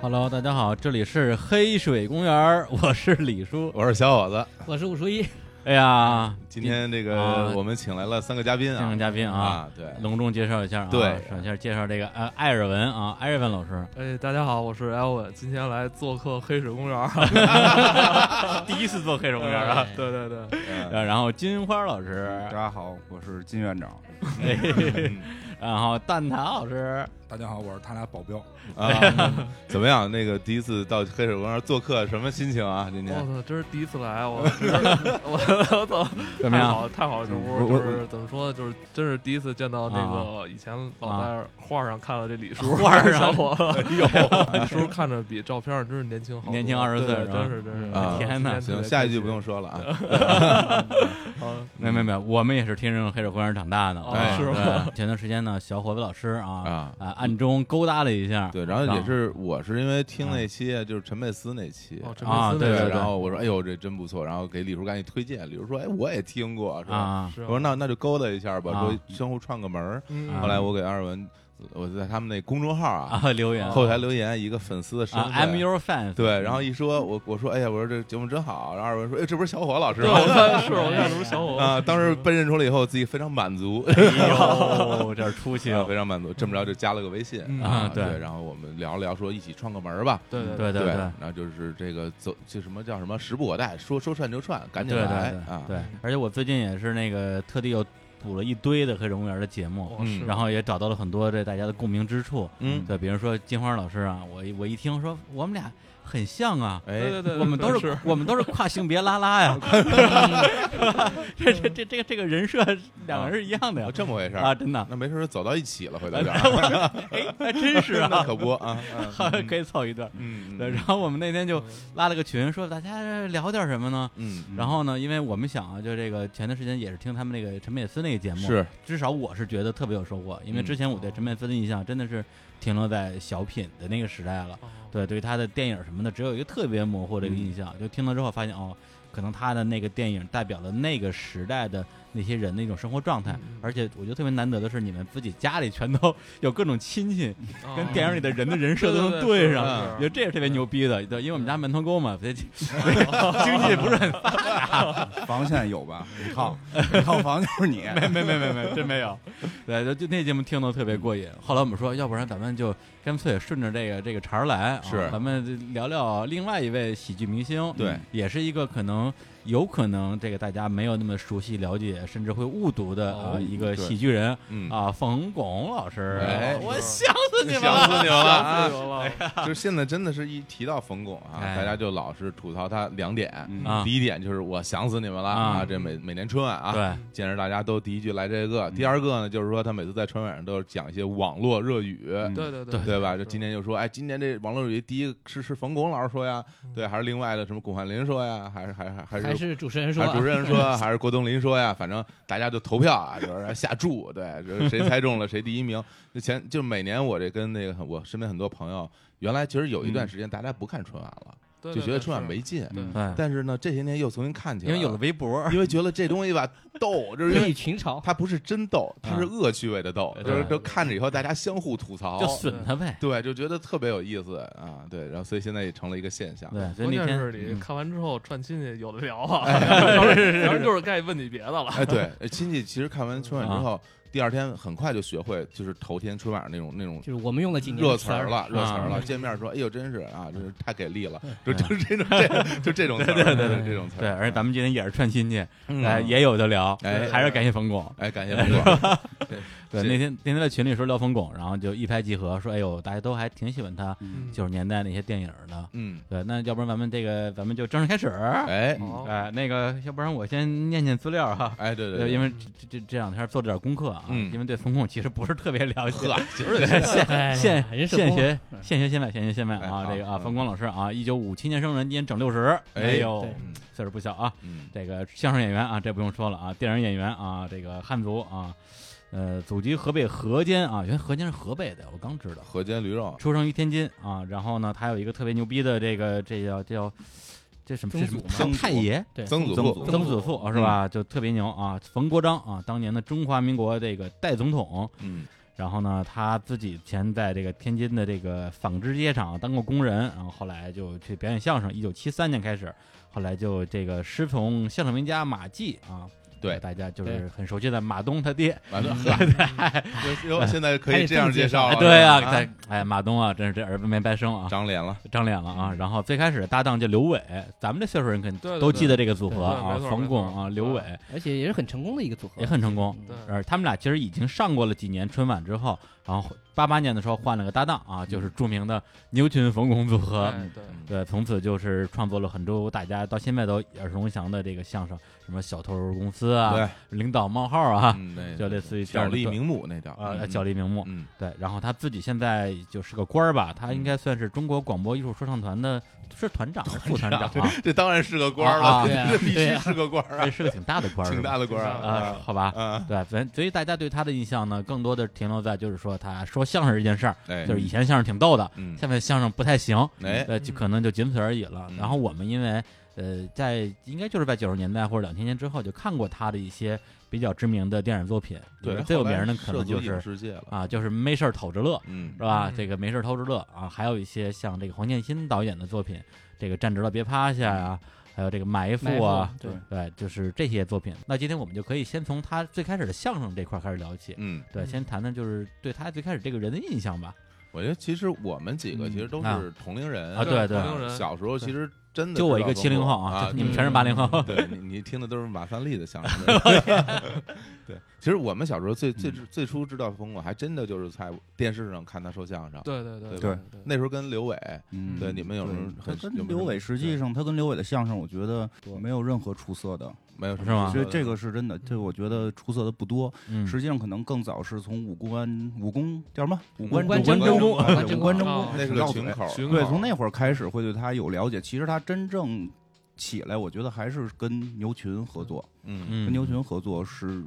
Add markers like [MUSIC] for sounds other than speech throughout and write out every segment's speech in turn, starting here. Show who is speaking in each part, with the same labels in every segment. Speaker 1: Hello，大家好，这里是黑水公园儿， [LAUGHS] 我是李叔。
Speaker 2: 我是小伙子。
Speaker 3: 我是武叔一，
Speaker 1: 哎呀，
Speaker 2: 今天这
Speaker 1: 啊
Speaker 2: 个我们请来了三个嘉宾
Speaker 1: 现场
Speaker 2: 啊，
Speaker 1: 嘉宾啊，
Speaker 2: 啊，对，
Speaker 1: 隆重介绍一下啊，
Speaker 2: 对
Speaker 1: 首先介绍这个呃艾尔文啊，艾尔文老师，
Speaker 4: 哎，大家好，我是 Elvin，今天来做客黑水公园儿。
Speaker 1: 第一次做黑水公
Speaker 3: 园
Speaker 5: 哎
Speaker 3: 啊
Speaker 4: 对对对，
Speaker 2: 嗯
Speaker 1: 呃，然后金花老师，
Speaker 2: [LAUGHS]
Speaker 1: 哎
Speaker 5: 家好，我是金院长。
Speaker 2: 嗯
Speaker 1: 然后蛋挞老师，
Speaker 5: 大家好，我是他俩保镖。
Speaker 2: 啊，怎么样？那个第一次到黑水公园做客，什么心情啊？今
Speaker 4: 我
Speaker 2: 天
Speaker 4: 操，真是第一次来，我 [LAUGHS] 我我操，
Speaker 1: 怎么
Speaker 4: 太
Speaker 1: 样？
Speaker 4: 好了，太好了，这
Speaker 5: 嗯
Speaker 4: 屋
Speaker 5: 我
Speaker 4: 就是怎么说呢，就是真是第一次见到这个以前老在画上看到这李叔，
Speaker 1: 啊画上哎
Speaker 4: 小伙
Speaker 1: [LAUGHS]
Speaker 4: 子， [LAUGHS] 李叔看着比照片上真是年轻好多，
Speaker 1: 年轻20岁
Speaker 4: 对
Speaker 1: 是吧
Speaker 4: 真是真是，
Speaker 2: 啊
Speaker 1: 天哪
Speaker 4: 哪！
Speaker 2: 行，下一句不用说了
Speaker 4: [LAUGHS]
Speaker 2: 啊。
Speaker 4: 啊，
Speaker 1: 没没没，我们也是听着黑水公园长大的，
Speaker 4: 哦
Speaker 1: 啊
Speaker 2: 是
Speaker 4: 吗
Speaker 1: 对前段时间呢，小伙子老师啊
Speaker 2: 啊，
Speaker 1: 啊暗中勾搭了一下，
Speaker 2: 对，然
Speaker 1: 啊
Speaker 2: 后也是我是因为听那期啊就是陈佩斯那期。
Speaker 4: 哦，陈
Speaker 1: 啊
Speaker 4: 佩斯
Speaker 1: 对
Speaker 4: 那
Speaker 1: 对
Speaker 4: 个
Speaker 1: 对
Speaker 2: 然后我说：“哎呦，这真不错。”然后给李叔赶紧推荐。李叔说：“哎，我也听过，是吧
Speaker 1: 啊？”
Speaker 4: 是
Speaker 2: 我说：“
Speaker 4: 啊
Speaker 2: 那那就勾搭一下吧，
Speaker 1: 啊
Speaker 2: 说相互串个门儿。”
Speaker 4: 嗯
Speaker 1: 啊
Speaker 2: 后来我给阿尔文，我在他们那公众号啊
Speaker 1: 啊留言
Speaker 2: 后台留言，一个粉丝的身
Speaker 1: 啊
Speaker 2: 份
Speaker 1: ，I'm your fan，
Speaker 2: 对，然后一说，我我说，哎呀，我说这节目真好。然后二文说，哎，这不是小伙老师
Speaker 4: 对，我
Speaker 2: 吗？
Speaker 4: 看是我看什么小伙
Speaker 2: [LAUGHS]
Speaker 4: 子
Speaker 2: 啊，当
Speaker 1: 嗯
Speaker 2: 时被认出了以后，自己非常满
Speaker 1: [LAUGHS]
Speaker 2: 足，
Speaker 1: 哎
Speaker 2: [LAUGHS]
Speaker 1: 呦，这是出息
Speaker 2: 啊非常满足。这么着就加了个微信
Speaker 4: 嗯
Speaker 1: 啊对
Speaker 2: 对。然后我们聊了聊，说一起串个门儿吧。
Speaker 4: 对对
Speaker 1: 对
Speaker 2: 对
Speaker 1: 对。
Speaker 2: 然后就是这个走，就什么叫什么时不我待，说说串就串，赶紧
Speaker 1: 对
Speaker 2: 来
Speaker 1: 对对
Speaker 2: 啊！
Speaker 1: 对，而且我最近也是那个特地又补了一堆的黑水公园的节目，
Speaker 4: 哦是
Speaker 1: 嗯然后也找到了很多这大家的共鸣之处。
Speaker 2: 嗯，
Speaker 1: 对，比如说金花老师啊，我一我一听说我们俩很像啊。
Speaker 2: 哎，
Speaker 4: 对对对，
Speaker 1: 我们都
Speaker 4: 对
Speaker 1: 是我们都是跨性别拉拉 [LAUGHS] 呀， [LAUGHS] 这这这这个这个人设两个人是一样的呀
Speaker 2: 哦这么回事
Speaker 1: 啊，
Speaker 2: 儿。
Speaker 1: 真的，
Speaker 2: 那没事儿走到一起了，
Speaker 1: [LAUGHS]
Speaker 2: 回到家
Speaker 1: 哎，还真是
Speaker 2: [LAUGHS] 那
Speaker 1: 啊，
Speaker 2: 可不
Speaker 1: [LAUGHS]
Speaker 2: 啊。嗯
Speaker 1: 可以凑一段。
Speaker 2: 嗯
Speaker 1: 对，
Speaker 2: 嗯
Speaker 1: 然后我们那天
Speaker 4: 哦
Speaker 1: 就拉了个群，说大家聊点什么呢？
Speaker 2: 嗯，
Speaker 1: 然后呢，因为我们想啊，就这个前段时间也是听他们那个陈佩斯那个节目，
Speaker 2: 是
Speaker 1: 至少我是觉得特别有收获，因为
Speaker 2: 嗯
Speaker 1: 之前我对陈佩斯的印象真的是停留在小品的那个时代了，对，对于他的电影什么的，只有一个特别模糊的一个印象，就听了之后发现哦，可能他的那个电影代表了那个时代的那些人的一种生活状态，
Speaker 4: 嗯
Speaker 1: 而且我觉得特别难得的是，你们自己家里全都有各种亲戚，
Speaker 4: 哦
Speaker 1: 跟电影里的人的人设
Speaker 4: 对
Speaker 1: 都
Speaker 4: [LAUGHS] 对
Speaker 1: 能
Speaker 4: 对
Speaker 1: 对
Speaker 4: 是
Speaker 2: 嗯
Speaker 1: 上，
Speaker 4: 是
Speaker 1: 我觉得这是特别
Speaker 4: 对
Speaker 1: 牛逼的，对，因为我们家门头沟嘛，所以经济不是很
Speaker 5: 防线有 [LAUGHS] 吧？五套，五套房就是你。
Speaker 1: 没没没没没，真没有。对，就就那节目听得特别过瘾。
Speaker 2: 嗯
Speaker 1: 后来我们说，要不然咱们就干脆顺着这个这个茬儿来、啊，
Speaker 2: 是
Speaker 1: 咱们就聊聊另外一位喜剧明星，
Speaker 2: 对，
Speaker 1: 也是一个可能有可能这个大家没有那么熟悉了解，甚至会误读的啊、
Speaker 4: 哦
Speaker 1: 一个
Speaker 2: 对
Speaker 1: 喜剧人
Speaker 2: 嗯
Speaker 1: 啊，冯巩老师。
Speaker 2: 哎
Speaker 1: 我
Speaker 4: 是
Speaker 1: 想死你们
Speaker 2: 想
Speaker 1: 了。
Speaker 2: 死你们了啊
Speaker 4: 啊！！了，
Speaker 2: 就是现在真的是一提到冯巩啊，
Speaker 1: 哎
Speaker 2: 大家就老是吐槽他两点。
Speaker 5: 嗯
Speaker 1: 啊
Speaker 2: 第一点就是我想死你们了
Speaker 1: 啊
Speaker 2: 这
Speaker 4: 嗯
Speaker 2: 每每年春晚啊，
Speaker 1: 对，
Speaker 2: 见着大家都第一句来这个。第二个呢，就是说他每次在春晚上都是讲一些网络热语。
Speaker 5: 嗯
Speaker 4: 对
Speaker 1: [LAUGHS]
Speaker 4: 对
Speaker 1: 对
Speaker 4: 对
Speaker 2: 对吧？就今年就说，哎，今年这网络热语第一个是是冯巩老师说呀，对，还是另外的什么巩汉林说呀，还是还还还
Speaker 3: 还
Speaker 2: 是
Speaker 3: 是主持人说
Speaker 2: 还
Speaker 3: 啊，
Speaker 2: 是主持人说，还是郭冬临说呀？反正大家就投票啊，就是下注，对， [LAUGHS] 就是谁猜中了谁第一名。就前就每年我这跟那个我身边很多朋友，原来其实有一段时间大家不看春晚了，
Speaker 4: 对，
Speaker 2: 就觉得春晚没劲。
Speaker 4: 对
Speaker 1: 对，
Speaker 2: 但是呢，这些年又重新看起
Speaker 1: 嗯
Speaker 2: 来，
Speaker 1: 因为有了，微博，
Speaker 2: 因为觉得这东西吧逗，就是因
Speaker 3: 热
Speaker 1: [LAUGHS]
Speaker 2: 为
Speaker 3: 议群嘲，
Speaker 2: 它不是真逗，它是恶趣味的逗，
Speaker 1: 嗯对
Speaker 2: 就是就看着以后大家相互吐槽
Speaker 1: 就，损他呗。
Speaker 2: 对，就觉得特别有意思啊，对，然后所以现在也成了一个现象。
Speaker 1: 对，所以
Speaker 4: 关
Speaker 1: 那
Speaker 4: 键
Speaker 1: 天
Speaker 4: 是你
Speaker 1: 嗯
Speaker 4: 看完之后串亲戚有的聊
Speaker 2: [LAUGHS]
Speaker 4: 啊， [LAUGHS] 然后就是该问你别的了。
Speaker 2: 哎，对，亲戚其实看完春晚之
Speaker 1: 啊
Speaker 2: 后，第二天很快就学会，就是头天春晚那种那种
Speaker 3: 就是我们用了几年
Speaker 2: 热
Speaker 3: 的
Speaker 2: 词儿
Speaker 1: 啊
Speaker 2: 了，热词儿了。见面说，哎呦，真是啊，真是太给力了，就就是这种这就这种词儿，对
Speaker 1: 对
Speaker 2: 这种词儿。
Speaker 1: 对，而且咱们今天也是串亲戚，
Speaker 2: 嗯
Speaker 1: 哎，也有的聊，
Speaker 2: 哎
Speaker 1: 还是感谢冯巩。
Speaker 2: 哎，感谢冯巩。
Speaker 1: [LAUGHS] 对，
Speaker 2: 是
Speaker 1: 那天那天在群里说聊冯巩，然后就一拍即合，说哎呦，大家都还挺喜欢他
Speaker 5: 嗯
Speaker 1: 九十年代那些电影的。
Speaker 2: 嗯，
Speaker 1: 对，那要不然咱们这个咱们就正式开始。哎，
Speaker 2: 哎
Speaker 4: 好
Speaker 1: 那个要不然我先念念资料哈。
Speaker 2: 哎，对对，
Speaker 1: 对，
Speaker 2: [LAUGHS]
Speaker 1: 因为这这这两天做了点功课啊，
Speaker 2: 嗯
Speaker 1: 因为对冯巩其实不是特别了解。
Speaker 2: 呵，
Speaker 3: 哎
Speaker 1: 现
Speaker 3: 呀
Speaker 1: 现
Speaker 3: 人是
Speaker 1: 现
Speaker 3: 疯
Speaker 1: 学现学现卖现学现卖
Speaker 2: 哎
Speaker 1: 啊！
Speaker 2: 好
Speaker 1: 这个啊，
Speaker 2: 嗯
Speaker 1: 冯巩老师啊，一九五七年生人，今年整六十，
Speaker 2: 哎
Speaker 1: 呦
Speaker 3: 对，
Speaker 1: 岁数不小啊。
Speaker 2: 嗯
Speaker 1: 这个相声演员啊，这不用说了啊，电影演员啊，这个汉族啊，呃，祖籍河北河间啊，原来河间是河北的，我刚知道，
Speaker 2: 河间驴肉，
Speaker 1: 出生于天津啊，然后呢，他有一个特别牛逼的这个这叫这叫这什么这什么
Speaker 2: 曾祖嗯
Speaker 1: 太爷
Speaker 3: 对
Speaker 2: 曾祖
Speaker 1: 曾
Speaker 2: 父，
Speaker 1: 曾祖父啊是吧？就特别牛啊，冯国璋啊，当年的中华民国这个代总统，
Speaker 2: 嗯，
Speaker 1: 然后呢，他自己以前在这个天津的这个纺织街上当过工人，然后后来就去表演相声。一九七三年开始，后来就这个师从相声名家马季啊，
Speaker 2: 对
Speaker 1: 大家就是
Speaker 4: 对
Speaker 1: 很熟悉的马东他爹，
Speaker 2: 完了，呵，
Speaker 1: 嗯 [LAUGHS]
Speaker 2: 有有现在可以这样介绍
Speaker 4: 哦
Speaker 1: 哎
Speaker 2: 了，
Speaker 1: 对
Speaker 2: 啊，
Speaker 1: 啊，在哎马东啊，真是这儿子没白生啊，
Speaker 2: 长脸了，
Speaker 1: 长脸了啊。然后最开始搭档叫刘伟，咱们这岁数人肯
Speaker 4: 嗯对对
Speaker 1: 都
Speaker 4: 对
Speaker 1: 记得这个组合
Speaker 4: 对
Speaker 1: 啊，
Speaker 4: 没错
Speaker 1: 冯
Speaker 4: 没
Speaker 1: 巩
Speaker 4: 错
Speaker 1: 啊，刘伟
Speaker 4: 啊
Speaker 3: 而且也是很成功的一个组合，
Speaker 1: 也很成功。
Speaker 3: 嗯
Speaker 4: 对，
Speaker 1: 而他们俩其实已经上过了几年春晚之后，然后八八年的时候换了个搭档啊，就是
Speaker 2: 嗯
Speaker 1: 著名的牛群冯巩组合。
Speaker 4: 哎对，
Speaker 1: [LAUGHS] 对，从此就是创作了很多大家到现在都耳熟能详的这个相声，什么小偷公司啊、
Speaker 2: 对，
Speaker 1: 领导冒号啊，
Speaker 2: 嗯，
Speaker 1: 就
Speaker 2: 那
Speaker 1: 类似于这
Speaker 2: 角
Speaker 1: 样的
Speaker 2: 力
Speaker 1: 段
Speaker 2: 名目那叫
Speaker 1: 啊，
Speaker 2: 嗯
Speaker 1: 角力名目。
Speaker 2: 嗯，
Speaker 1: 对，然后他自己现在就是个官儿吧，他应该算是中国广播艺术说唱团的是团长还是副团长啊？
Speaker 2: 这当然是个官儿
Speaker 1: 啊啊
Speaker 2: 了，
Speaker 3: 对啊
Speaker 2: [LAUGHS] 这必
Speaker 3: 对
Speaker 2: 须
Speaker 3: 啊
Speaker 2: 是个官儿
Speaker 1: 这
Speaker 2: 啊，
Speaker 1: 是个挺大的官儿，
Speaker 2: 挺大的官儿
Speaker 4: 的
Speaker 1: 啊，
Speaker 2: 啊，
Speaker 1: 好吧。
Speaker 2: 啊，
Speaker 1: 对，反正所以大家对他的印象呢，更多的停留在就是说他说相声这件事儿，
Speaker 2: 哎
Speaker 1: 就是以前相声挺逗的，
Speaker 2: 嗯，
Speaker 1: 现在相声不太行，
Speaker 2: 哎，
Speaker 1: 呃，就
Speaker 4: 嗯
Speaker 1: 可能就仅此而已了
Speaker 2: 嗯。
Speaker 1: 然后我们因为呃，在应该就是在九十年代或者两千年之后，就看过他的一些比较知名的电影作品，里
Speaker 2: 对，
Speaker 1: 面最有
Speaker 2: 后来
Speaker 1: 名的可能
Speaker 2: 涉
Speaker 1: 就
Speaker 2: 足影
Speaker 1: 是
Speaker 2: 视界了，
Speaker 1: 啊，就是没事儿偷着乐，
Speaker 2: 嗯
Speaker 1: 是，吧？
Speaker 4: 嗯
Speaker 1: 这个没事儿偷着乐啊，还有一些像这个黄建新导演的作品，这个站直了别趴下
Speaker 2: 嗯
Speaker 1: 啊，还有这个埋
Speaker 3: 埋
Speaker 1: 伏啊，
Speaker 3: 对，
Speaker 1: 对，就是这些作品。那今天我们就可以先从他最开始的相声这块儿开始聊起，
Speaker 2: 嗯，
Speaker 1: 对，
Speaker 4: 嗯
Speaker 1: 先谈谈就是对他最开始这个人的印象吧。
Speaker 2: 我觉得其实我们几个
Speaker 5: 嗯
Speaker 2: 其实都是
Speaker 1: 啊
Speaker 2: 同龄人
Speaker 1: 啊对对
Speaker 4: 同龄人
Speaker 2: 小时候其实真的
Speaker 1: 就我一
Speaker 2: 知道
Speaker 1: 个
Speaker 2: 冯
Speaker 1: 七零
Speaker 2: 巩
Speaker 1: 后
Speaker 2: 啊
Speaker 1: 就，你们
Speaker 4: 嗯
Speaker 1: 全是八零后。
Speaker 2: [LAUGHS] 对你，你听的都是马三立的相声。 [LAUGHS] 对，其实我们小时候最最
Speaker 5: 嗯
Speaker 2: 最初知道冯巩，还真的就是在电视上看他说相声。
Speaker 4: 对对
Speaker 2: 对
Speaker 4: 对
Speaker 5: 吧
Speaker 2: 那时候跟刘伟，
Speaker 5: 嗯
Speaker 2: 对你们有时候
Speaker 5: 他
Speaker 2: 很有
Speaker 5: 跟
Speaker 2: 没有
Speaker 5: 刘伟
Speaker 2: 什么
Speaker 5: 实际
Speaker 2: 对
Speaker 5: 上他跟刘伟的相声，我觉得没有任何出色的，
Speaker 2: 没有什么
Speaker 1: [LAUGHS] 是吗
Speaker 2: 说
Speaker 5: 所以
Speaker 2: 的
Speaker 5: 这个是真的。这我觉得出色的不多，
Speaker 1: 啊嗯，
Speaker 5: 实际上可能更早是从武官武功叫什么武
Speaker 2: 关
Speaker 5: 官
Speaker 3: 关
Speaker 5: 武
Speaker 3: 真
Speaker 5: 官
Speaker 3: 功，
Speaker 5: 啊
Speaker 1: [LAUGHS]
Speaker 5: 对
Speaker 3: 真
Speaker 5: 武官真
Speaker 4: 啊
Speaker 5: 功
Speaker 2: 那是
Speaker 5: 挺
Speaker 1: 哦
Speaker 2: 个
Speaker 5: 绕
Speaker 2: 群
Speaker 5: 嘴
Speaker 2: 口儿，
Speaker 4: 群
Speaker 5: 对，
Speaker 4: 口
Speaker 5: 从那会儿开始会对他有了解。其实他真正起来，我觉得还是跟牛群合作，
Speaker 2: 嗯
Speaker 1: 嗯
Speaker 5: 跟牛群合作是，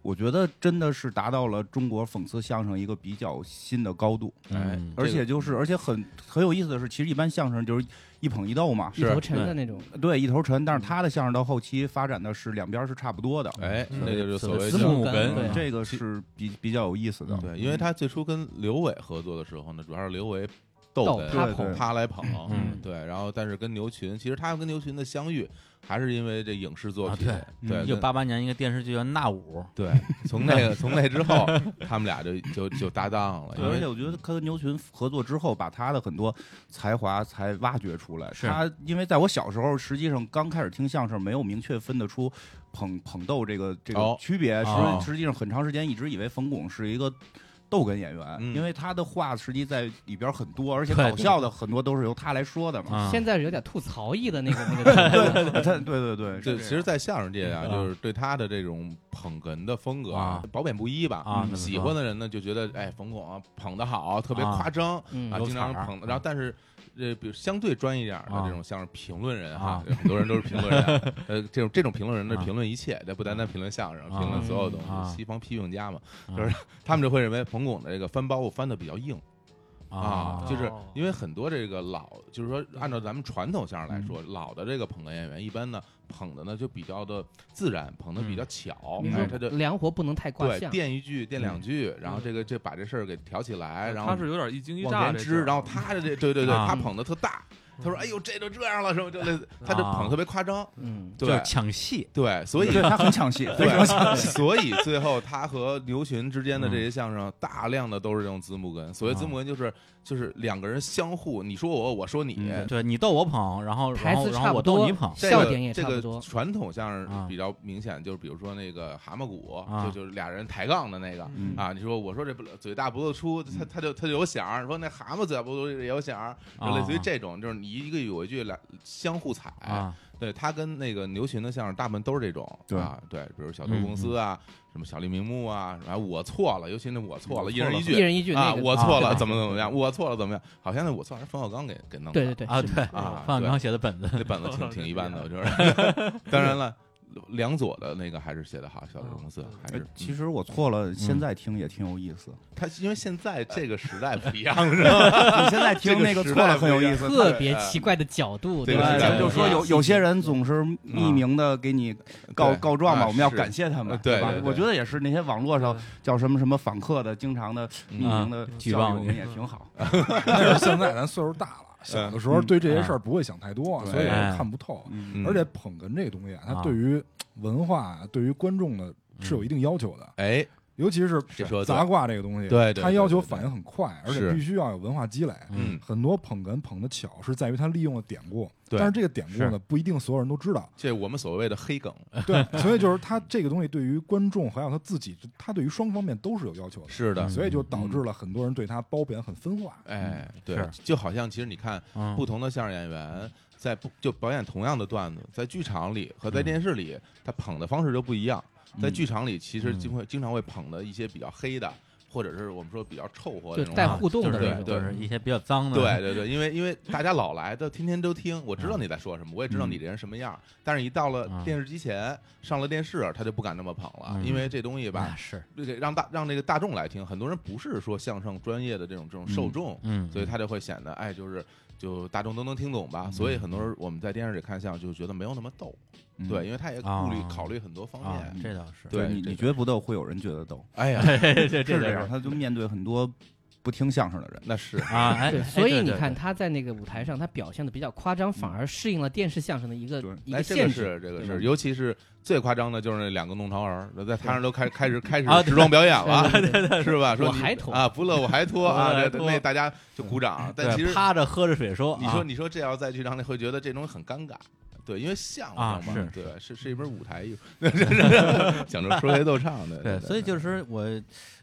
Speaker 5: 我觉得真的是达到了中国讽刺相声一个比较新的高度。
Speaker 2: 哎
Speaker 1: 嗯，
Speaker 5: 而
Speaker 2: 这
Speaker 5: 且
Speaker 2: 个
Speaker 5: 就是，而且很很有意思的是，其实一般相声就是一捧一逗嘛，
Speaker 3: 一
Speaker 2: 啊
Speaker 3: 头沉的那种，
Speaker 5: 对，一头沉。
Speaker 2: 嗯
Speaker 5: 但是他的相声到后期发展的是两边是差不多的，
Speaker 2: 哎，
Speaker 4: 嗯
Speaker 2: 那个就是所谓
Speaker 3: 子
Speaker 2: 的
Speaker 3: 母
Speaker 1: 根
Speaker 3: 对
Speaker 5: 这个是比比较有意思的。
Speaker 2: 嗯对，因为他最初跟刘伟合作的时候呢，主要是刘伟逗
Speaker 3: 逗
Speaker 2: 哏
Speaker 5: 他捧
Speaker 2: 他来捧，
Speaker 1: 嗯
Speaker 2: 对，然后但是跟牛群，其实他跟牛群的相遇还是因为这影视作
Speaker 1: 啊
Speaker 2: 品，
Speaker 5: 对
Speaker 2: 对，
Speaker 1: 一九
Speaker 2: 跟
Speaker 1: 八八年一个电视剧叫《那五》，
Speaker 2: 对， [LAUGHS] 从那个从那之后，他们俩就就就搭档了，
Speaker 5: 对
Speaker 2: 因
Speaker 5: 而且
Speaker 2: 为
Speaker 5: 我觉得他跟牛群合作之后，把他的很多才华才挖掘出来。
Speaker 1: 是
Speaker 5: 他因为在我小时候，实际上刚开始听相声，没有明确分得出捧捧逗这个这
Speaker 2: 哦
Speaker 5: 个区别。
Speaker 1: 哦
Speaker 5: 实实际上很长时间一直以为冯巩是一个。逗哏演员，
Speaker 2: 嗯
Speaker 5: 因为他的话实际在里边很多，而且
Speaker 1: 对
Speaker 5: 搞笑的很多都是由他来说的嘛。
Speaker 1: 啊，
Speaker 3: 现在是有点吐槽意的那个那个程度了，
Speaker 5: 他对对对，
Speaker 2: 就是其实，在相声界啊，
Speaker 1: 嗯
Speaker 2: 就是对他的这种捧哏的风格
Speaker 1: 啊
Speaker 2: 褒贬不一吧。
Speaker 1: 啊
Speaker 2: 嗯
Speaker 1: 怎么说
Speaker 2: 喜欢的人呢就觉得，哎，冯巩啊捧得好，特别
Speaker 1: 啊
Speaker 2: 夸张
Speaker 3: 嗯
Speaker 2: 啊，
Speaker 1: 有
Speaker 2: 经常
Speaker 1: 彩儿
Speaker 2: 捧的。
Speaker 1: 啊
Speaker 2: 然后，但是呃，比如相对专一点的
Speaker 1: 啊
Speaker 2: 这种相声评论人哈
Speaker 1: 啊，
Speaker 2: 很多人都是评
Speaker 1: [LAUGHS]
Speaker 2: 论人。呃，这种这种评论人呢，
Speaker 1: 啊
Speaker 2: 评论一切，这不单单评论相声，
Speaker 1: 啊
Speaker 2: 评论所有东
Speaker 1: 啊
Speaker 2: 西。西方批评家嘛，
Speaker 1: 啊
Speaker 2: 就是他们就会认为冯巩的这个翻包袱翻的比较硬。啊
Speaker 1: 啊，，
Speaker 2: 就是
Speaker 4: 哦
Speaker 2: 因为很多这个老，就是说按照咱们传统相声来说，
Speaker 4: 嗯
Speaker 2: 老的这个捧哏演员一般呢捧的呢就比较的自然，捧的比
Speaker 4: 嗯
Speaker 2: 较巧，
Speaker 3: 你
Speaker 2: 哎
Speaker 3: 说
Speaker 2: 他就
Speaker 3: 梁活不能太挂
Speaker 2: 对
Speaker 3: 相，
Speaker 2: 垫一句垫两句，然后这个这把这事儿给挑起来，然后
Speaker 4: 嗯啊他是有点一惊一
Speaker 2: 往
Speaker 4: 乍
Speaker 2: 前
Speaker 4: 这事
Speaker 2: 支，
Speaker 4: 儿，嗯
Speaker 2: 然后他的这对对对，
Speaker 1: 啊
Speaker 2: 他捧的特大，他说哎呦这就这样了是吧？就类似，他就
Speaker 4: 啊
Speaker 2: 捧得特别夸张，
Speaker 3: 嗯，
Speaker 1: 就是
Speaker 2: 对
Speaker 1: 抢戏，
Speaker 2: 对，所以
Speaker 5: 对他很抢戏，
Speaker 1: [LAUGHS]
Speaker 5: 非常抢
Speaker 2: 对，所以最后他和牛群之间的
Speaker 1: 嗯
Speaker 2: 这些相声，大量的都是这种子母哏。所谓子母哏，就是就是两个人相互，你说我，我说你。
Speaker 1: 啊嗯对你逗我捧，然后
Speaker 3: 台
Speaker 1: 然后
Speaker 3: 词
Speaker 1: 然
Speaker 3: 差
Speaker 1: 后
Speaker 3: 不
Speaker 1: 我逗
Speaker 3: 多
Speaker 1: 你捧，
Speaker 2: 这个
Speaker 3: 笑点也差不
Speaker 2: 这个
Speaker 3: 多，
Speaker 2: 传统相
Speaker 1: 啊
Speaker 2: 声比较明显，就是比如说那个蛤蟆鼓，
Speaker 1: 啊
Speaker 2: 就就是俩人抬杠的那个
Speaker 5: 嗯
Speaker 2: 啊。你说我说这不嘴大脖子
Speaker 1: 嗯
Speaker 2: 粗，他他就他就有响儿；说那蛤蟆嘴大脖子粗也有响儿，就类似于这种，就是你一个有一句来相互踩
Speaker 1: 啊，
Speaker 2: 对他跟那个牛群的相声，大部分都是这种，
Speaker 5: 对
Speaker 2: 啊，对，比如小偷公司啊，什么小丽明目啊，然后我错了，尤其那我错了，
Speaker 5: 我
Speaker 2: 一人一
Speaker 5: 错了
Speaker 3: 一
Speaker 2: 句
Speaker 3: 人一句
Speaker 2: 啊，
Speaker 3: 那个，
Speaker 2: 我错了，
Speaker 1: 啊
Speaker 2: 怎么怎么样，我错了怎么样，好像那我错还是冯小刚给给弄的，
Speaker 3: [LAUGHS] 对对对
Speaker 1: 啊
Speaker 3: 哎
Speaker 4: 嗯
Speaker 3: 是
Speaker 1: 对，
Speaker 2: 啊，
Speaker 1: 范
Speaker 2: 对
Speaker 1: 刚写的本子
Speaker 2: 那本子挺挺一般的，我觉得。当然了，梁左的那个还是写的好，《小城公司
Speaker 4: 嗯》
Speaker 2: 还是嗯
Speaker 5: 哎。 [LAUGHS] 其实我错了，现在听也挺有意思。
Speaker 2: 他因为现在这个时代不一样，是吧？
Speaker 5: 你现在听那个错了很有意思。
Speaker 3: 特别奇怪的角度，
Speaker 2: 对
Speaker 3: 吧？
Speaker 2: 对
Speaker 5: 咱们就说有有些
Speaker 3: 人
Speaker 5: 人总是匿名的给你告
Speaker 2: 对
Speaker 5: 告状嘛，
Speaker 2: 啊
Speaker 5: 我们要
Speaker 2: 是
Speaker 5: 感谢他们
Speaker 2: 呃，对
Speaker 5: 吧
Speaker 2: 对？对
Speaker 5: 我觉得也是那些网络上叫什么什么访客的，经常的匿名的
Speaker 1: 嗯举
Speaker 5: 教育
Speaker 1: 报
Speaker 5: 我
Speaker 1: 你
Speaker 5: 们也挺好。
Speaker 6: 但是现在咱岁数大了，小的时候对这些事儿不会想太多，
Speaker 2: 嗯
Speaker 6: 所以也
Speaker 1: 啊哎
Speaker 6: 看不透。
Speaker 5: 嗯
Speaker 6: 而且捧哏这东西啊，
Speaker 1: 啊
Speaker 6: 它对于文化、对于观众的是有一定要求的，
Speaker 2: 哎，
Speaker 6: 尤其是
Speaker 2: 这嗯说得对
Speaker 6: 杂挂这个东西，
Speaker 2: 对对
Speaker 6: 它
Speaker 2: 对
Speaker 6: 要求
Speaker 2: 对对
Speaker 6: 反应很快，而且
Speaker 2: 是
Speaker 6: 必须要有文化积累。
Speaker 2: 嗯，
Speaker 6: 很多捧哏捧的巧是在于他利用了典故，
Speaker 2: 对
Speaker 6: 但是这个典故
Speaker 1: 是
Speaker 6: 呢不一定所有人都
Speaker 2: [LAUGHS]
Speaker 6: 知道，
Speaker 2: 这我们所谓的黑梗
Speaker 6: 对，所以就是他这个东西对于观众还有他自己，他对于双方面都是有要求的，
Speaker 2: 是嗯的，
Speaker 6: 所以就导致了很多人对他褒贬很分化。
Speaker 2: 哎，对
Speaker 1: 是，
Speaker 2: 就好像其实你看，
Speaker 1: 嗯
Speaker 2: 不同的相声演员在不就表演同样的段子，在剧场里和在电视里，他捧的方式就不一样。在剧场里，其实经会经常会捧的一些比较黑的，或者是我们说比较臭货的
Speaker 3: 就
Speaker 2: 那种
Speaker 3: 带
Speaker 2: 话
Speaker 3: 互动
Speaker 1: 啊就
Speaker 3: 的
Speaker 1: 是
Speaker 3: 那
Speaker 2: 对
Speaker 1: 就
Speaker 3: 种，
Speaker 1: 是一些比较脏的，
Speaker 2: 对对对，因为因为大家老来的，天天都听，我知道你在说什么，我也知道你这人什么样儿，但是一到了
Speaker 1: 嗯
Speaker 2: 电视机前，上了电视，他就不敢那么捧了，
Speaker 1: 嗯
Speaker 2: 因为这东西吧
Speaker 1: 那，是，
Speaker 2: 这个让大让这个大众来听，很多人不是说相声专业的这种这种受众，
Speaker 1: 嗯，嗯
Speaker 2: 所以他就会显得哎，就是就大众都能听懂吧。所以很多人我们在电视里看相，就觉得没有那么逗，
Speaker 5: 嗯
Speaker 2: 对，，因为他也顾虑
Speaker 1: 啊
Speaker 2: 考虑很多方
Speaker 1: 啊
Speaker 2: 面。，
Speaker 1: 这倒是，
Speaker 2: 对
Speaker 5: 你
Speaker 2: 这
Speaker 5: 你
Speaker 2: 个
Speaker 5: 觉得不逗，会有人觉得逗，
Speaker 2: 哎呀，
Speaker 1: [LAUGHS] 对对
Speaker 5: [LAUGHS]
Speaker 1: 倒
Speaker 5: 是这样。他就面对很多不听相声的人，
Speaker 2: [LAUGHS]
Speaker 1: [LAUGHS]
Speaker 2: 那是
Speaker 1: 啊，哎，
Speaker 3: 对，
Speaker 1: 哎
Speaker 3: 所以你，看
Speaker 1: 对对
Speaker 3: 他在那个舞台上，他表现的比较夸张，反而适应了电视相声的一个
Speaker 5: 对
Speaker 3: 一
Speaker 2: 哎，
Speaker 3: 个
Speaker 2: 这个
Speaker 3: 限制。
Speaker 2: 是这个
Speaker 3: 对
Speaker 2: 是，
Speaker 3: 吧
Speaker 2: 尤其是最夸张的就是那两个弄潮儿，在台上都开开始开
Speaker 1: [LAUGHS]
Speaker 2: 始
Speaker 1: 啊对
Speaker 2: 时装表演了，
Speaker 3: 对对
Speaker 2: 是吧？说
Speaker 3: 我
Speaker 2: 你
Speaker 3: 还脱
Speaker 2: 啊，不乐我
Speaker 1: [LAUGHS]
Speaker 2: 还脱
Speaker 1: 我
Speaker 2: 啊，
Speaker 1: 还
Speaker 2: 这
Speaker 1: 脱
Speaker 2: 那大家就鼓掌。但
Speaker 1: 对
Speaker 2: 其实
Speaker 1: 趴着喝着水说，
Speaker 2: 你
Speaker 1: 啊
Speaker 2: 说你说这要再去让那会觉得这东西很尴尬。对，因为相声
Speaker 1: 啊
Speaker 2: 嘛
Speaker 1: 是，
Speaker 2: 对，是是一门舞台艺术， [LAUGHS] 讲究说学逗唱的。
Speaker 1: 对，所以
Speaker 2: 嗯
Speaker 1: 就是我，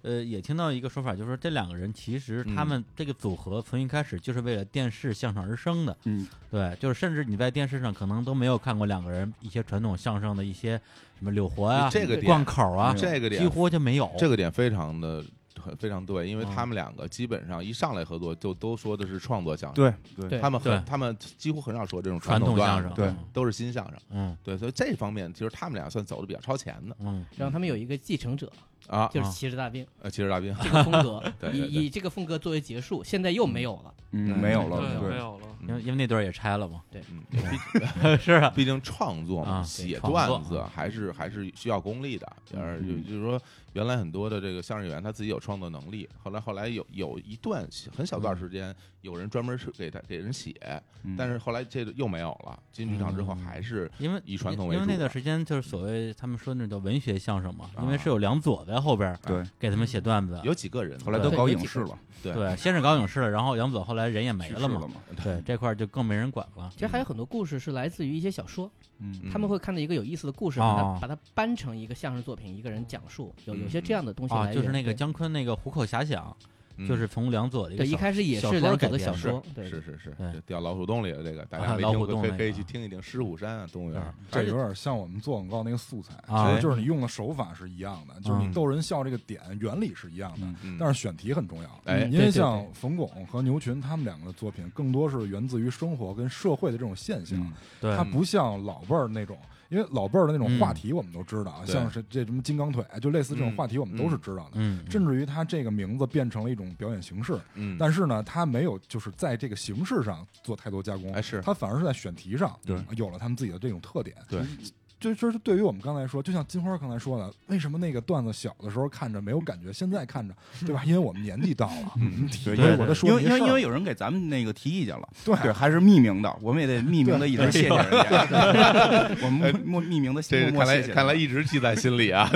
Speaker 1: 呃，也听到一个说法，就是说这两个人其实他
Speaker 2: 嗯
Speaker 1: 们这个组合从一开始就是为了电视相声而生的，
Speaker 5: 嗯，
Speaker 1: 对，就是甚至你在电视上可能都没有看过两个人一些传统相声的一些什么柳活啊、
Speaker 2: 这个点嗯
Speaker 1: 贯口啊，
Speaker 2: 这个点
Speaker 1: 几乎就没有。
Speaker 2: 这个点非常的很非常对，因为
Speaker 1: 嗯
Speaker 2: 他们两个基本上一上来合作就都说的是创作相声，
Speaker 5: 对对
Speaker 3: 对
Speaker 2: 他们
Speaker 1: 对
Speaker 2: 很他们几乎很少说这种
Speaker 1: 传
Speaker 2: 统
Speaker 1: 统
Speaker 2: 段
Speaker 1: 相
Speaker 2: 子
Speaker 1: 声，
Speaker 5: 对
Speaker 2: 都是新相声。
Speaker 1: 嗯
Speaker 2: 对，所以这方面其实他们俩算走的比较超前的
Speaker 1: 嗯，
Speaker 3: 让他们有一个继承者，
Speaker 2: 啊。
Speaker 3: 就是骑着大兵
Speaker 2: 呃，其实大兵，
Speaker 1: [LAUGHS]
Speaker 3: 这个风格
Speaker 2: 对对对
Speaker 3: 以以这个风格作为结束，现在又没有了。
Speaker 5: 嗯，没有了，
Speaker 4: 对，没
Speaker 5: 对，
Speaker 4: 有了。
Speaker 1: 因为因为那对儿也拆了嘛， [LAUGHS]
Speaker 2: 嗯，毕
Speaker 1: 是啊，
Speaker 2: 毕竟创作嘛，
Speaker 1: 啊对
Speaker 2: 写
Speaker 1: 创作啊
Speaker 2: 段子还是还是需要功力的。而就
Speaker 5: 嗯
Speaker 2: 就是说，原来很多的这个相声演员他自己有创作能力，后来后来有有一段很小
Speaker 1: 嗯
Speaker 2: 段时间，有人专门是给他给人写，
Speaker 5: 嗯
Speaker 2: 但是后来这个又没有了。进剧场之后
Speaker 1: 嗯
Speaker 2: 还是
Speaker 1: 因为
Speaker 2: 以传统为
Speaker 1: 因为
Speaker 2: 主
Speaker 1: 那段
Speaker 2: 吧
Speaker 1: 时间就是所谓他们说那叫文学相声嘛，因
Speaker 2: 啊
Speaker 1: 为是有梁左在后边儿
Speaker 5: 对，
Speaker 1: 给他们写段子，
Speaker 2: 有几个人
Speaker 5: 嗯后来都
Speaker 1: 对
Speaker 5: 搞影视了，
Speaker 2: 对
Speaker 1: 对，先是搞影视了，然后杨左后来人也没
Speaker 5: 去世
Speaker 1: 了嘛，
Speaker 5: 嘛，
Speaker 1: 对这块儿就更没人管了。
Speaker 3: 其实还有很多故事是来自于一些小说，
Speaker 5: 嗯
Speaker 3: 他们会看到一个有意思的故事，
Speaker 1: 哦
Speaker 3: 把它把它搬成一个相声作品，一个人讲述，有有些这样的东西
Speaker 1: 啊，
Speaker 3: 来源。
Speaker 1: 就是那个
Speaker 3: 对
Speaker 1: 姜昆那个《虎口遐想》，
Speaker 2: 嗯
Speaker 1: 就是从梁左的
Speaker 3: 对，一
Speaker 1: 小
Speaker 3: 开始也
Speaker 1: 小
Speaker 3: 是
Speaker 1: 说
Speaker 3: 梁
Speaker 1: 改
Speaker 3: 左的
Speaker 1: 编
Speaker 3: 小
Speaker 1: 的
Speaker 3: 说，对，
Speaker 2: 是是是，
Speaker 1: 对
Speaker 2: 这掉老鼠洞里的这个，大
Speaker 1: 啊
Speaker 2: 家没
Speaker 1: 老
Speaker 2: 听
Speaker 1: 虎
Speaker 2: 过
Speaker 1: 洞
Speaker 2: 可以
Speaker 1: 那
Speaker 2: 可以
Speaker 1: 个
Speaker 2: 去听一听狮虎山啊，动物园
Speaker 1: 对
Speaker 2: 儿。
Speaker 6: 这有点像我们做广告那个素材，
Speaker 1: 啊
Speaker 6: 其实就是你用的手法是一样的，就是
Speaker 1: 嗯
Speaker 6: 你逗人笑这个点原理是一样的，
Speaker 5: 嗯
Speaker 2: 嗯
Speaker 6: 但是选题很重要。
Speaker 3: 嗯
Speaker 2: 哎
Speaker 6: 因
Speaker 1: 对
Speaker 6: 为
Speaker 1: 对
Speaker 6: 像冯巩和牛群他们两个的作品，更多是源自于生活跟社会的这种现象，
Speaker 5: 嗯
Speaker 1: 对
Speaker 6: 它不像老辈儿那种。因为老辈儿的那种
Speaker 1: 嗯
Speaker 6: 话题我们都知道，啊，
Speaker 2: 对
Speaker 6: 像是这什么金刚腿，啊就类似这种
Speaker 2: 嗯
Speaker 6: 话题我们都是知道的。
Speaker 1: 嗯，
Speaker 6: 甚至于它这个名字变成了一种表演形式，
Speaker 2: 嗯，
Speaker 6: 但是呢，它没有就是在这个形式上做太多加工，
Speaker 2: 哎是
Speaker 6: 它反而是在选题上，
Speaker 5: 对，
Speaker 6: 有了他们自己的这种特点。
Speaker 2: 对，
Speaker 6: 就就是对于我们刚才说，就像金花刚才说的，为什么那个段子小的时候看着没有感觉，现在看着，对吧？因为我们年纪到了，我们体
Speaker 5: 对
Speaker 6: 会我在说
Speaker 5: 因
Speaker 6: 的
Speaker 5: 为
Speaker 6: 一
Speaker 5: 因
Speaker 6: 些事儿
Speaker 5: 为因为有人给咱们那个提意见了，
Speaker 6: 对
Speaker 5: 对，还是匿名的，我们也得匿名的一直谢谢人家， [LAUGHS] 我们默匿名的
Speaker 2: 这
Speaker 5: 谢
Speaker 2: 个
Speaker 5: 默
Speaker 2: 看来
Speaker 5: 谢谢，
Speaker 2: 看来一直记在心里啊，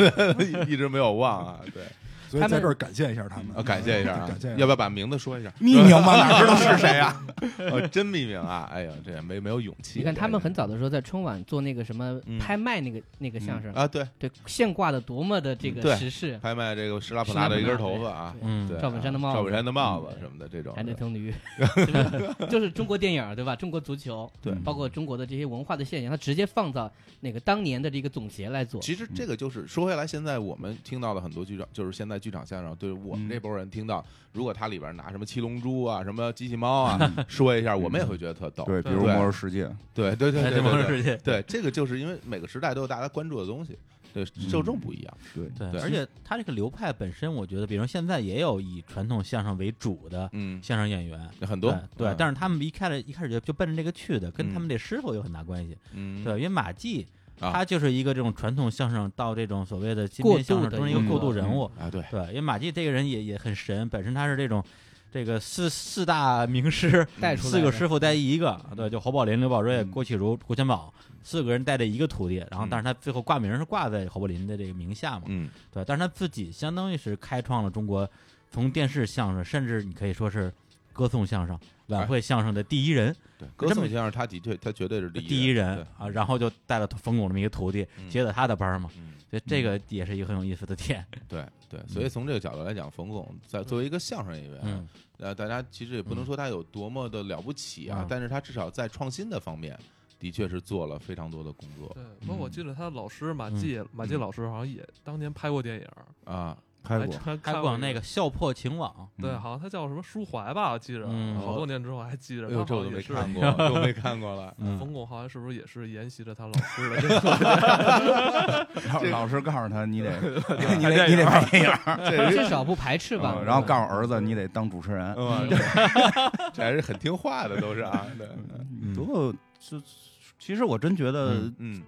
Speaker 2: 一直没有忘啊。对，
Speaker 6: 所以在这儿感谢一下他们，
Speaker 2: 啊，感谢一下啊
Speaker 6: 嗯感谢一，下
Speaker 2: 要不要把名字说一下？
Speaker 5: 匿名嘛，
Speaker 2: [LAUGHS]
Speaker 5: 哪知道是谁啊？
Speaker 2: 呃，真匿名啊！哎呀，这没没有勇气。
Speaker 3: 你看他们很早的时候在春晚做那个什么
Speaker 2: 嗯
Speaker 3: 拍卖那个那个相声，
Speaker 2: 啊，对，
Speaker 3: 对，现挂的多么的这
Speaker 2: 嗯对
Speaker 3: 个时事，
Speaker 2: 拍卖这个施拉普纳的一根头发啊，
Speaker 1: 嗯
Speaker 2: 对，
Speaker 1: 对
Speaker 3: 赵本山的帽子嗯
Speaker 2: 赵本山的帽子什么的这种
Speaker 3: 还得
Speaker 2: 的，
Speaker 3: 等驴， [LAUGHS] 就是就是中国电影儿对吧？中国足球，
Speaker 2: 对
Speaker 3: 包括中国的这些文化的现象，它直接放到那个当年的这个总结来做。
Speaker 1: 嗯
Speaker 2: 其实这个就是说回来，现在我们听到的很多剧场，就是现在剧场相声，对我们
Speaker 5: 嗯
Speaker 2: 这波人听到，如果它里边拿什么七龙珠啊、什么机器
Speaker 1: [LAUGHS]
Speaker 2: 猫啊说一下，我们也会觉得特逗。
Speaker 5: 对，比如《
Speaker 2: 对
Speaker 5: 魔兽世界》，
Speaker 2: 对对对
Speaker 1: 嗯哎
Speaker 2: 对
Speaker 1: 这
Speaker 2: 对
Speaker 1: 魔兽
Speaker 2: 对，
Speaker 1: 世界，
Speaker 2: 对这个就是因为每个时代都有大家关注的东西，对
Speaker 1: 嗯
Speaker 2: 受众不一样。
Speaker 5: 对，
Speaker 1: 对
Speaker 2: 对
Speaker 1: 而且他这个流派本身，我觉得，比如现在也有以传统相声为主的
Speaker 2: 嗯，
Speaker 1: 相声演员，
Speaker 2: 很多
Speaker 1: 哎对对
Speaker 2: 嗯，
Speaker 1: 但是他们一开始一开始就就奔着这个去的，跟
Speaker 2: 嗯
Speaker 1: 他们这师傅有很大关系。
Speaker 2: 嗯，
Speaker 1: 对，因为马季
Speaker 2: 啊
Speaker 1: 他就是一个这种传统相声到这种所谓的新
Speaker 3: 过
Speaker 1: 变相
Speaker 3: 渡
Speaker 1: 声
Speaker 3: 的
Speaker 1: 中的一
Speaker 3: 一
Speaker 1: 个
Speaker 5: 个
Speaker 1: 过渡人
Speaker 5: 嗯
Speaker 1: 物。
Speaker 2: 啊，对，
Speaker 1: 对，因为马季这个人也也很神，本身他是这种这个四四大名师
Speaker 2: 嗯
Speaker 3: 带出来
Speaker 1: 四个师傅带一个，对，就侯宝林、刘宝瑞、
Speaker 5: 嗯
Speaker 1: 郭启儒、郭全宝四个人带着一个徒弟，然后
Speaker 2: 嗯
Speaker 1: 但是他最后挂名是挂在侯宝林的这个名下嘛，
Speaker 2: 嗯，
Speaker 1: 对，但是他自己相当于是开创了中国从电视相声，甚至你可以说是歌颂相声、晚会相声的第一人，
Speaker 2: 对，歌颂先生他的确他绝对是
Speaker 1: 第一人啊，然后就带了冯巩这么一个徒弟，
Speaker 2: 嗯
Speaker 1: 接了他的班嘛，
Speaker 2: 嗯，
Speaker 1: 所以这个也是一个很有意思的点，
Speaker 2: 对对，所以从这个角度来讲，冯巩在作为一个相声演员，
Speaker 1: 嗯，
Speaker 2: 呃，大家其实也不能
Speaker 1: 嗯
Speaker 2: 说他有多么的了不起啊，
Speaker 1: 嗯
Speaker 2: 但是他至少在创新的方面，的确是做了非常多的工作
Speaker 4: 对，不过我记得他老师
Speaker 2: 嗯
Speaker 4: 马季，马季老师好像也当年拍过电影，
Speaker 2: 啊。
Speaker 5: 拍
Speaker 4: 还
Speaker 5: 过。
Speaker 4: 还
Speaker 1: 还
Speaker 4: 看
Speaker 1: 有
Speaker 4: 过
Speaker 1: 那
Speaker 4: 一
Speaker 1: 个《笑破情网
Speaker 4: 对，
Speaker 5: 嗯
Speaker 4: 好像他叫什么舒怀吧，我记着，
Speaker 1: 嗯
Speaker 4: 好多年之后还记着。
Speaker 2: 哎呦，
Speaker 4: 他
Speaker 2: 这我
Speaker 4: 好
Speaker 2: 都
Speaker 4: 像
Speaker 2: 没
Speaker 4: 也是
Speaker 2: 看过， [LAUGHS] 这我没看过了》。。
Speaker 1: 嗯，
Speaker 4: 冯巩好像是不是也是沿袭着他老师的这个？
Speaker 5: 老
Speaker 2: 这个
Speaker 5: 老师告诉他，你得
Speaker 4: 看
Speaker 5: 你得你得拍电影，
Speaker 2: 这
Speaker 3: 至
Speaker 2: 是，
Speaker 3: 少不排斥吧
Speaker 5: 嗯。然后告诉儿子，你得当主持人。
Speaker 2: 嗯，这还是很听话的，都是 [LAUGHS] 啊。对，
Speaker 1: 嗯
Speaker 5: 不过这其实我真觉得
Speaker 1: 嗯，
Speaker 2: 嗯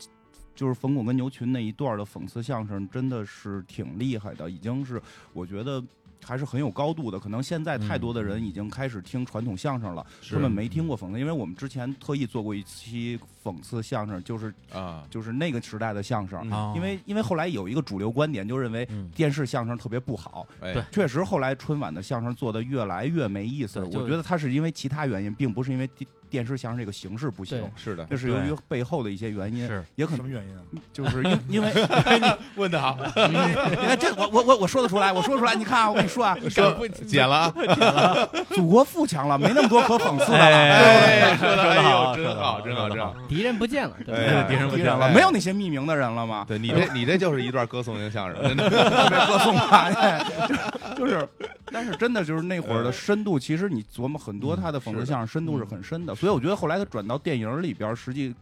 Speaker 5: 就是冯巩跟牛群那一段的讽刺相声，真的是挺厉害的，已经是我觉得。还是很有高度的，可能现在太多的人已经开始听传统相声了，
Speaker 2: 是
Speaker 5: 他们没听过讽刺，因为我们之前特意做过一期讽刺相声，就是
Speaker 2: 啊，
Speaker 5: 就是那个时代的相声，
Speaker 2: 嗯
Speaker 1: 啊
Speaker 5: 因为因为后来有一个主流观点，就认为
Speaker 1: 嗯
Speaker 5: 电视相声特别不好，
Speaker 2: 哎
Speaker 1: 对
Speaker 5: 确实，后来春晚的相声做的越来越没意思了。
Speaker 1: 对就
Speaker 5: 我觉得它是因为其他原因，并不是因为电电视相声这个形式不行
Speaker 3: 对，
Speaker 2: 是的，
Speaker 5: 这是由于背后的一些原因，
Speaker 1: 是， [LAUGHS]
Speaker 5: 也可
Speaker 6: 什
Speaker 5: 能
Speaker 6: 么原因啊？
Speaker 5: 就是因因为你
Speaker 2: [LAUGHS] 问的好，
Speaker 5: [LAUGHS] 看哎这我我我我说得出来，我说得出来，你看啊，我跟你说啊，
Speaker 2: 说剪了啊，
Speaker 5: 祖国富强了，没那么多可讽刺的
Speaker 1: [LAUGHS]
Speaker 5: 了。
Speaker 1: 哎
Speaker 2: 哎，说的
Speaker 1: 说得好
Speaker 2: 哎呦，真好，真好，真好。
Speaker 3: 敌人不见了，对
Speaker 2: 哎
Speaker 1: 敌人不
Speaker 5: 敌
Speaker 1: 见
Speaker 5: 人了，
Speaker 1: 了，
Speaker 5: 没有那些匿名的人了吗？
Speaker 2: 对你这你这就是一段歌颂型相声，真的
Speaker 5: [LAUGHS] 特别歌颂吧，哎就是就是，但是真的就是那会儿的深度，其实你琢磨很多他的讽刺相声深度是很深的，所以我觉得后来他转到电影里边儿，实际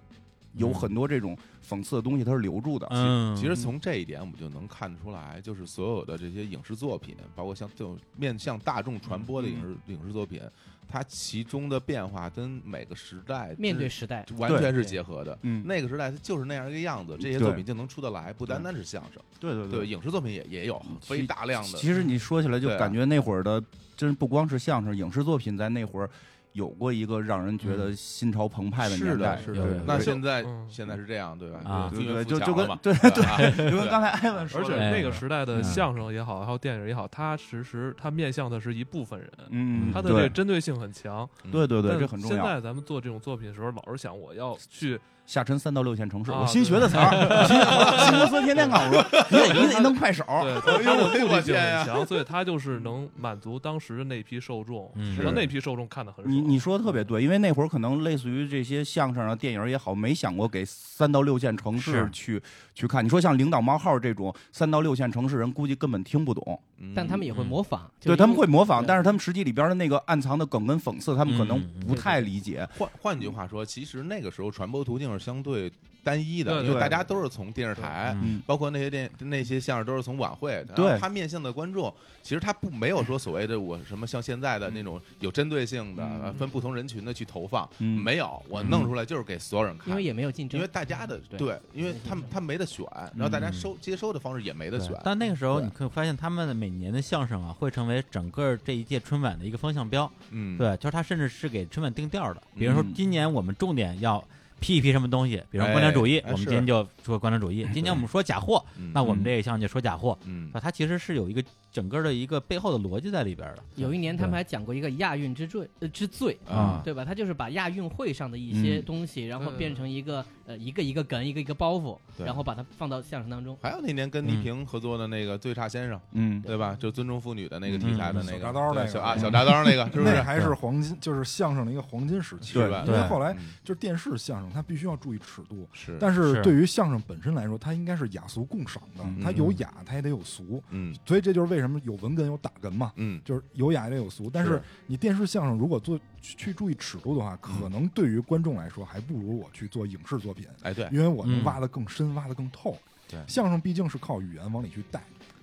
Speaker 5: 有很多这种讽刺的东西，他是留住的。
Speaker 1: 嗯，
Speaker 2: 其实从这一点，我们就能看出来，就是所有的这些影视作品，包括像这种面向大众传播的影视、
Speaker 5: 嗯
Speaker 2: 影视作品，它其中的变化跟每个时代
Speaker 3: 面对时代，
Speaker 2: 是完全是结合的。
Speaker 5: 嗯，
Speaker 2: 那个时代它就是那样一个样子，这些
Speaker 5: 对
Speaker 2: 作品就能出得来，不单单是相声，
Speaker 5: 对对嗯
Speaker 2: 对影视作品也也有
Speaker 5: 其
Speaker 2: 非大量的。
Speaker 5: 其实你说起来，就
Speaker 2: 对啊
Speaker 5: 感觉那会儿的，真不光是相声，影视作品在那会儿有过一个让人觉得心潮澎湃的
Speaker 2: 是
Speaker 5: 年代
Speaker 2: 的，。
Speaker 1: 有
Speaker 2: 是
Speaker 1: 有
Speaker 2: 的
Speaker 1: 有。
Speaker 2: 那现在
Speaker 4: 嗯
Speaker 2: 现在是这样，对吧？
Speaker 1: 啊
Speaker 2: 资
Speaker 5: 对
Speaker 2: 源
Speaker 5: 对，
Speaker 2: 富
Speaker 5: 就就
Speaker 2: 强了
Speaker 5: 跟
Speaker 2: 嘛
Speaker 5: 对
Speaker 2: 对吧啊
Speaker 5: 就跟刚才艾文说
Speaker 4: 而且
Speaker 5: 的，
Speaker 4: 那个时代的
Speaker 1: 嗯
Speaker 4: 相声也好，还有电影也好，他其实他面向的是一部分人，
Speaker 5: 嗯，
Speaker 4: 他的这个
Speaker 5: 对
Speaker 4: 针对性很强。
Speaker 5: 对对对，
Speaker 4: 但
Speaker 5: 这很重
Speaker 4: 现
Speaker 5: 要。
Speaker 4: 在咱们做这种作品的时候，老是想我要去，
Speaker 5: 下沉三到六线城市，
Speaker 4: 啊
Speaker 5: 我新学
Speaker 4: [LAUGHS]
Speaker 5: 的词儿，我新我新公司天天告诉我，你得你得弄快手。
Speaker 4: 对，他他的目的性
Speaker 2: 天呀
Speaker 4: 很强，所以他就是能满足当时的那批受众，
Speaker 1: 嗯
Speaker 4: 让那批受众看得很
Speaker 5: 你
Speaker 4: 爽
Speaker 5: 你说的特别对，因为那会儿可能类似于这些相声啊、电影也好，没想过给三到六线城市
Speaker 1: 是
Speaker 5: 去去看。你说像领导冒号这种三到六线城市人，估计根本听不懂。
Speaker 2: 嗯
Speaker 3: 但他们也会模仿，
Speaker 5: 对他们会模仿，
Speaker 3: 对
Speaker 5: 但是他们实际里边的那个暗藏的梗跟讽刺，他们可能
Speaker 1: 嗯嗯
Speaker 5: 不太理解。
Speaker 2: 换换句话说，其实那个时候传播途径是相对单一的，
Speaker 4: 对
Speaker 2: 因为
Speaker 5: 对
Speaker 2: 大家都是从电视台。
Speaker 1: 嗯
Speaker 2: 包括那些电那些相声都是从晚会，然
Speaker 5: 对
Speaker 2: 后他面向的观众，其实他不没有说所谓的我什么像现在的那种有针对性的、
Speaker 5: 嗯
Speaker 2: 呃分不同人群的去投放，
Speaker 5: 嗯
Speaker 2: 没有，我弄出来就是给所有人看，
Speaker 3: 因为也没有竞
Speaker 2: 因
Speaker 3: 争
Speaker 2: 为，大家的
Speaker 3: 对
Speaker 2: 因为他们他没得选，然后大家收、接收的方式也没得
Speaker 1: 对
Speaker 2: 选，
Speaker 1: 但那个时候，
Speaker 2: 对
Speaker 1: 你可以发现他们每年的相声啊，会成为整个这一届春晚的一个风向标。
Speaker 2: 嗯，
Speaker 1: 对，就是他甚至是给春晚定调的。比如说，
Speaker 5: 嗯
Speaker 1: 今年我们重点要批一批什么东西，比如说
Speaker 2: 哎
Speaker 1: 官僚主义，
Speaker 2: 哎
Speaker 1: 我们
Speaker 2: 是
Speaker 1: 今天就说官僚主义；今年我们说假货，
Speaker 2: 嗯，
Speaker 1: 那我们这一项就说假货。
Speaker 2: 嗯
Speaker 1: 啊，它其实是有一个整个的一个背后的逻辑在里边的。
Speaker 3: 有一年他们还讲过一个亚运之最，呃之最，
Speaker 2: 啊
Speaker 5: 嗯
Speaker 3: 对吧？他就是把亚运会上的一些东西，然后变成一个呃一个一个梗，一个一个包袱，
Speaker 2: 对
Speaker 3: 然后把它放到相声当中。
Speaker 2: 还有那年跟倪萍合作的那个《最差先生》，
Speaker 5: 嗯，
Speaker 2: 对吧？就尊重妇女的那个题材的那个
Speaker 6: 嗯小铡刀那个
Speaker 2: 对小啊小铡刀那个，是不
Speaker 6: 那
Speaker 2: 是？
Speaker 6: 还是黄金，就是相声的一个黄金时期，
Speaker 2: 是吧
Speaker 6: 因为
Speaker 1: 对
Speaker 6: 后
Speaker 5: 哎
Speaker 6: 来
Speaker 2: 嗯
Speaker 6: 就是电视相声，它必须要注意尺度。
Speaker 2: 是，
Speaker 6: 但是
Speaker 1: 是
Speaker 6: 对于相声本身来说，它应该是雅俗共赏的，
Speaker 2: 嗯
Speaker 6: 它有雅，它也得有俗，
Speaker 2: 嗯
Speaker 6: 所以这就是为什么有文哏有打哏嘛，
Speaker 2: 嗯，
Speaker 6: 就是有雅也得有俗。但是
Speaker 2: 是
Speaker 6: 你电视相声如果做去去注意尺度的话，
Speaker 2: 嗯
Speaker 6: 可能对于观众来说，还不如我去做影视作品，
Speaker 2: 哎对，
Speaker 6: 因为我能
Speaker 1: 嗯
Speaker 6: 挖得更深，挖得更透。
Speaker 2: 对
Speaker 6: 相声毕竟是靠语言往里去带，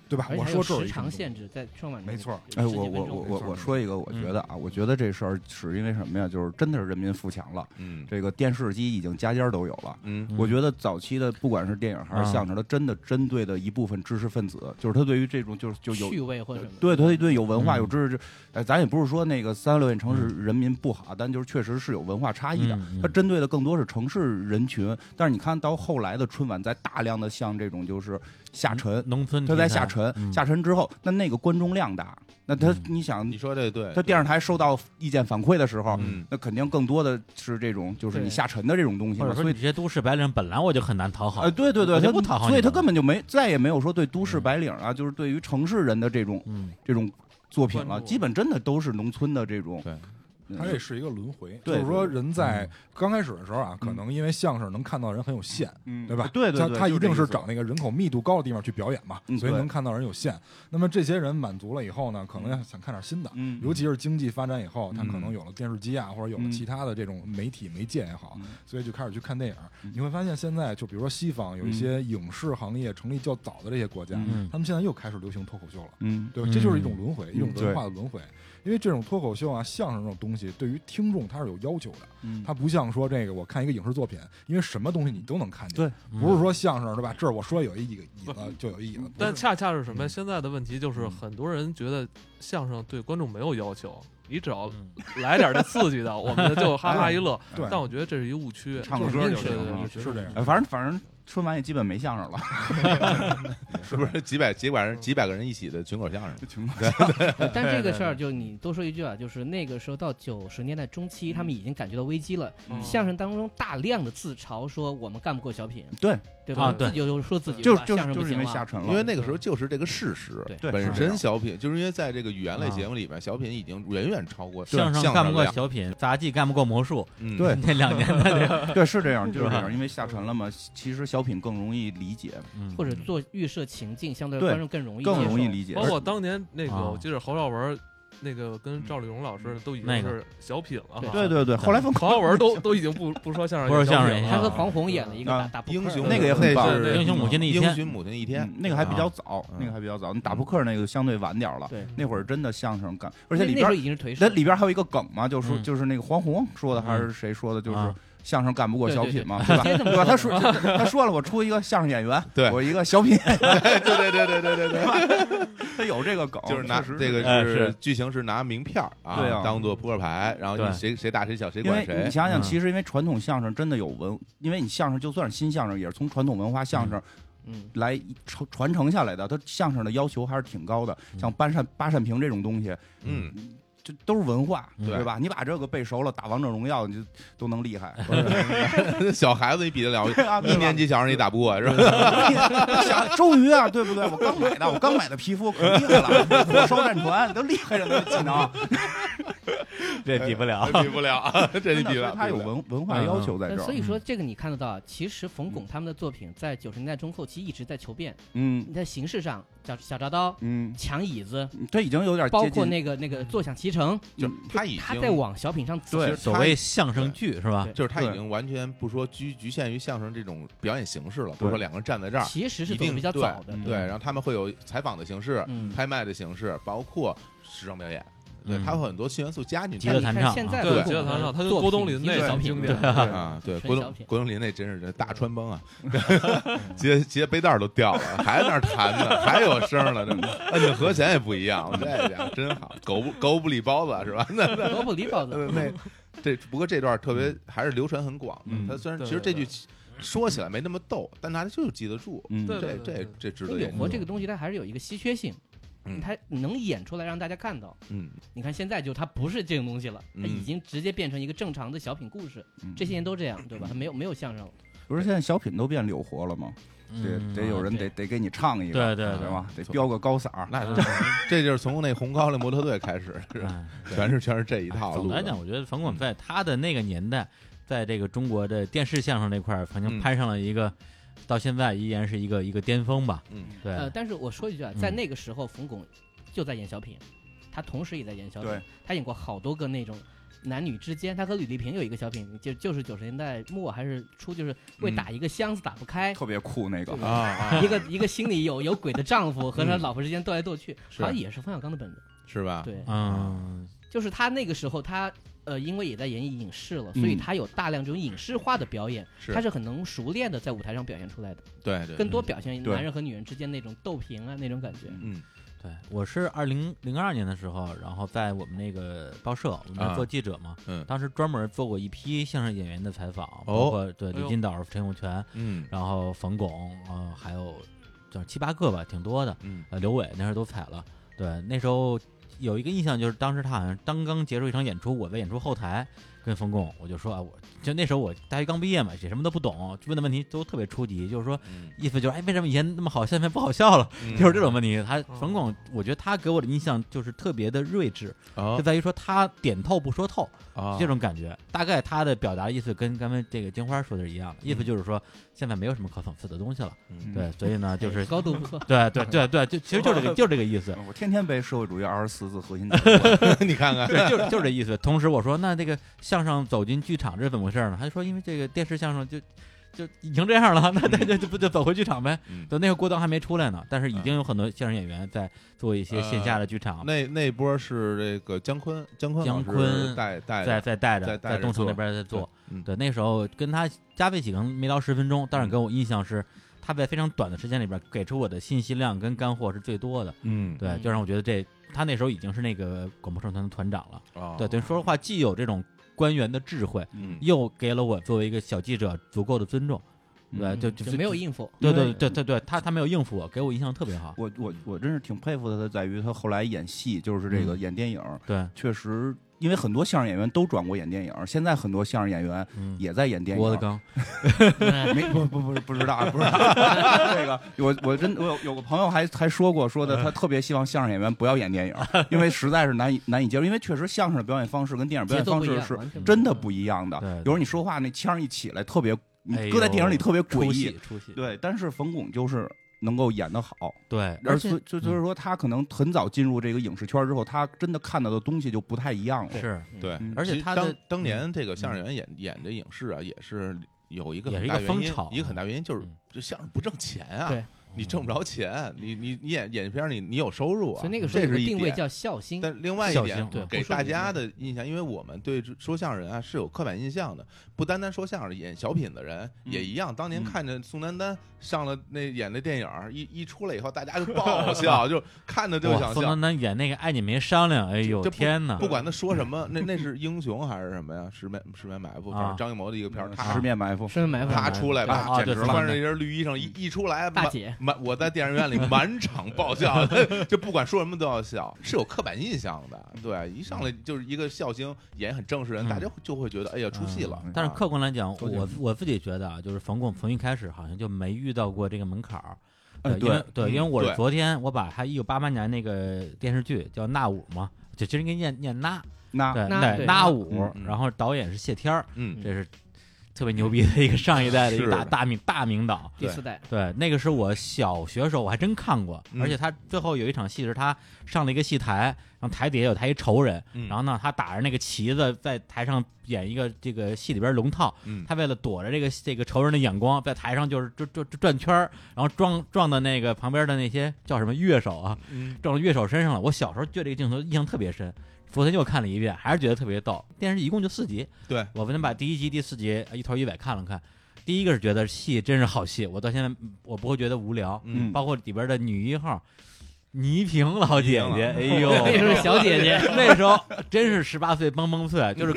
Speaker 6: 对吧？
Speaker 3: 而且
Speaker 6: 我
Speaker 3: 还有
Speaker 6: 说这儿
Speaker 3: 时
Speaker 6: 一
Speaker 3: 长
Speaker 6: 什么
Speaker 3: 限制，在春晚
Speaker 6: 没错儿
Speaker 5: 哎，
Speaker 3: 哎，
Speaker 5: 我我我我我说一个，我觉得啊，我觉得这事儿是因为什么呀？就是真的是人民富强了，
Speaker 2: 嗯
Speaker 5: 这个电视机已经家家都有了。
Speaker 2: 嗯
Speaker 5: 我觉得早期的不管是电影还是相声，它真的针对的一部分知识分子，就是他对于这种就是就有
Speaker 3: 趣味或者什么，
Speaker 5: 对对对，有文
Speaker 1: 嗯
Speaker 5: 化有知识，哎，咱也不是说那个三十六线城市人民不好，但就是确实是有文化差异的
Speaker 1: 嗯嗯。
Speaker 5: 它针对的更多是城市人群，但是你看到后来的春晚，在大量的像这种就是下沉，
Speaker 1: 嗯农村
Speaker 5: 它在
Speaker 1: 题材
Speaker 5: 下沉，
Speaker 1: 嗯
Speaker 5: 下沉之后，那那个观众量大，那它
Speaker 1: 嗯
Speaker 5: 你想
Speaker 2: 你，说这对，
Speaker 5: 它电视台收到意见反馈的时候，
Speaker 2: 嗯
Speaker 5: 那肯定更多的是这种就是你
Speaker 3: 对
Speaker 5: 下沉的这种东西
Speaker 1: 或
Speaker 5: 嘛，
Speaker 1: 者说你
Speaker 5: 所以
Speaker 1: 这些都市白领本来我就很难讨好，
Speaker 5: 啊，对对对，
Speaker 1: 我就
Speaker 5: 他
Speaker 1: 不讨好你嗯
Speaker 5: 所以他
Speaker 1: 们
Speaker 5: 根本就没再也没有说对都市白领啊，就是对于城市人的这种
Speaker 1: 嗯，
Speaker 5: 这种作品
Speaker 4: 关
Speaker 5: 了，
Speaker 4: 注
Speaker 5: 基本真的都是农村的这种。
Speaker 2: 对
Speaker 5: 嗯，
Speaker 6: 它这是一个轮回，
Speaker 5: 对
Speaker 6: 就是说人在
Speaker 1: 嗯
Speaker 6: 刚开始的时候啊，可能因为相声能看到人很有限，
Speaker 5: 嗯
Speaker 6: 对吧？
Speaker 5: 对对对，
Speaker 6: 他他
Speaker 5: 就
Speaker 6: 一
Speaker 5: 这
Speaker 6: 定是
Speaker 5: 意思
Speaker 6: 找那个人口密度高的地方去表演嘛
Speaker 5: 嗯，
Speaker 6: 所以
Speaker 5: 对
Speaker 6: 能看到人有限。那么这些人满足了以后呢，可能要想看点新的，
Speaker 5: 嗯，
Speaker 6: 尤其是经济发展以后，他
Speaker 5: 嗯
Speaker 6: 可能有了电视机啊，或者有了
Speaker 5: 嗯
Speaker 6: 其他的这种媒体媒介也好
Speaker 5: 嗯，
Speaker 6: 所以就开始去看电影
Speaker 5: 嗯。
Speaker 6: 你会发现现在就比如说西方有一些影视行业成立较早的这些国家，
Speaker 1: 嗯
Speaker 6: 他们现在又开始流行脱口秀了。
Speaker 5: 嗯
Speaker 6: 对吧，这就是一种轮回，一种
Speaker 5: 嗯对
Speaker 6: 文化的轮回。因为这种脱口秀啊、相声这种东西，对于听众他是有要求的，
Speaker 5: 嗯，
Speaker 6: 他不像说这个我看一个影视作品，因为什么东西你都能看见，
Speaker 1: 嗯
Speaker 6: 不是说相声是吧？这儿我说有一椅椅子就有一椅子，
Speaker 4: 但
Speaker 6: 不是
Speaker 4: 恰恰是什么呀？
Speaker 6: 嗯
Speaker 4: 现在的问题就是，很多人觉得相声对观众没有要求，你只要
Speaker 1: 嗯
Speaker 4: 来点这刺激的，我们就哈哈一乐。
Speaker 6: 对
Speaker 4: 但我觉得这是一误区，
Speaker 5: 唱
Speaker 4: 就
Speaker 5: 个
Speaker 4: 是
Speaker 5: 歌
Speaker 4: 对
Speaker 5: 就
Speaker 4: 对
Speaker 5: 行
Speaker 4: 对
Speaker 5: 了
Speaker 4: 对
Speaker 6: 是这样
Speaker 5: 哎反正反正春晚也基本没相声了，
Speaker 2: 是不是几百几百人几百个人一起的群口相声？
Speaker 5: 情况
Speaker 3: 呃但这个
Speaker 4: 对
Speaker 3: 事儿，就你多说一句啊，就是那个时候到九十年代中期，他们已经感觉到危机了。
Speaker 4: 嗯
Speaker 3: 相声当中大量的自嘲说我们干不过小品，
Speaker 5: 对，
Speaker 3: 对
Speaker 1: 啊
Speaker 3: 吧？
Speaker 1: 对
Speaker 3: 自己就说自己
Speaker 5: 嗯就
Speaker 3: 吧
Speaker 5: 就
Speaker 3: 相声
Speaker 5: 是
Speaker 3: 不
Speaker 5: 就是因
Speaker 3: 行
Speaker 5: 为
Speaker 3: 了
Speaker 5: 下沉
Speaker 2: 因为
Speaker 5: 了，
Speaker 2: 那个时候就是这个事实，
Speaker 3: 对
Speaker 5: 对
Speaker 2: 本
Speaker 5: 是这
Speaker 2: 身
Speaker 5: 样啊
Speaker 2: 小品就是因为在这个语言类节目里面，小品已经远远超过
Speaker 1: 相
Speaker 2: 声
Speaker 1: 声干不过
Speaker 2: 量，
Speaker 1: 小品，杂技干不过魔术，
Speaker 2: 嗯，
Speaker 5: 对
Speaker 1: 那两年的
Speaker 2: [LAUGHS]
Speaker 1: 这个，
Speaker 5: 对是这样就是这
Speaker 1: 是吧
Speaker 5: 样，因为下沉了嘛，其实小品更容易理解，
Speaker 1: 嗯
Speaker 3: 或者做预设情境，相对
Speaker 5: 对
Speaker 3: 观众更容易
Speaker 5: 更
Speaker 3: 接
Speaker 5: 容易
Speaker 3: 受
Speaker 5: 理解，
Speaker 4: 包括当年那个，
Speaker 1: 啊
Speaker 4: 我记得侯耀文那个跟赵丽蓉老师都已经
Speaker 1: 那个
Speaker 4: 是小品了哈。
Speaker 5: 对对对，后来分
Speaker 4: 侯耀文都 [LAUGHS] 都已经不不说相声，
Speaker 1: 不说相声
Speaker 4: 也
Speaker 1: 也
Speaker 4: 小品
Speaker 3: 他和
Speaker 4: 了
Speaker 1: 行
Speaker 3: 黄宏演了一个
Speaker 5: 啊
Speaker 3: 打打扑
Speaker 2: 英
Speaker 3: 克
Speaker 2: 雄
Speaker 5: 那个也很棒
Speaker 2: 对对
Speaker 1: 英雄母亲的一
Speaker 2: 英
Speaker 1: 天，
Speaker 2: 雄母亲的一天
Speaker 5: 嗯，那个还比较早
Speaker 2: 啊，
Speaker 5: 那个还比较早，你打扑克那个相对晚点儿了，
Speaker 4: 啊
Speaker 3: 对，
Speaker 5: 那会儿真的相声干，而
Speaker 3: 而
Speaker 5: 且里
Speaker 3: 那
Speaker 5: 边
Speaker 3: 时
Speaker 5: 儿
Speaker 3: 候已经是颓势
Speaker 5: 那
Speaker 3: 了，
Speaker 5: 里边还有一个梗嘛，就是说
Speaker 1: 嗯
Speaker 5: 就是那个黄宏说的还是谁说的，就是
Speaker 1: 啊
Speaker 5: 相声干不过小品
Speaker 3: [LAUGHS]
Speaker 5: 嘛，
Speaker 3: 对
Speaker 5: 对
Speaker 3: 对
Speaker 5: 吧？
Speaker 3: 对
Speaker 5: 对吧？他说他说了，我出一个相声演员，
Speaker 2: 对
Speaker 5: 我一个小品，
Speaker 2: 对 [LAUGHS] 对对对对对对，
Speaker 5: [LAUGHS] 他有这个梗，
Speaker 2: 就是拿
Speaker 5: 哦确实
Speaker 2: 这个
Speaker 1: 哎
Speaker 2: 是
Speaker 1: 是
Speaker 2: 剧情是拿名片儿
Speaker 5: 对啊
Speaker 2: 当做扑克牌，然后
Speaker 1: 对
Speaker 2: 你谁谁大谁小谁
Speaker 5: 因
Speaker 2: 管
Speaker 5: 为
Speaker 2: 谁
Speaker 5: 你，想想，
Speaker 1: 嗯
Speaker 5: 其实因为传统相声真的有文，因为你相声就算是新相声，也是从传统文化相声
Speaker 3: 嗯，
Speaker 5: 来传传承下来的，它相声的要求还是挺高的。
Speaker 1: 嗯
Speaker 5: 像八扇八扇屏这种东西，
Speaker 2: 嗯， [LAUGHS]
Speaker 5: 这都是文化，
Speaker 1: 嗯
Speaker 5: 对吧？你把这个背熟了，打王者荣耀你就都能厉害。
Speaker 2: 小孩子你比得
Speaker 5: [LAUGHS]
Speaker 2: 了，
Speaker 5: 对啊，对
Speaker 2: 一
Speaker 5: 吧
Speaker 2: 年级小孩你打不过是吧？ [LAUGHS]
Speaker 5: 想终于啊，对不对？我刚买的，我刚买的皮肤可厉害了，火烧战船都厉害着呢，技能。
Speaker 1: 这比不了，
Speaker 2: 比不了， [LAUGHS] 这你比不了，
Speaker 5: 他有
Speaker 2: 比不了
Speaker 5: 文文化要求在
Speaker 3: 但
Speaker 5: 这儿，
Speaker 3: 所以说这个你看得到，啊，其实冯巩他们的作品在九十年代中后期一直在求变，
Speaker 5: 嗯
Speaker 3: 你在形式上小小铡刀、
Speaker 5: 嗯，
Speaker 3: 抢椅子，
Speaker 5: 这已经有点
Speaker 3: 包
Speaker 5: 接
Speaker 3: 括
Speaker 5: 近
Speaker 3: 那个那个坐享其成，
Speaker 2: 就是他已
Speaker 3: 他
Speaker 2: 经
Speaker 3: 在往小品上走。
Speaker 5: 对
Speaker 1: 所谓相声剧是吧？
Speaker 2: 就是他已
Speaker 5: 对
Speaker 2: 经完全不说局局限于相声这种表演形式了，不
Speaker 5: 对
Speaker 2: 是说两个人站在这儿，
Speaker 3: 其实是
Speaker 2: 一
Speaker 3: 走的
Speaker 2: 定
Speaker 3: 比较
Speaker 2: 对
Speaker 3: 早的，
Speaker 1: 嗯
Speaker 2: 对，然后他们会有采访的形式、
Speaker 3: 嗯。
Speaker 2: 拍卖的形式，包括时装表演，对，
Speaker 1: 嗯
Speaker 2: 他会很多新元素加进
Speaker 1: 极
Speaker 2: 去
Speaker 1: 乐
Speaker 3: 你
Speaker 1: 弹
Speaker 3: 看
Speaker 1: 唱
Speaker 3: 现在
Speaker 2: 对
Speaker 3: 冯巩
Speaker 4: 极乐
Speaker 3: 的
Speaker 4: 弹唱啊他跟
Speaker 3: 作
Speaker 4: 郭
Speaker 3: 品
Speaker 4: 冬临
Speaker 3: 一定
Speaker 4: 那
Speaker 3: 是
Speaker 4: 个
Speaker 3: 小
Speaker 4: 经
Speaker 3: 品
Speaker 4: 典
Speaker 3: 对啊
Speaker 2: [LAUGHS] 啊。对，
Speaker 3: 纯
Speaker 2: 郭
Speaker 3: 小
Speaker 2: 冬
Speaker 3: 品
Speaker 2: 郭冬临那真是大穿帮啊，
Speaker 1: [LAUGHS]
Speaker 2: 结结背带儿都掉了，还在那儿弹呢，还有声儿了，这摁着和弦也不一样，这家真好，狗不狗不理包子是吧？ [LAUGHS] 那那
Speaker 4: [LAUGHS]
Speaker 3: 萝卜梨包子，
Speaker 2: 呃，那这不过这段特别还是流传很广的。
Speaker 1: 嗯
Speaker 2: 他虽然
Speaker 4: 嗯对
Speaker 2: 其实这
Speaker 4: 对
Speaker 2: 句说起来没那么逗，但大家就是记得住。
Speaker 5: 嗯
Speaker 4: 对
Speaker 2: 这这这值得
Speaker 3: 有
Speaker 2: 研
Speaker 3: 活
Speaker 2: 究。
Speaker 3: 这个东西，它还是有一个稀缺性
Speaker 2: 嗯，
Speaker 3: 它能演出来让大家看到。
Speaker 2: 嗯，
Speaker 3: 你看现在就它不是这种东西了，它
Speaker 2: 嗯
Speaker 3: 已经直接变成一个正常的小品故事，这些年都这样，对吧？它没有没有相声了，
Speaker 5: 嗯不是现在小品都变柳活了吗？得
Speaker 1: 嗯
Speaker 5: 得有人得得给你唱一
Speaker 1: 对
Speaker 5: 个，啊
Speaker 1: 对
Speaker 5: 对
Speaker 1: 对
Speaker 5: 吧？得飙个高嗓儿，
Speaker 3: 嗯
Speaker 2: 那就是这就是从那红高粱模特队开
Speaker 1: [LAUGHS]
Speaker 2: 始，啊是
Speaker 1: 哎
Speaker 2: 全是全是这一套
Speaker 1: 总
Speaker 2: 路
Speaker 1: 的来
Speaker 2: 的。嗯
Speaker 1: 讲，我觉得冯巩在他的那个年代，在这个中国的电视相声这块儿，反正
Speaker 2: 嗯
Speaker 1: 攀上了一个，到现在依然是一个一个巅峰吧。
Speaker 2: 嗯，
Speaker 1: 对，
Speaker 3: 呃，但是我说一句啊，在
Speaker 1: 嗯
Speaker 3: 那个时候，冯巩就在演小品，他同时也在演小
Speaker 5: 对
Speaker 3: 品，他演过好多个那种男女之间，他和吕丽萍有一个小品，就就是九十年代末还是初，就是为
Speaker 2: 嗯
Speaker 3: 打一个箱子打不开，
Speaker 5: 特别酷那个
Speaker 3: 对。
Speaker 2: 啊啊，
Speaker 3: [LAUGHS] 一个一个心里有有鬼的丈夫和他老婆之间斗来斗去，
Speaker 2: 是啊
Speaker 3: 好像也是冯小刚的本子。
Speaker 2: 是吧？
Speaker 3: 对，
Speaker 1: 嗯，
Speaker 3: 就是他那个时候他。呃，因为也在演影视了，所以
Speaker 5: 嗯
Speaker 3: 他有大量这种影视化的表演，
Speaker 2: 是
Speaker 3: 他是很能熟练的在舞台上表现出来的，
Speaker 2: 对对，
Speaker 3: 更多
Speaker 1: 嗯
Speaker 3: 表现
Speaker 5: 对
Speaker 3: 男人和女人之间那种斗平啊那种感觉。
Speaker 2: 嗯
Speaker 1: 对，我是二零零二年的时候，然后在我们那个报社，我们
Speaker 2: 啊
Speaker 1: 是做记者嘛，
Speaker 2: 嗯哦
Speaker 1: 当时专门做过一批相声演员的采访，包括对
Speaker 4: 哎
Speaker 1: 李
Speaker 4: 呦
Speaker 1: 金斗、陈永泉，
Speaker 2: 嗯
Speaker 1: 然后冯巩，呃，还有就是七八个吧，挺多的。
Speaker 2: 嗯
Speaker 1: 呃，刘伟那时候都踩了。对，那时候有一个印象就是，当时他好像刚刚结束一场演出，我在演出后台跟冯巩，我就说啊，我就那时候我大学刚毕业嘛，也什么都不懂，问的问题都特别初级，就是说
Speaker 2: 嗯
Speaker 1: 意思就是，哎，为什么以前那么好，现在不好笑了？
Speaker 2: 嗯，
Speaker 1: 就是这种问题。他
Speaker 4: 哦
Speaker 1: 冯巩，我觉得他给我的印象就是特别的睿智，就
Speaker 2: 啊
Speaker 1: 在于说他点透不说透
Speaker 2: 啊
Speaker 1: 这种感觉。大概他的表达意思跟刚才这个金花说的是一样的，意思就是说现在没有什么可讽刺的东西了。
Speaker 2: 嗯
Speaker 1: 对，所以呢，就
Speaker 3: 哎
Speaker 1: 是
Speaker 3: 高度不错，
Speaker 1: 对对对对，就其实就这个就这个意思。
Speaker 5: 我天天背社会主义二十四字核心价值
Speaker 1: [LAUGHS]
Speaker 5: 观，
Speaker 2: [LAUGHS] 你看看，
Speaker 1: 对，就是就是这意思。同时我说，那这个相声走进剧场这是怎么回事呢？他说，因为这个电视相声就就已经这样了，那那就就不就走回剧场呗。
Speaker 2: 嗯
Speaker 1: 等那个郭德纲还没出来呢，但是已经有很多相声演员在做一些线下的剧场，
Speaker 2: 那那波是这个姜昆，姜昆
Speaker 1: 姜
Speaker 2: 老师
Speaker 1: 昆
Speaker 2: 带带
Speaker 1: 在
Speaker 2: 的
Speaker 1: 在带
Speaker 2: 在
Speaker 1: 着
Speaker 2: 带着
Speaker 1: 在东城
Speaker 2: 做
Speaker 1: 那边在做。
Speaker 2: 嗯
Speaker 1: 对，那时候跟他加在一起可能没聊十分钟，但是给我印象是。他在非常短的时间里边给出我的信息量跟干货是最多的，
Speaker 2: 嗯
Speaker 1: 对，
Speaker 3: 嗯
Speaker 1: 就让我觉得这他那时候已经是那个广播社团的团长了，
Speaker 2: 啊
Speaker 1: 对，等于说实话，既有这种官员的智慧，
Speaker 2: 嗯
Speaker 1: 又给了我作为一个小记者足够的尊重，对，
Speaker 5: 嗯
Speaker 1: 就
Speaker 3: 就没有。应付。
Speaker 1: 对对对对对，他他没有应付我，给我印象特别好。
Speaker 5: 我我我真是挺佩服他的，在于他后来演戏，就是这
Speaker 1: 嗯
Speaker 5: 个演电影，
Speaker 1: 对，
Speaker 5: 确实，因为很多相声演员都转过演电影，现在很多相声演员
Speaker 1: 嗯，
Speaker 5: 也在演电
Speaker 1: 郭德
Speaker 5: 影。
Speaker 1: 纲，
Speaker 5: [LAUGHS] 没不不不不知道不
Speaker 1: [LAUGHS]
Speaker 5: 知道这个，我我真我有有个朋友还还说过，说
Speaker 1: 嗯
Speaker 5: 的他特别希望相声演员不要演电影，因为实在是难以难以接受，因为确实相声的表演方式跟电影表
Speaker 3: 节
Speaker 5: 演
Speaker 3: 奏
Speaker 5: 方
Speaker 3: 不一
Speaker 5: 式
Speaker 3: 样，
Speaker 5: 是
Speaker 3: 完全
Speaker 5: 真的
Speaker 3: 不
Speaker 5: 不一样的
Speaker 1: 对对。
Speaker 5: 有时候你说话那腔儿一起来，特别
Speaker 1: 哎
Speaker 5: 你
Speaker 1: 呦
Speaker 5: 搁在电影里特别
Speaker 1: 出
Speaker 5: 诡异
Speaker 1: 戏，出戏，
Speaker 5: 对，但是冯巩就是能够演得好，
Speaker 1: 对，
Speaker 5: 而
Speaker 1: 而且
Speaker 5: 所就就是说他可能很早进入这个影视圈之后，他真的看到的东西就不太一样了。
Speaker 1: 是
Speaker 2: 对
Speaker 5: 嗯，
Speaker 1: 而且
Speaker 2: 其实
Speaker 1: 他的嗯
Speaker 2: 当当年这个相声演员演演这影视啊，也是有一个
Speaker 1: 也
Speaker 2: 很
Speaker 1: 是一
Speaker 2: 大
Speaker 1: 个
Speaker 2: 原
Speaker 1: 风
Speaker 2: 因
Speaker 1: 潮
Speaker 2: 一个很大原因就是
Speaker 1: 嗯
Speaker 2: 这相声不挣钱啊
Speaker 3: 对，
Speaker 2: 你挣不着钱，你你你演演片儿你你有收入啊，
Speaker 3: 所以那个时候
Speaker 2: 这
Speaker 3: 有个
Speaker 2: 是一
Speaker 3: 定位
Speaker 2: 点。
Speaker 3: 叫孝心，
Speaker 2: 但另外一
Speaker 1: 小
Speaker 2: 点
Speaker 1: 型对，
Speaker 2: 给
Speaker 3: 不说
Speaker 2: 大
Speaker 3: 你
Speaker 2: 家
Speaker 3: 那
Speaker 2: 的印象，因为我们对说相声人啊是有刻板印象的，不单单说相声，演小品的人也一样。当年
Speaker 5: 嗯
Speaker 2: 看着宋丹丹上了那演那电影儿，一一出来以后，大家
Speaker 1: [LAUGHS]
Speaker 2: 就爆笑，就看着就
Speaker 1: 哇，
Speaker 2: 想
Speaker 1: 宋
Speaker 2: 笑
Speaker 1: 丹。丹演那个爱你没商量，哎呦
Speaker 2: 这不
Speaker 1: 天哪
Speaker 2: 不！管他说什么，那那是英雄还是什么呀？十面十面埋伏，反
Speaker 1: 啊
Speaker 2: 正张艺谋的一个片儿，
Speaker 5: 十
Speaker 2: 他
Speaker 5: 面埋伏，
Speaker 3: 身份埋伏
Speaker 2: 他出来
Speaker 1: 啊
Speaker 2: 吧，
Speaker 1: 啊
Speaker 2: 简直
Speaker 1: 对
Speaker 2: 穿着一身绿衣裳
Speaker 1: 嗯
Speaker 2: 一一出来，
Speaker 3: 大
Speaker 2: 满
Speaker 3: 姐，
Speaker 2: 满我在电影院里满场爆笑，就不管说什么都要笑，是有刻板印象的。对，啊一上来就是一个笑星，演很正式人，
Speaker 1: 嗯
Speaker 2: 大家就会觉得哎呀出戏了
Speaker 1: 嗯。但是客观来讲，
Speaker 5: 出戏
Speaker 1: 我我自己觉得啊，就是冯巩从一开始好像就没遇到过这个门槛儿。呃
Speaker 5: 哎
Speaker 1: 因为
Speaker 5: 对，
Speaker 1: 对，
Speaker 2: 嗯
Speaker 1: 因为我
Speaker 2: 对
Speaker 1: 是昨天我把他一九八八年那个电视剧叫《那五》嘛，就其实应该念念那，
Speaker 5: 那
Speaker 1: 对，
Speaker 3: 那
Speaker 1: 那
Speaker 3: 对
Speaker 1: 那
Speaker 3: 那
Speaker 1: 五
Speaker 2: 啊嗯，嗯
Speaker 1: 然后导演是谢天儿，
Speaker 2: 嗯，
Speaker 1: 这是特别牛逼的一个上一代的一
Speaker 2: 是
Speaker 1: 个大
Speaker 2: 的
Speaker 1: 大名大名导。
Speaker 3: 第
Speaker 2: 对
Speaker 1: [LAUGHS]
Speaker 3: 四代，
Speaker 1: 对，那个是我小学时候我还真看过，
Speaker 2: 嗯
Speaker 1: 而且他最后有一场戏是他上了一个戏台，然后台底下有他一仇人，
Speaker 2: 嗯
Speaker 1: 然后呢他打着那个旗子在台上演一个这个戏里边龙套，
Speaker 2: 嗯
Speaker 1: 他为了躲着这个这个仇人的眼光，在台上就是就就就转圈儿，然后撞撞到那个旁边的那些叫什么乐手啊，
Speaker 2: 嗯
Speaker 1: 撞到乐手身上了。我小时候对这个镜头印象特别深，昨天又看了一遍，还是觉得特别逗。电视剧一共就四集，
Speaker 2: 对
Speaker 1: 我昨天把第一集、第四集呃一头一尾看了看。第一个是觉得戏真是好戏，我到现在嗯我不会觉得无聊，
Speaker 2: 嗯
Speaker 1: 包括里边的女一号倪萍老姐姐，哎呦，
Speaker 3: 那
Speaker 2: [LAUGHS]
Speaker 3: 时候小姐姐，
Speaker 1: [LAUGHS] 那时候真是十八岁蹦蹦脆，就是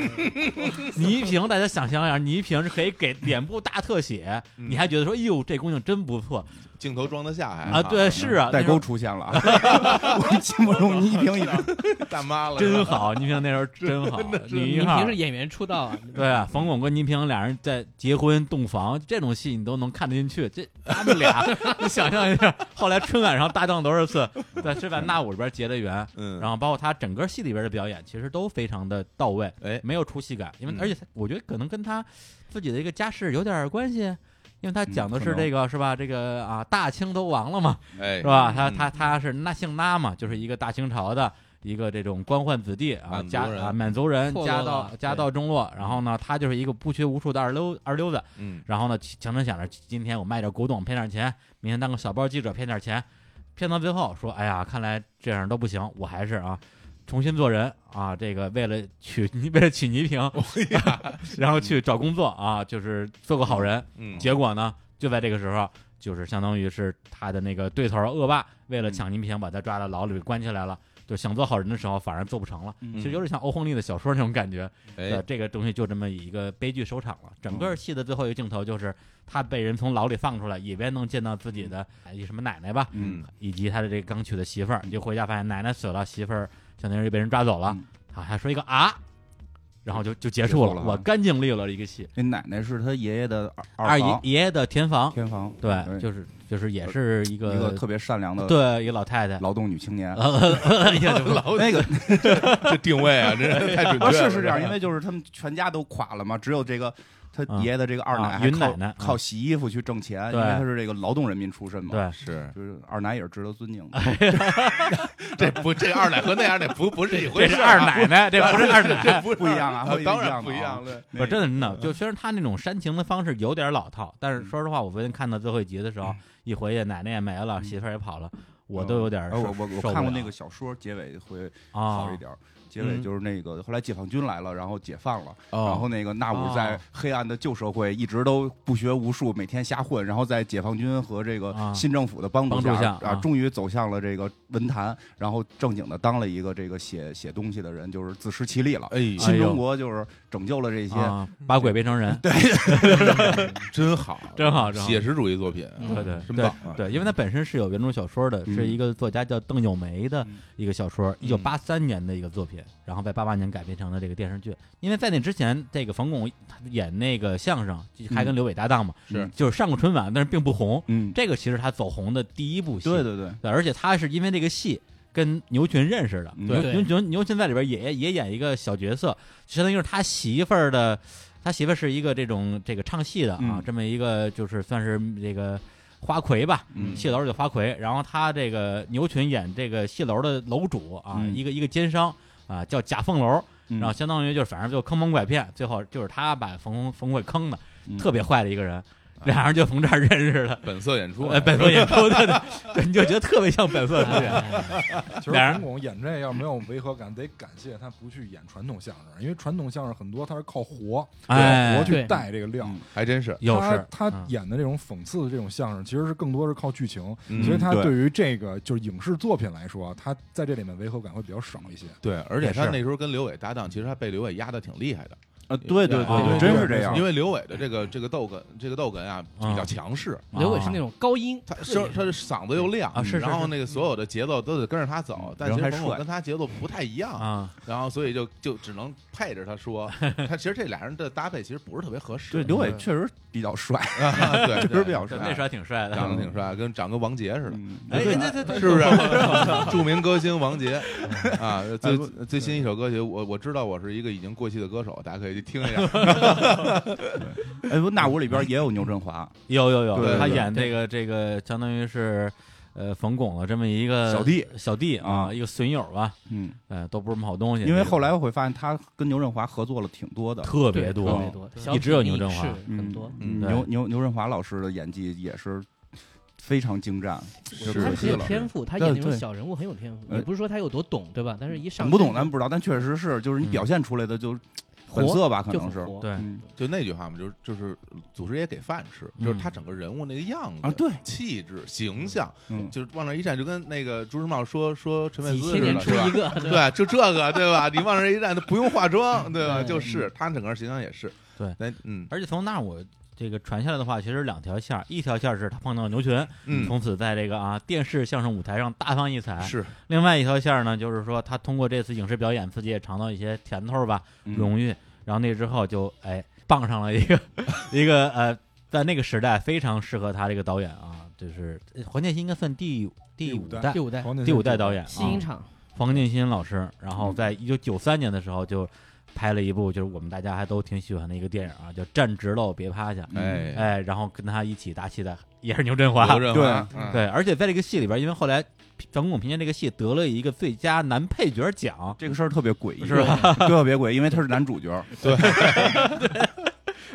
Speaker 1: 倪萍，大家想象一下，倪萍是可以给脸部大特写，
Speaker 2: 嗯
Speaker 1: 你还觉得说，哎呦，这姑娘真不错。
Speaker 2: 镜头装得下还
Speaker 1: 啊，对，是啊，
Speaker 5: 代
Speaker 1: 那时候
Speaker 5: 沟出现了啊！ [LAUGHS] 我心目中倪
Speaker 1: [LAUGHS]
Speaker 5: 萍一个
Speaker 2: 大妈了，
Speaker 1: 真好，倪萍那时候真好，女
Speaker 3: 倪
Speaker 1: 一号
Speaker 3: 萍是演员出道啊，
Speaker 1: 对啊，冯巩跟倪萍俩人在结婚洞房这种戏，你都能看得进去。这他们俩，你想象一下，后来春晚上搭档多少次，在这版纳五里边结的缘，
Speaker 2: 嗯，
Speaker 1: 然后包括他整个戏里边的表演，其实都非常的到位，
Speaker 2: 哎
Speaker 1: 没有出戏感。因为
Speaker 2: 嗯
Speaker 1: 而且他我觉得可能跟他自己的一个家世有点关系。因为他讲的
Speaker 5: 嗯
Speaker 1: 是
Speaker 5: 可能
Speaker 1: 这个、是吧？这个啊，大清都亡了嘛，
Speaker 2: 哎
Speaker 1: 是吧？他
Speaker 2: 嗯
Speaker 1: 他他是那姓那嘛，就是一个大清朝的一个这种官宦子弟啊，
Speaker 2: 满族
Speaker 1: 家
Speaker 2: 人
Speaker 1: 啊满族人
Speaker 3: 错落
Speaker 1: 家
Speaker 3: 了
Speaker 1: 道家
Speaker 3: 对
Speaker 1: 道中落，然后呢，他就是一个不学无术的二溜二溜子，
Speaker 2: 嗯
Speaker 1: 然后呢，强成想着今天我卖点古董骗点钱，明天当个小报记者骗点钱，骗到最后说，哎呀，看来这样都不行，我还是啊。重新做人啊！这个为了娶 [LAUGHS] 为了娶
Speaker 2: [LAUGHS]
Speaker 1: 倪萍，
Speaker 2: 哎
Speaker 1: [LAUGHS] 然后去找工作啊，就是做个好人。
Speaker 2: 嗯，
Speaker 1: 结果呢，就在这个时候，就是相当于是他的那个对头恶霸，为
Speaker 2: 嗯
Speaker 1: 了抢倪萍，把他抓到牢里关起来了。就想做好人的时候，反而做不成了。
Speaker 5: 嗯
Speaker 1: 其实有点像欧亨利的小说那种感觉。呃，
Speaker 2: 哎
Speaker 1: 这个东西就这么以一个悲剧收场了。整个戏的最后一个镜头就是他被人从牢里放出来，以为能见到自己的哎什么奶奶吧，
Speaker 2: 嗯
Speaker 1: 以及他的这个刚娶的媳妇儿。你就回家发现奶奶死了，媳妇儿相当于被人抓走了
Speaker 5: 嗯。
Speaker 1: 他还说一个啊，然后就就结束
Speaker 5: 结束了
Speaker 1: 了。
Speaker 5: 啊
Speaker 1: 我干净利落的一个戏。
Speaker 5: 那奶奶是他爷爷的二
Speaker 1: 二爷
Speaker 5: 房
Speaker 1: 爷爷的填房，
Speaker 5: 天房，
Speaker 1: 对，就是就是也是一
Speaker 5: 一
Speaker 1: 个
Speaker 5: 个特别善良的
Speaker 1: 对一个老太太，
Speaker 5: 劳动女青年。
Speaker 1: 哎呀，就
Speaker 2: 老
Speaker 5: 那个 [LAUGHS]
Speaker 2: 这定位啊，真是太准确
Speaker 5: 啊
Speaker 2: 了，
Speaker 5: 是是这样，因为就是他们全家都垮了嘛，只有这个他
Speaker 1: 嗯
Speaker 5: 爷爷的这个二奶
Speaker 1: 啊
Speaker 5: 还
Speaker 1: 云
Speaker 5: 靠
Speaker 1: 奶奶
Speaker 5: 靠洗衣服去挣钱，因
Speaker 1: 对
Speaker 5: 为他是这个劳动人民出身嘛。，
Speaker 1: 对，哎
Speaker 2: 是啊
Speaker 5: 就是二奶也是值得
Speaker 1: [LAUGHS]
Speaker 5: 尊敬的。
Speaker 2: 这不这二奶和那二奶不不是一回
Speaker 1: 这
Speaker 2: 事
Speaker 1: 是
Speaker 2: 儿
Speaker 1: 二
Speaker 2: 啊，
Speaker 1: 奶奶，这不是二奶。
Speaker 2: 这不
Speaker 5: 不一样
Speaker 1: [LAUGHS]
Speaker 5: 啊不一
Speaker 2: 当然
Speaker 5: 样
Speaker 2: 不一
Speaker 5: 啊
Speaker 2: 样了，
Speaker 1: 不
Speaker 5: 那个
Speaker 1: 是真的，真的，就虽然他那种煽情的方式有点老套，但是
Speaker 5: 嗯
Speaker 1: 说实话，我昨天看到最后一集的时候，一回去奶奶也没了，媳妇儿也跑了，我都有点
Speaker 5: 哎
Speaker 1: 受
Speaker 5: 嗯我我我
Speaker 1: 受不
Speaker 5: 看过
Speaker 1: 了
Speaker 5: 那个小说，结尾会
Speaker 1: 啊
Speaker 5: 好一点儿。结尾
Speaker 2: 嗯
Speaker 5: 就是那个后来解放军来了，然后解放了，
Speaker 2: 哦
Speaker 5: 然后那个纳
Speaker 1: 哦
Speaker 5: 武在黑暗的旧社会一直都不学无术，每天瞎混，然后在解放军和这个
Speaker 1: 啊
Speaker 5: 新政府的帮助
Speaker 1: 帮助下啊
Speaker 5: 啊，终于走向了这个文坛，然后正经的当了一个这个写写东西的人，就是自食其力了。
Speaker 2: 哎，
Speaker 5: 新中国就是拯救了这些，
Speaker 1: 啊，把鬼变成
Speaker 5: [LAUGHS]
Speaker 1: 人，对
Speaker 2: 真好，
Speaker 1: [LAUGHS] 真好真好
Speaker 2: 写实主义作品，
Speaker 1: 对
Speaker 3: 嗯
Speaker 1: 对
Speaker 2: 真
Speaker 1: 对
Speaker 2: 棒啊
Speaker 1: 对，因为它本身是有原著小说的，是一个作家叫邓友梅的
Speaker 5: 嗯
Speaker 1: 一个小说，一九八三年的一个作品，然后在八八年改编成了这个电视剧。因为在那之前，这个冯巩他演那个相声，还跟刘伟搭档嘛，
Speaker 2: 是
Speaker 1: 就是上过春晚，但是并不红。
Speaker 5: 嗯，
Speaker 1: 这个其实他走红的第一部戏，
Speaker 5: 对对对，
Speaker 1: 对，而且他是因为这个戏跟牛群认识的，
Speaker 5: 嗯
Speaker 1: 牛
Speaker 3: 对
Speaker 1: 牛群牛群在里边也也演一个小角色，相当于是他媳妇儿的，他媳妇儿是一个这种这个唱戏的啊，
Speaker 5: 嗯
Speaker 1: 这么一个就是算是这个花魁吧，
Speaker 5: 嗯
Speaker 1: 戏楼里的花魁，然后他这个牛群演这个戏楼的楼主啊，
Speaker 5: 嗯
Speaker 1: 一个一个奸商。啊，叫贾凤楼，
Speaker 5: 嗯
Speaker 1: 然后相当于就是反正就坑蒙拐骗，最后就是他把冯冯贵坑的，
Speaker 5: 嗯
Speaker 1: 特别坏的一个人，俩人就从这儿认识了，
Speaker 2: 本色演出，
Speaker 1: 呃，本色演出，对对对，你就觉得特别像本色出演，
Speaker 6: 其实
Speaker 1: 俩人
Speaker 6: 冯巩演这要没有违和感，得感谢他不去演传统相声，因为传统相声很多他是靠活，
Speaker 1: 哎
Speaker 6: 靠活去
Speaker 3: 对
Speaker 6: 带这个料。
Speaker 5: 嗯
Speaker 2: 还真是，
Speaker 1: 有
Speaker 6: 他
Speaker 1: 是
Speaker 6: 他
Speaker 1: 嗯
Speaker 6: 演的这种讽刺的这种相声，其实是更多是靠剧情，
Speaker 2: 嗯
Speaker 6: 所以他
Speaker 5: 对
Speaker 6: 对于这个就是影视作品来说，他在这里面违和感会比较少一些。
Speaker 2: 对，而且
Speaker 1: 也是
Speaker 2: 他那时候跟刘伟搭档，其实他被刘伟压的挺厉害的，
Speaker 5: 啊，对对
Speaker 1: 啊对
Speaker 5: 对，真
Speaker 6: 对
Speaker 5: 是这样
Speaker 2: 因。为刘伟的这个这个逗哏，这个逗哏啊
Speaker 1: 啊
Speaker 2: 比较强势，
Speaker 3: 刘伟是那种高音，
Speaker 2: 他
Speaker 3: 特
Speaker 2: 声
Speaker 3: 别
Speaker 2: 他的嗓子又亮
Speaker 1: 啊是是，
Speaker 2: 然后
Speaker 1: 是
Speaker 2: 那个所有的节奏都得跟着他走，但其实
Speaker 5: 嗯人还
Speaker 2: 冯巩
Speaker 5: 帅
Speaker 2: 跟他节奏不太一样，
Speaker 1: 啊，
Speaker 2: 然后所以就就只能配着他
Speaker 5: [LAUGHS]
Speaker 2: 说，他其实这俩人的搭配其实不是特别合适，
Speaker 5: 对，刘伟确实比较帅， [LAUGHS]
Speaker 2: 啊 [LAUGHS] 对，
Speaker 5: 确实比较帅啊
Speaker 1: 那时候还挺帅的。
Speaker 2: 长得挺帅，跟长跟王杰似的。
Speaker 5: 嗯
Speaker 1: 哎，对对对，
Speaker 2: 是
Speaker 5: [LAUGHS]
Speaker 2: 不是 [LAUGHS] 著名歌星王杰啊？最
Speaker 5: 哎不
Speaker 2: 最新一首歌曲，我我知道我是一个已经过气的歌手，大家可以去听一下。
Speaker 5: 哎，不，那我里边也有牛振华
Speaker 1: 有有有，
Speaker 5: 对对
Speaker 1: 他
Speaker 5: 对
Speaker 1: 演这个这个，相当于是呃冯巩的这么一个
Speaker 5: 小弟，
Speaker 1: 小弟啊，
Speaker 5: 啊
Speaker 1: 一个损友吧，
Speaker 5: 嗯，
Speaker 1: 呃，都不是什么好东西。
Speaker 5: 因为
Speaker 1: 这个
Speaker 5: 后来我会发现他跟牛振华合作了挺多的，
Speaker 1: 特
Speaker 3: 对
Speaker 1: 别
Speaker 3: 特别
Speaker 1: 多，
Speaker 3: 多，
Speaker 1: 也只有牛振
Speaker 3: 正
Speaker 1: 华
Speaker 3: 是
Speaker 5: 嗯
Speaker 3: 很多。
Speaker 2: 嗯
Speaker 1: 对
Speaker 5: 牛牛牛振华老师的演技也是非常精湛，
Speaker 2: 是
Speaker 5: 就
Speaker 3: 他
Speaker 5: 可
Speaker 3: 很
Speaker 5: 惜
Speaker 3: 有
Speaker 5: 了。
Speaker 3: 天赋，他
Speaker 5: 对
Speaker 3: 演那种
Speaker 5: 对
Speaker 3: 小人物很有天赋，
Speaker 5: 呃
Speaker 3: 也不是说他有多懂，对吧？但是一上
Speaker 5: 懂不懂
Speaker 3: 身
Speaker 5: 咱不知道，但确实是，就是你
Speaker 1: 嗯
Speaker 5: 表现出来的就
Speaker 3: 活
Speaker 5: 本色吧，可
Speaker 3: 就
Speaker 5: 能
Speaker 3: 很
Speaker 5: 是。
Speaker 3: 活
Speaker 1: 对
Speaker 5: 嗯
Speaker 2: 就那句话嘛，就是就是祖师爷给饭吃，就是他整个人物那个样子
Speaker 5: 啊对
Speaker 2: 气质、形象，
Speaker 5: 嗯，
Speaker 2: 就是往那儿一站，就跟那个朱时茂说说陈佩
Speaker 3: 几
Speaker 2: 斯
Speaker 3: 千
Speaker 2: 似
Speaker 3: 年
Speaker 2: 的，
Speaker 3: 出
Speaker 2: 是
Speaker 3: 一
Speaker 2: 吧？
Speaker 3: 个，对吧
Speaker 2: 对，就这个，对吧？你往那儿一站，他不用化妆，对吧？
Speaker 3: 对
Speaker 2: 就是他整个形象也是。
Speaker 1: 对
Speaker 2: 那嗯，
Speaker 1: 而且从那儿我这个传下来的话，其实两条线儿，一条线儿是他碰到牛群，
Speaker 2: 嗯
Speaker 1: 从此在这个啊电视相声舞台上大放异彩；
Speaker 2: 是
Speaker 1: 另外一条线儿呢，就是说他通过这次影视表演，自己也尝到一些甜头儿吧，
Speaker 5: 嗯
Speaker 3: 嗯
Speaker 1: 荣誉。然后那之后就哎傍上了一个 [LAUGHS] 一个呃，在那个时代非常适合他这个导演啊，就是呃黄建新应该算第第
Speaker 6: 第五
Speaker 1: 五
Speaker 6: 代
Speaker 1: 代
Speaker 3: 第五代嗯
Speaker 6: 黄建
Speaker 1: 第五
Speaker 6: 新
Speaker 1: 代导演
Speaker 3: 西影
Speaker 1: 啊，
Speaker 3: 厂，
Speaker 1: 黄建新老师。然后在一九九三年的时候就拍了一部就是我们大家还都挺喜欢的一个电影啊，叫《站直喽别趴下》。
Speaker 3: 嗯
Speaker 2: 哎，
Speaker 5: 嗯
Speaker 1: 哎，然后跟他一起搭戏的也是牛振华，
Speaker 2: 刘振华
Speaker 6: 对
Speaker 5: 啊
Speaker 2: 嗯
Speaker 1: 对，而且在这个戏里边，因为后来张公公凭借这个戏得了一个最佳男配角奖，
Speaker 5: 这个事儿特别诡异，
Speaker 1: 是吧？
Speaker 5: [LAUGHS] 特别诡异，因为他是男
Speaker 1: [LAUGHS]
Speaker 5: 主角，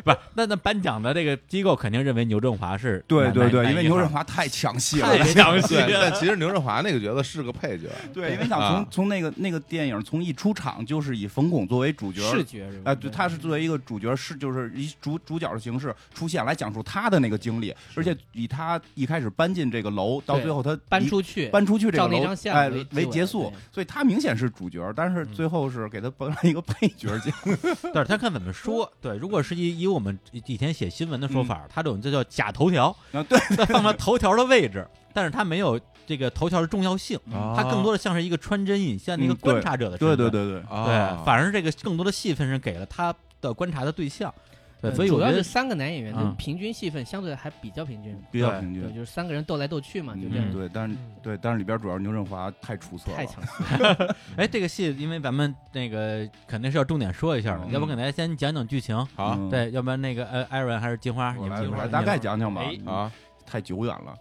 Speaker 1: 不，那那颁奖的这个机构肯定认为牛振华是
Speaker 5: 对
Speaker 1: 男
Speaker 5: 对
Speaker 1: 男
Speaker 5: 对，
Speaker 1: 男
Speaker 5: 因为
Speaker 1: 一
Speaker 5: 牛
Speaker 1: 号
Speaker 5: 振华太抢戏了，
Speaker 1: [LAUGHS] 太详细
Speaker 2: 对，但
Speaker 1: 了，
Speaker 2: 其实牛振华那个角色是个配角，
Speaker 5: 对，因为想
Speaker 2: 啊
Speaker 5: 从从那个那个电影从一出场就是以冯巩作为主角，
Speaker 3: 视觉
Speaker 5: 啊，对，
Speaker 3: 嗯
Speaker 5: 他是作为一个主角，是就是以主主角的形式出现，来讲述他的那个经历，而且以他一开始搬进这个楼，到
Speaker 3: 对
Speaker 5: 最后他
Speaker 3: 搬
Speaker 5: 离
Speaker 3: 出去，
Speaker 5: 搬出去这个
Speaker 3: 照那
Speaker 5: 楼
Speaker 3: 张，相
Speaker 5: 哎，
Speaker 3: 为
Speaker 5: 为
Speaker 3: 结尾
Speaker 5: 结束
Speaker 3: 对，
Speaker 5: 所以他明显是主角，但是
Speaker 1: 嗯
Speaker 5: 最后是给他颁了一个配角奖，
Speaker 1: 但是他看怎么说。对，如果是以以我们以前写新闻的说法，他这种就叫假头条，
Speaker 5: 嗯啊，对，
Speaker 1: 他放到头条的位置，但是他没有这个头条的重要性，
Speaker 2: 啊
Speaker 1: 他更多的像是一个穿针引线的一个
Speaker 5: 啊嗯对
Speaker 1: 观察者的身
Speaker 5: 对
Speaker 1: 份。
Speaker 5: 对对对，
Speaker 1: 对，
Speaker 2: 啊，
Speaker 1: 反而是这个更多的戏份是给了他的观察的对象，对，
Speaker 3: 嗯
Speaker 1: 所以我
Speaker 3: 主
Speaker 1: 觉
Speaker 3: 要
Speaker 1: 得
Speaker 3: 是三个男演员的
Speaker 1: 嗯
Speaker 3: 平均戏份相对还比较平均，
Speaker 5: 比较
Speaker 1: 对
Speaker 5: 平
Speaker 3: 对，
Speaker 5: 均，
Speaker 3: 就是三个人斗来斗去嘛，就这
Speaker 5: 嗯，
Speaker 3: 样，
Speaker 5: 对，但是对，但是里边主要是牛振华太出色
Speaker 3: 太
Speaker 5: 了，
Speaker 3: 强势了。
Speaker 1: 哎，这个戏因为咱们那个肯定是要重点说一下的，
Speaker 5: 嗯
Speaker 1: 要不给大家先讲讲剧情，
Speaker 2: 好
Speaker 5: 嗯，
Speaker 1: 对，要不然那个呃，艾伦还是金花，
Speaker 5: 我
Speaker 1: 你
Speaker 5: 来
Speaker 1: 们金
Speaker 5: 我
Speaker 1: 花
Speaker 5: 来大概
Speaker 1: 你
Speaker 5: 讲讲吧
Speaker 1: 哎，
Speaker 2: 啊，
Speaker 5: 太久远了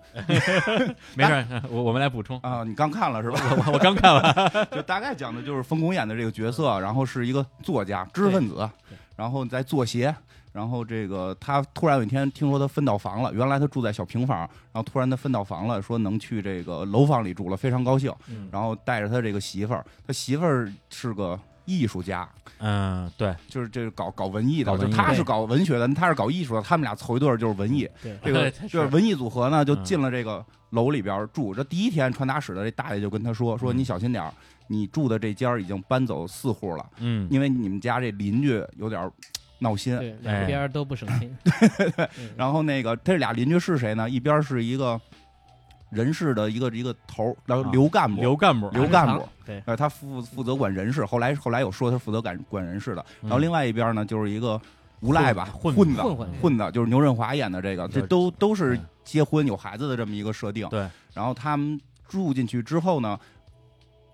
Speaker 1: 没事儿，我我们来补充，
Speaker 5: 啊，你刚看了是吧？
Speaker 1: 我刚看完，
Speaker 5: [LAUGHS] 就大概讲的就是冯巩演的这个角色，然后是一个作家、知识分子
Speaker 3: 对，
Speaker 5: 然后在做鞋，然后这个他突然有一天听说他分到房了，原来他住在小平房，然后突然他分到房了，说能去这个楼房里住了，非常高兴，
Speaker 1: 嗯
Speaker 5: 然后带着他这个媳妇儿，他媳妇儿是个。艺术家
Speaker 1: 嗯，对，
Speaker 5: 就是这个搞搞文艺
Speaker 1: 搞
Speaker 5: 的，
Speaker 1: 文艺
Speaker 5: 就他是搞文学的，他是搞艺术的，他们俩凑一对儿就是文艺。
Speaker 3: 对，
Speaker 5: 这
Speaker 3: [LAUGHS]
Speaker 5: 个
Speaker 1: 是
Speaker 5: 就是文艺组合呢，就
Speaker 1: 嗯
Speaker 5: 进了这个楼里边儿住。这第一天，传达室的这大爷就跟他说：“说
Speaker 1: 嗯
Speaker 5: 你小心点儿，你住的这间儿已经搬走四户了，
Speaker 1: 嗯，
Speaker 5: 因为你们家这邻居有点儿闹心。
Speaker 3: 对，两边儿都不省
Speaker 5: [LAUGHS]
Speaker 3: 心。嗯
Speaker 5: 哎然后那个这俩邻居是谁呢？一边儿是一个人事的一个一个头儿，然后
Speaker 1: 啊
Speaker 5: 刘干部，
Speaker 1: 刘干部，
Speaker 5: 刘干部
Speaker 3: 长，对，
Speaker 5: 呃，他负负责管人事。后来后来有说他负责管管人事的。然后另
Speaker 1: 外
Speaker 5: 外一边呢，就是一个无赖吧，
Speaker 1: 嗯混
Speaker 5: 混子，
Speaker 3: 混混
Speaker 5: 混的，就是牛振华演的这个，这
Speaker 1: 对
Speaker 5: 都都是
Speaker 1: 嗯
Speaker 5: 结婚有孩子的这么一个设定。
Speaker 1: 对，
Speaker 5: 然后他们住进去之后呢，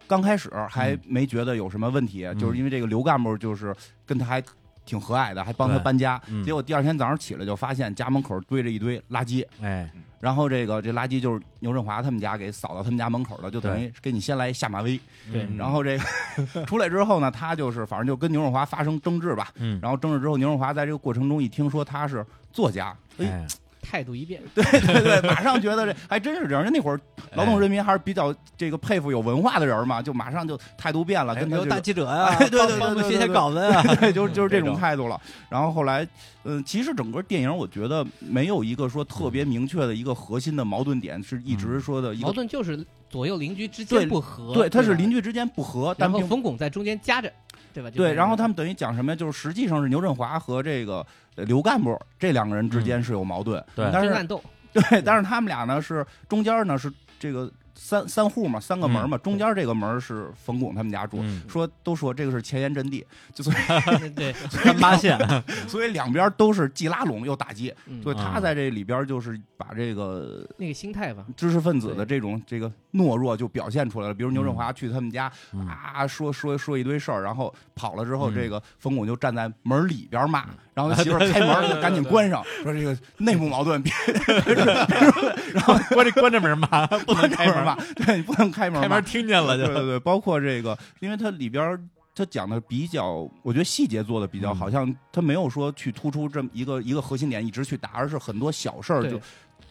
Speaker 5: 刚开始还
Speaker 1: 嗯
Speaker 5: 没觉得有什么问题，就是因为这个刘干部就是跟他还挺和蔼的，还帮他
Speaker 1: 对
Speaker 5: 搬家。
Speaker 1: 嗯
Speaker 5: 结果第二天早上起来就发现家门口堆着一堆垃圾，
Speaker 1: 哎，
Speaker 5: 然后这个这垃圾就是牛振华他们家给扫到他们家门口的，就等于给你先来下马威。
Speaker 3: 对
Speaker 1: 嗯
Speaker 5: 然后这个 [LAUGHS] 出来之后呢，他就是反正就跟牛振华发生争执吧。
Speaker 1: 嗯，
Speaker 5: 然后争执之后，牛振华在这个过程中一听说他是作家，哎，
Speaker 1: 哎
Speaker 3: 态度一变，
Speaker 5: 对对，马上觉得这还真是这样。人那会儿劳动人民还是比较这个佩服有文化的人嘛，就马上就态度变了，
Speaker 1: 哎
Speaker 5: 跟他
Speaker 1: 有
Speaker 5: 这 [LAUGHS]
Speaker 1: 大
Speaker 5: 个
Speaker 1: 记者啊，
Speaker 5: 哎对对
Speaker 1: 帮
Speaker 5: 对
Speaker 1: 帮我们
Speaker 5: 对
Speaker 1: 写
Speaker 5: 对
Speaker 1: 写
Speaker 5: 对
Speaker 1: 稿子啊，
Speaker 5: 对，就是就是这
Speaker 1: 这
Speaker 5: 种
Speaker 1: 种
Speaker 5: 态度了。然后后来，嗯，其实整个电影我觉得没有一个说特别明确的一个核心的矛盾点，是一直说的一
Speaker 3: 矛
Speaker 5: 个。
Speaker 3: 盾就是左右邻居之
Speaker 5: 对
Speaker 3: 间不和。
Speaker 5: 对，他是
Speaker 3: 吧
Speaker 5: 邻居之间不和，但
Speaker 3: 然后
Speaker 5: 并
Speaker 3: 冯巩在中间夹着，对吧？就
Speaker 5: 对，
Speaker 3: 是
Speaker 5: 然后他们等于讲什么呀？就是实际上是牛振华和这个呃刘干部这两个人之间是有矛盾，
Speaker 1: 对
Speaker 5: 但
Speaker 3: 争
Speaker 5: 是
Speaker 3: 暗
Speaker 5: [LAUGHS]
Speaker 3: 斗，
Speaker 1: 嗯
Speaker 5: 对，但是他们俩呢是中间呢是这个三三户嘛，三个门嘛，中间这个门是冯巩他们家住。
Speaker 1: 嗯，
Speaker 5: 说都说这个是前沿阵
Speaker 1: [LAUGHS]
Speaker 5: 地，就所以
Speaker 3: 对，
Speaker 5: [LAUGHS]
Speaker 1: 三八 [LAUGHS] 线，
Speaker 5: 所以两边都是既拉拢又打击，
Speaker 3: 嗯
Speaker 5: 所以他
Speaker 1: 嗯
Speaker 5: 在这里边就是把这个
Speaker 3: 那个心态吧，
Speaker 5: 知识分子的这种这个懦弱就表现出来了。比如牛振华去他们家
Speaker 1: 嗯
Speaker 5: [LAUGHS] 啊，说说说一堆事儿，然后跑了之后，
Speaker 1: 嗯
Speaker 5: 这个冯巩就站在门里边骂，然后他媳妇儿开门就赶紧关
Speaker 1: [LAUGHS]
Speaker 5: 上，说这个内部矛盾别
Speaker 1: 关着关着门骂，不能开门
Speaker 5: 骂，，对你不能开门
Speaker 1: 开
Speaker 5: 骂
Speaker 1: 门。听见了
Speaker 5: 对对
Speaker 1: 就，
Speaker 5: 对，包括这个，因为它里边儿它讲的比较，我觉得细节做的比较好，像它没有说去突出这么一个一个核心点一直去打，而是很多小事儿
Speaker 3: 对
Speaker 5: 就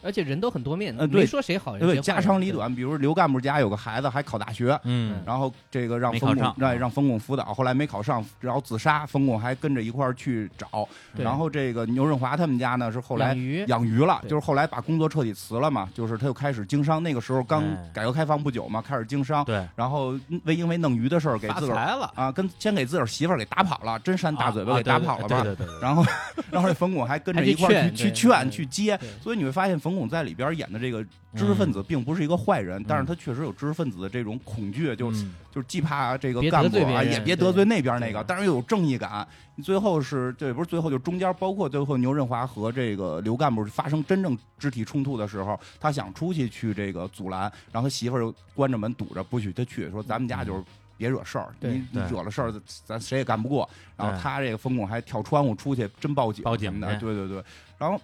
Speaker 3: 而且人都很多面，
Speaker 5: 嗯对
Speaker 3: 没说谁好人
Speaker 5: 对
Speaker 3: 谁坏
Speaker 5: 家
Speaker 3: 人
Speaker 5: 长里，短，比如刘干部家有个孩子还考大学，
Speaker 1: 嗯
Speaker 5: 然后这个让
Speaker 1: 没
Speaker 5: 冯
Speaker 1: 考
Speaker 5: 巩
Speaker 1: 上
Speaker 5: 让让冯巩辅导，后来没考上，然后自杀，冯巩还跟着一块儿去找。
Speaker 3: 对
Speaker 5: 然后这个牛润华他们家呢是后来
Speaker 3: 养鱼
Speaker 5: 养鱼了，
Speaker 3: 对
Speaker 5: 就是后来把工作彻底辞了嘛，就是他又开始经商，那个时候刚
Speaker 1: 哎
Speaker 5: 改革开放不久嘛，开始经商，
Speaker 1: 对，
Speaker 5: 然后为因为弄鱼的事儿给
Speaker 1: 发
Speaker 5: 自个儿
Speaker 1: 财了，
Speaker 5: 啊跟先给自个儿媳妇儿给打跑了，真扇大嘴巴
Speaker 1: 啊
Speaker 5: 给打跑了吧。
Speaker 1: 对对对对对
Speaker 5: 然后，然后这冯巩还跟着
Speaker 3: 还去
Speaker 5: 一块儿
Speaker 3: 劝
Speaker 5: 去去
Speaker 3: 对
Speaker 5: 劝
Speaker 1: 嗯
Speaker 3: 对
Speaker 5: 去接，
Speaker 3: 对
Speaker 5: 所以你会发现冯巩在里边演的这个知识分
Speaker 1: 嗯
Speaker 5: 子并不是一个坏人，但是他确实有知识分子的这种恐惧，就、
Speaker 1: 嗯
Speaker 5: 就是既怕这个
Speaker 3: 别得
Speaker 5: 干部
Speaker 3: 罪别
Speaker 5: 啊，
Speaker 3: 人
Speaker 5: 也别
Speaker 3: 对
Speaker 5: 得罪那边那个
Speaker 3: 对，
Speaker 5: 但是又有正义感。你最后是这也不是最后，就中间包括最后牛振华和这个刘干部发生真正肢体冲突的时候，他想出去去这个阻拦，然后他媳妇儿又关着门堵着不许他去，说咱们家就是。别惹事儿，
Speaker 3: 嗯对嗯
Speaker 5: 你你
Speaker 1: 对
Speaker 5: 惹了事儿，咱谁也干不过。然后
Speaker 1: 对
Speaker 5: 他这个冯巩还跳窗户出去，真报警
Speaker 1: 报警
Speaker 5: 什么
Speaker 1: 去
Speaker 5: 的，对对对。然后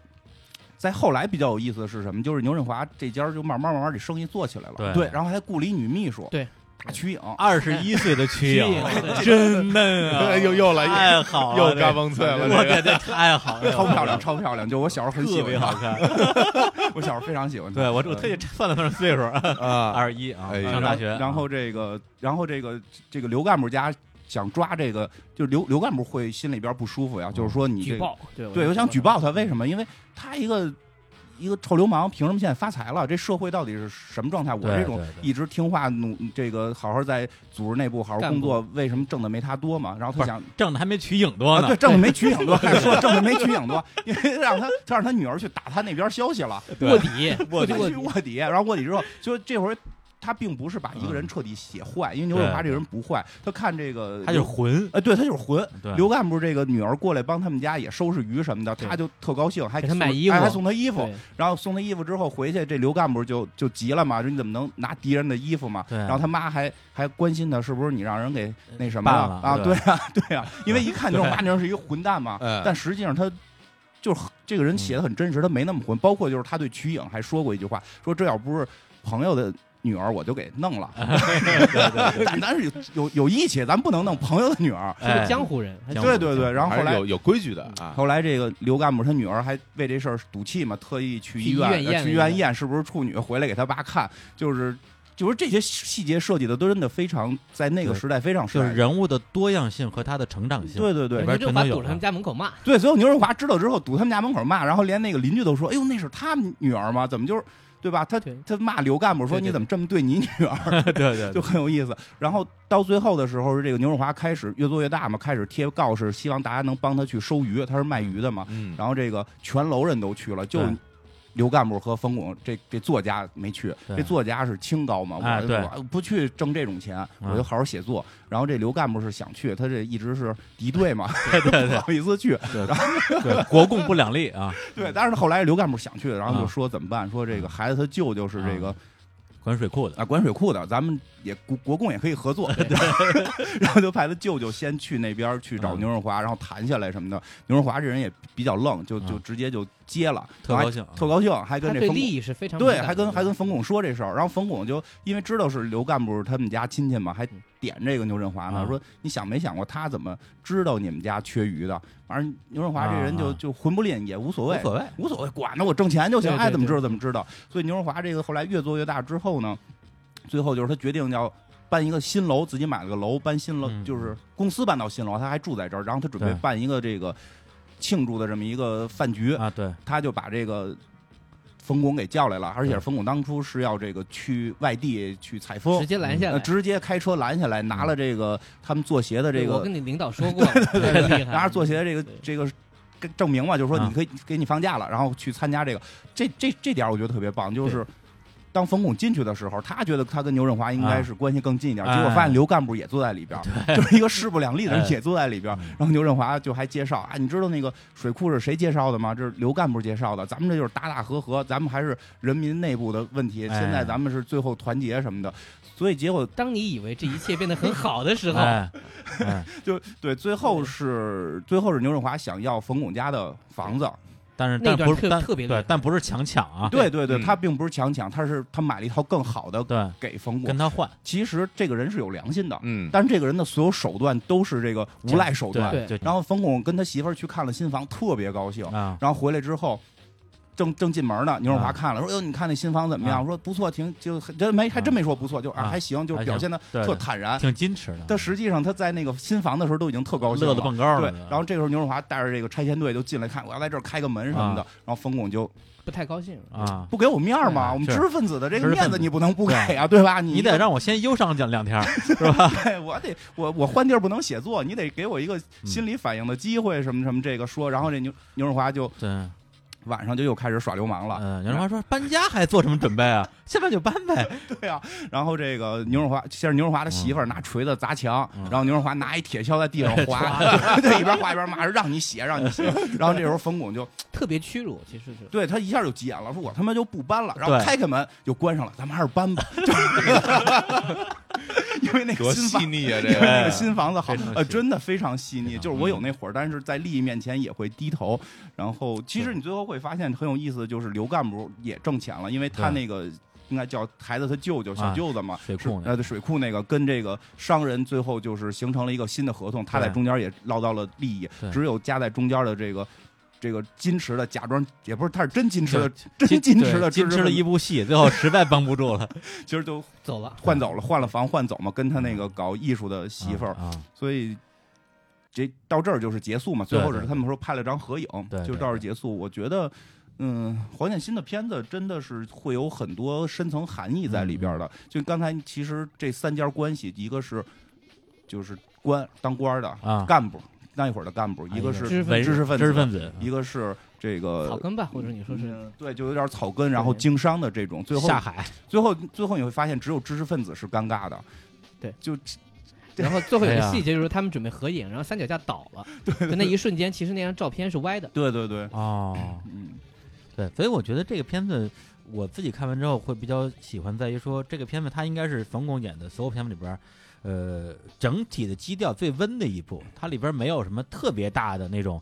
Speaker 5: 在后来比较有意思的是什么？就是牛振华这家就慢慢慢慢这生意做起来了，
Speaker 1: 对
Speaker 5: 然后还雇了一女秘书，
Speaker 3: 对，
Speaker 5: 大瞿颖，
Speaker 1: 二十一岁的曲颖
Speaker 3: 对
Speaker 1: 真嫩啊，
Speaker 2: 又又来
Speaker 1: 太好了，
Speaker 2: 又嘎嘣脆了，
Speaker 1: 我
Speaker 2: 这个
Speaker 1: 觉得太好了，
Speaker 5: 超漂亮，，超漂亮！就我小时候很喜
Speaker 1: 哎特
Speaker 5: 欢
Speaker 1: 别
Speaker 5: 她
Speaker 1: 好，看。
Speaker 5: 我小时候非常喜欢她。呃
Speaker 1: 对我我特意算了算岁数，
Speaker 2: 啊，
Speaker 1: [LAUGHS] 二十一啊，
Speaker 2: 哎呀
Speaker 1: 上大学，
Speaker 5: 然后这个，然后这个，这个刘干部家想抓这个，就是刘刘干部会心里边不舒服呀，就是说你这
Speaker 3: 嗯举
Speaker 5: 个，
Speaker 3: 报，对
Speaker 5: 对我想举报他，为
Speaker 3: 么？
Speaker 5: 什么？因为他一个一个臭流氓，凭什么现在发财了？这社会到底是什么状态？我
Speaker 1: 对
Speaker 5: 这种
Speaker 1: 对对
Speaker 5: 一直听话努这个好好在组织内部好好
Speaker 3: 干
Speaker 5: 工
Speaker 3: 部
Speaker 5: 作，为什么挣的没他多嘛？然后
Speaker 1: 不
Speaker 5: 他
Speaker 1: 是
Speaker 5: 想
Speaker 1: 挣的还没曲颖多
Speaker 5: 啊、
Speaker 1: 呢
Speaker 5: 对，，挣的没曲颖多，还说挣的没曲颖多， [LAUGHS] 因为让他他让他女儿去打他那边消息了，
Speaker 3: 卧底，
Speaker 5: 卧
Speaker 3: 底
Speaker 5: 底去 [LAUGHS] 卧底，然后卧底之后，就这回他并不是把一个人彻底写坏，因为牛振华这个人不坏，他看这个
Speaker 1: 他就是混，
Speaker 5: 哎，对他就是混。
Speaker 1: 对，
Speaker 5: 刘干部这个女儿过来帮他们家也收拾鱼什么的，
Speaker 3: 对
Speaker 5: 他就特高兴，还
Speaker 3: 给他买
Speaker 5: 送
Speaker 3: 衣服
Speaker 5: 哎还送他衣服
Speaker 3: 对。
Speaker 5: 然后送他衣服之后回去，这刘干部就就急了嘛，说你怎么能拿敌人的衣服嘛？
Speaker 1: 对
Speaker 5: 然后他妈还还关心他是不是你让人给那什么
Speaker 1: 办了
Speaker 5: 啊？
Speaker 1: 对
Speaker 5: 对啊，对啊，因为一看就是马宁是一个混蛋嘛
Speaker 2: 嗯，
Speaker 5: 但实际上他。就是很这个人写的很真实，他没那么混。包括就是他对瞿颖还说过一句话，说这要不是朋友的女儿，我就给弄
Speaker 1: [LAUGHS]
Speaker 5: 了。 [LAUGHS] 但咱是有有有义气，咱不能弄朋友的女儿。
Speaker 3: 是个
Speaker 1: 哎
Speaker 3: 江湖人，他
Speaker 1: 江湖
Speaker 5: 对对对，然后
Speaker 2: 还
Speaker 5: 后
Speaker 2: 是
Speaker 5: 来
Speaker 2: 有有规矩的啊，
Speaker 5: 后来这个刘干部他女儿还为这事儿赌气嘛，特意去医院呃去
Speaker 3: 去医院验了
Speaker 5: 医
Speaker 3: 一
Speaker 5: 院
Speaker 3: 下
Speaker 5: 验是不是处女，回来给他爸看，就是就是这些细节设计的都真的非常在那个
Speaker 1: 对
Speaker 5: 时代非常时
Speaker 1: 就
Speaker 5: 代
Speaker 1: 是人物的多样性和他的成长性，
Speaker 5: 对对对
Speaker 1: 里
Speaker 3: 你
Speaker 1: 边
Speaker 3: 就
Speaker 1: 全
Speaker 3: 把
Speaker 1: 都
Speaker 3: 堵
Speaker 1: 有
Speaker 3: 着他
Speaker 5: 啊
Speaker 3: 们
Speaker 1: 了。
Speaker 3: 家门口骂，
Speaker 5: 对，所有牛振华知道之后堵他们家门口骂，然后连那个邻居都说：“哎呦，那是他们女儿吗？怎么就是对吧？”他
Speaker 3: 对
Speaker 5: 他骂刘干部说：“
Speaker 3: 对对
Speaker 5: 你怎么这么对你女儿？” [LAUGHS]
Speaker 1: 对对，
Speaker 5: 就
Speaker 1: 对
Speaker 5: 很有意思。然后到最后的时候，这个牛振华开始越做越大嘛，开始贴告示，希望大家能帮他去收鱼，他是卖鱼的嘛。
Speaker 2: 嗯，
Speaker 5: 然后这个全楼人都去了，就
Speaker 1: 对
Speaker 5: 刘干部和冯巩这这作家没去，
Speaker 1: 对
Speaker 5: 这作家是清高嘛，我、
Speaker 1: 哎对嗯
Speaker 5: 我不去挣这种钱，我就好好写作。然后这刘干部是想去，他这一直是敌对嘛，
Speaker 1: 对对
Speaker 5: [LAUGHS] 不
Speaker 1: 对
Speaker 5: 好意思去。
Speaker 1: 对对，国共不两立啊， [LAUGHS]
Speaker 5: 对，但是后来刘干部想去，然后
Speaker 1: 啊
Speaker 5: 就说怎么办？说这个孩子他舅舅是这个
Speaker 1: 管水库的，
Speaker 5: 啊，管水库的，咱们也国国共也可以合作， [LAUGHS] 然后就派他舅舅先去那边去找
Speaker 1: 嗯
Speaker 5: 牛润华，然后谈下来什么的。牛润华这人也比较愣，就就
Speaker 1: 嗯
Speaker 5: 直接就接了，
Speaker 1: 特
Speaker 5: 然
Speaker 1: 高
Speaker 5: 后还
Speaker 1: 兴啊，
Speaker 5: 特高兴，还跟
Speaker 3: 他
Speaker 5: 这
Speaker 3: 对
Speaker 5: 冯巩
Speaker 3: 利益是非常敏
Speaker 5: 对，
Speaker 3: 感
Speaker 5: 还跟
Speaker 3: 的
Speaker 5: 还跟冯巩说这事儿，然后冯巩就因为知道是刘干部他们家亲戚嘛，还点这个牛振华呢
Speaker 1: 嗯啊，
Speaker 5: 说你想没想过他怎么知道你们家缺鱼的？反正牛振华这人
Speaker 1: 啊
Speaker 5: 就
Speaker 1: 啊
Speaker 5: 就混不吝，也无所
Speaker 1: 无
Speaker 5: 谓，
Speaker 1: 所谓，
Speaker 5: 无所谓，管他我挣钱就行，
Speaker 3: 对对
Speaker 5: 爱怎么
Speaker 3: 对
Speaker 5: 知道怎么知道。所以牛振华这个后来越做越大之后呢，最后就是他决定要。搬一个新楼，自己买了个楼，搬新楼、
Speaker 1: 嗯
Speaker 5: 就是公司搬到新楼，他还住在这儿，然后他准备
Speaker 1: 对
Speaker 5: 办一个这个庆祝的这么一个饭局，
Speaker 1: 啊，对，
Speaker 5: 他就把这个冯巩给叫来了，而且冯巩当初是要这个去外地去采风
Speaker 3: 直，接嗯拦下
Speaker 5: 呃
Speaker 3: 来。
Speaker 5: 直接开车拦下来，拿了这个他们做鞋的这
Speaker 3: 对我
Speaker 5: 个
Speaker 3: 跟，你领导
Speaker 5: [LAUGHS]
Speaker 3: 说过，很厉害，
Speaker 5: 拿着做鞋的这个
Speaker 3: 对
Speaker 5: 这个证明嘛，就是说
Speaker 1: 嗯啊
Speaker 5: 你可以给你放假了，然后去参加这个，这这这点我觉得特别棒，就是。当冯巩进去的时候，他觉得他跟牛振华应该是关系更近一点，
Speaker 1: 啊
Speaker 5: 结果发现刘干部也坐在里边，就是一个势不两立的
Speaker 1: 哎
Speaker 5: 人也坐在里边。
Speaker 1: 嗯
Speaker 5: 然后牛振华就还介绍啊，你知道那个水库是谁介绍的吗？这是刘干部介绍的。咱们这就是打打和和，咱们还是人民内部的问题。
Speaker 1: 哎
Speaker 5: 现在咱们是最后团结什么的，所以结果
Speaker 3: 当你以为这一切变得很好的时候，
Speaker 1: 哎，哎
Speaker 5: 就对，最后是最后是牛振华想要冯巩家的房子，
Speaker 1: 但是
Speaker 3: 那
Speaker 1: 但
Speaker 3: 段
Speaker 1: 不是
Speaker 3: 特
Speaker 1: 但
Speaker 3: 特别厉
Speaker 1: 对
Speaker 3: 害，
Speaker 1: 但不是强抢啊，
Speaker 5: 对对对，
Speaker 2: 嗯
Speaker 5: 他并不是强抢，他是他买了一套更好的
Speaker 1: 对，
Speaker 5: 给冯
Speaker 1: 跟
Speaker 5: 巩。
Speaker 1: 他换，
Speaker 5: 其实这个人是有良心的，
Speaker 2: 嗯，
Speaker 5: 但是这个人的所有手段都是这个无赖手段。
Speaker 1: 对，就
Speaker 5: 然后冯巩跟他媳妇儿去看了新房，特别高兴。
Speaker 1: 啊，
Speaker 5: 然后回来之后，正正进门呢，牛肉
Speaker 1: 啊
Speaker 5: 华看了说：“哟，你看那新房怎么
Speaker 1: 啊
Speaker 5: 样？”我说：“不错，挺就真没还真没说不错，就啊
Speaker 1: 啊
Speaker 5: 还行，就
Speaker 1: 嗯还
Speaker 5: 是表
Speaker 1: 行
Speaker 5: 现的
Speaker 1: 对
Speaker 5: 特
Speaker 1: 对
Speaker 5: 坦然。”
Speaker 1: 挺矜持的，
Speaker 5: 但实际上他在那个新房的时候都已经特高兴
Speaker 1: 乐
Speaker 5: 了，
Speaker 1: 得蹦高了
Speaker 5: 对
Speaker 1: 都，
Speaker 5: 然后这个时候牛荣华带着这个拆迁队就进来看，我要在这儿开个门什
Speaker 1: 嗯
Speaker 5: 么的。然后冯巩就
Speaker 3: 不太高兴。
Speaker 1: 啊，
Speaker 5: 不给我面儿嘛，
Speaker 3: 对
Speaker 5: 我们
Speaker 1: 是
Speaker 5: 知识分子的这
Speaker 1: 知
Speaker 5: 个
Speaker 1: 识分
Speaker 5: 面
Speaker 1: 子
Speaker 5: 子你不能不给啊，对吧？你
Speaker 1: 你得让我先忧伤两两天儿，是吧？
Speaker 5: [LAUGHS] 对我得我我换地儿不能写作，你得给我一个
Speaker 1: 嗯
Speaker 5: 心理反应的机会，什么什么这个说。然后这牛牛荣华就
Speaker 1: 对，
Speaker 5: 晚上就又开始耍流氓了，
Speaker 1: 嗯，杨荣华说搬家还做什么准备啊？下班就搬呗，
Speaker 5: 对啊。然后这个牛荣华先是牛荣华的媳妇儿拿锤子砸墙，
Speaker 1: 嗯哎
Speaker 5: 然后牛荣华拿一铁锹在地上 [LAUGHS] 划，对，一边划一边骂，让你写让你写。然后这时候冯巩就
Speaker 3: 特别屈辱，其实是
Speaker 5: 对他一下就急眼了，说我他妈就不搬了，然后
Speaker 1: 对
Speaker 5: 开开门就关上了，咱们还是搬吧， [LAUGHS] 就是
Speaker 1: [LAUGHS]
Speaker 5: 因为那
Speaker 2: 多
Speaker 5: 个新
Speaker 2: 细
Speaker 5: 房。
Speaker 2: 腻啊，这
Speaker 5: 因为那
Speaker 2: 个
Speaker 5: 个新房子好
Speaker 1: 哎非常，
Speaker 5: 呃，
Speaker 1: 细
Speaker 5: 真的非常细
Speaker 1: 非
Speaker 5: 腻。
Speaker 1: 常
Speaker 5: 就是我有那会儿，但是在利益面前也会低头。然后，其实你最后会发现很有意思，的就是刘干部也挣钱了，因为他
Speaker 1: 对
Speaker 5: 那个应该叫孩子他舅舅
Speaker 1: 啊
Speaker 5: 小舅子嘛，
Speaker 1: 水库那
Speaker 5: 是呃，对水库那个跟这个商人最后就是形成了一个新的合同，他在
Speaker 1: 对
Speaker 5: 中间也捞到了利益
Speaker 1: 对，
Speaker 5: 只有夹在中间的这个。这个矜持的假装也不是，他是真矜持的， [LAUGHS] 真
Speaker 1: 矜
Speaker 5: 矜持的，
Speaker 1: 矜持了一
Speaker 5: 部，
Speaker 1: 部戏，最后实在帮不住了，
Speaker 5: 其实就
Speaker 3: 走了。
Speaker 5: 换走了，换了房，换走嘛，跟他那个搞艺术的媳妇儿，
Speaker 1: 啊，
Speaker 5: 所以这到这儿就是结束嘛。
Speaker 1: 对
Speaker 5: 最后只
Speaker 1: 对
Speaker 5: 是他们说拍了张合影
Speaker 1: 对，对
Speaker 5: 就到这儿结束。我觉得，嗯，黄建新的片子真的是会有很多深层含义在里边
Speaker 1: 嗯
Speaker 5: 的。就刚才其实这三家关系，一个是就是官当官的
Speaker 1: 啊
Speaker 5: 干部，那一会儿的干部，
Speaker 1: 啊
Speaker 5: 一个是
Speaker 3: 知识分
Speaker 1: 文
Speaker 5: 知识分
Speaker 1: 知识
Speaker 5: 子，
Speaker 1: 分子，
Speaker 5: 一个是这
Speaker 3: 草
Speaker 5: 个。
Speaker 3: 根吧，或者你说是
Speaker 5: 呃嗯对，就有点草根，然后经商的这种，最后
Speaker 1: 下海，
Speaker 5: 最后最后你会发现，只有知识分子是尴尬的。
Speaker 3: 对，
Speaker 5: 就
Speaker 3: 然后最后有
Speaker 1: 哎
Speaker 3: 个
Speaker 1: 呀
Speaker 3: 细节就是他们准备合影，然后三脚架倒
Speaker 5: [LAUGHS]
Speaker 3: 了，就那一瞬间，其实那张照片是歪的。
Speaker 5: 对对对，
Speaker 1: 哦，
Speaker 5: 嗯，
Speaker 1: 对，所以我觉得这个片子我自己看完之后会比较喜欢，在于说这个片子它应该是冯巩演的所有片子里边儿，呃，整体的基调最温的一部，它里边儿没有什么特别大的那种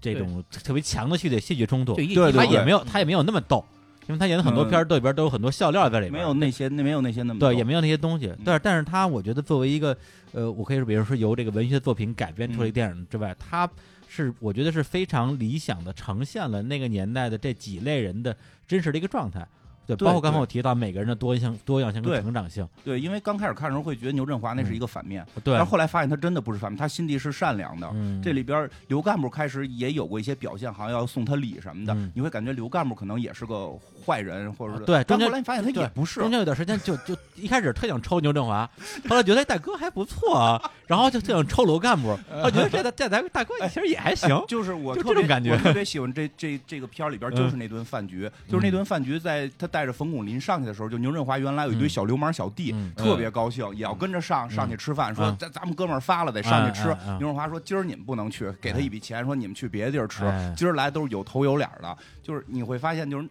Speaker 1: 这种特别强的戏剧戏剧冲突
Speaker 3: 就，一
Speaker 5: 对对
Speaker 1: 它
Speaker 5: 对嗯
Speaker 1: 也没有它也没有那么逗，因为它演的很多片儿都里边儿都有很多笑料在里边，
Speaker 5: 没有那些那没有那些那么
Speaker 1: 对，
Speaker 5: 多嗯
Speaker 1: 也没有那些东西。但是，但是他我觉得作为一个，呃，我可以说，比如说由这个文学作品改编
Speaker 5: 嗯
Speaker 1: 出来的电影之外，他是我觉得是非常理想的呈现了那个年代的这几类人的真实的一个状态。对，
Speaker 5: 对
Speaker 1: 包括刚才我提到每个人的多样性、多样性跟
Speaker 5: 对
Speaker 1: 成长性。
Speaker 5: 对，因为刚开始看的时候会觉得牛振华那是一个反面，
Speaker 1: 嗯对
Speaker 5: 但，后来发现他真的不是反面，他心地是善良的。
Speaker 1: 嗯，
Speaker 5: 这里边刘干部开始也有过一些表现，好像要送他礼什么的，
Speaker 1: 嗯
Speaker 5: 你会感觉刘干部可能也是个坏人，或者是、
Speaker 1: 啊对中
Speaker 5: 但
Speaker 1: 间
Speaker 5: 后来你发现他
Speaker 1: 对
Speaker 5: 也不是
Speaker 1: 中。间有段时间就就一开始特想抽牛振华，后来觉得哎大哥还不错啊，然后就特想抽楼干部，后来觉得这大这大大哥其实也还行。
Speaker 5: 哎就是我
Speaker 1: 就
Speaker 5: 特
Speaker 1: 这种
Speaker 5: 别
Speaker 1: 感觉
Speaker 5: 我特别喜欢这这这个片儿里边
Speaker 1: 嗯
Speaker 5: 就是那顿饭局，就是那顿饭局，在他带着冯巩林上去的时候，就牛振华原来有一堆
Speaker 1: 嗯
Speaker 5: 小流氓小弟，
Speaker 1: 嗯
Speaker 5: 特别高兴，也要跟着上上去吃饭，说
Speaker 1: 嗯
Speaker 5: 咱咱们哥们儿发了得上去吃
Speaker 1: 嗯嗯嗯。
Speaker 5: 牛荣华说今儿你们不能去，给他一笔钱，说你们去别的地儿吃
Speaker 1: 哎。
Speaker 5: 今儿来都是有头有脸儿的，就是你会发现就是。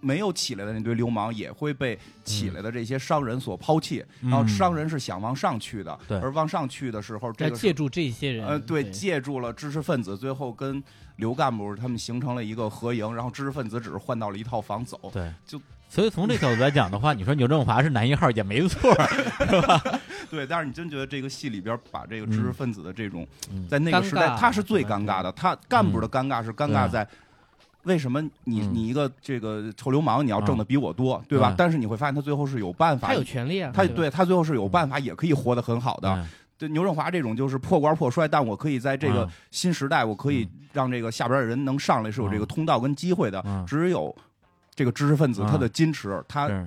Speaker 5: 没有起来的那堆流氓也会被起来的这些商人所抛弃，
Speaker 1: 嗯
Speaker 5: 然后商人是想往上去的，
Speaker 1: 对
Speaker 5: 而往上去的时候，
Speaker 3: 要
Speaker 5: 这个
Speaker 3: 借助这些人，
Speaker 5: 呃，对，借助了知识分子，最后跟刘干部他们形成了一个合营，然后知识分子只是换到了一套房走，
Speaker 1: 对，
Speaker 5: 就
Speaker 1: 所以从这角度来讲的话，你说牛振华是男一号也没错儿，
Speaker 5: 对，但是你真觉得这个戏里边把这个知识分子的这种，
Speaker 1: 嗯
Speaker 5: 在那个时代
Speaker 3: 尴尬，
Speaker 5: 他是最尴尬的。他干部的尴尬是尴尬在。为什么你
Speaker 1: 嗯
Speaker 5: 你一个这个臭流氓，你要挣的比我多，对吧
Speaker 1: 嗯？
Speaker 5: 但是你会发现他最后是有办法，
Speaker 3: 他有权利啊，
Speaker 5: 他
Speaker 3: 吧
Speaker 5: 对他最后是有办法，也可以活得很好的。
Speaker 1: 嗯
Speaker 5: 对牛振华这种就是破罐破摔，但我可以在这个
Speaker 1: 嗯
Speaker 5: 新时代，我可以让这个下边的人能上来是有这个通道跟机会的
Speaker 1: 嗯。
Speaker 5: 只有这个知识分子
Speaker 1: 嗯
Speaker 5: 他的矜持，他
Speaker 1: 是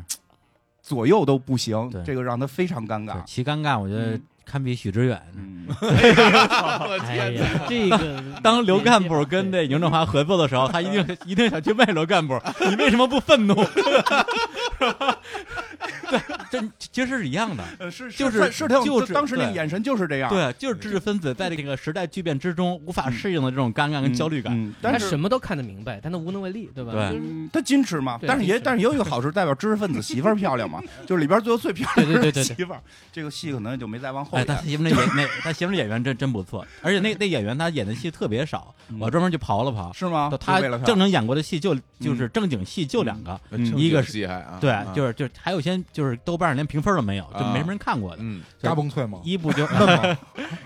Speaker 5: 左右都不行
Speaker 1: 对，
Speaker 5: 这个让他非常尴
Speaker 1: 对
Speaker 5: 尬。
Speaker 1: 其尴尬，我觉得
Speaker 5: 嗯
Speaker 1: 堪比许知远。
Speaker 5: 嗯。
Speaker 3: 哎呀，这个
Speaker 1: 当刘干
Speaker 3: 嗯
Speaker 1: 部跟那牛振华合作的时候，他一
Speaker 5: 嗯
Speaker 1: 定一定想去问刘干部，你为什么不愤怒？ [LAUGHS] 是吧对，这其实是一样的。
Speaker 5: 呃，
Speaker 1: [LAUGHS]
Speaker 5: 是
Speaker 1: 就是
Speaker 5: 是是挺有
Speaker 1: 就是
Speaker 5: 当时那个
Speaker 1: 对
Speaker 5: 眼神就是这样，
Speaker 1: 对，就是知识分子在这个时代巨变之中无法适应的这种尴尬
Speaker 5: 嗯，
Speaker 1: 跟焦虑感。
Speaker 5: 嗯
Speaker 3: 他
Speaker 5: 但是
Speaker 3: 什么都看得明白，但他无能为力，对吧？
Speaker 1: 对
Speaker 3: 就是
Speaker 5: 嗯他矜持嘛，
Speaker 3: 对
Speaker 5: 但是
Speaker 3: 矜
Speaker 5: 也
Speaker 3: 持
Speaker 5: 但是也有一个好处，代表知识分子媳妇儿漂亮嘛，就是里边最后最漂亮
Speaker 3: 对对对
Speaker 5: 的
Speaker 3: 对
Speaker 5: 媳妇儿，这个戏可能就没再往后
Speaker 1: 哎，他
Speaker 5: 演。
Speaker 1: 媳妇那演那他媳妇那演员真真不错，而且那那演员他演的戏特别少，
Speaker 5: 嗯
Speaker 1: 我专门去刨了刨，
Speaker 5: 是吗？
Speaker 1: 他
Speaker 5: 啊就为了
Speaker 1: 正经演过的戏就就是正经戏就两个，
Speaker 5: 嗯
Speaker 1: 一个是
Speaker 2: 厉害啊，
Speaker 1: 对
Speaker 2: 啊，
Speaker 1: 就是就是还有些就是豆瓣上连评分都没有，就
Speaker 2: 啊
Speaker 1: 没什么人看过的。
Speaker 2: 嗯，
Speaker 6: 嘎嘣脆吗？ [LAUGHS]
Speaker 1: 一部就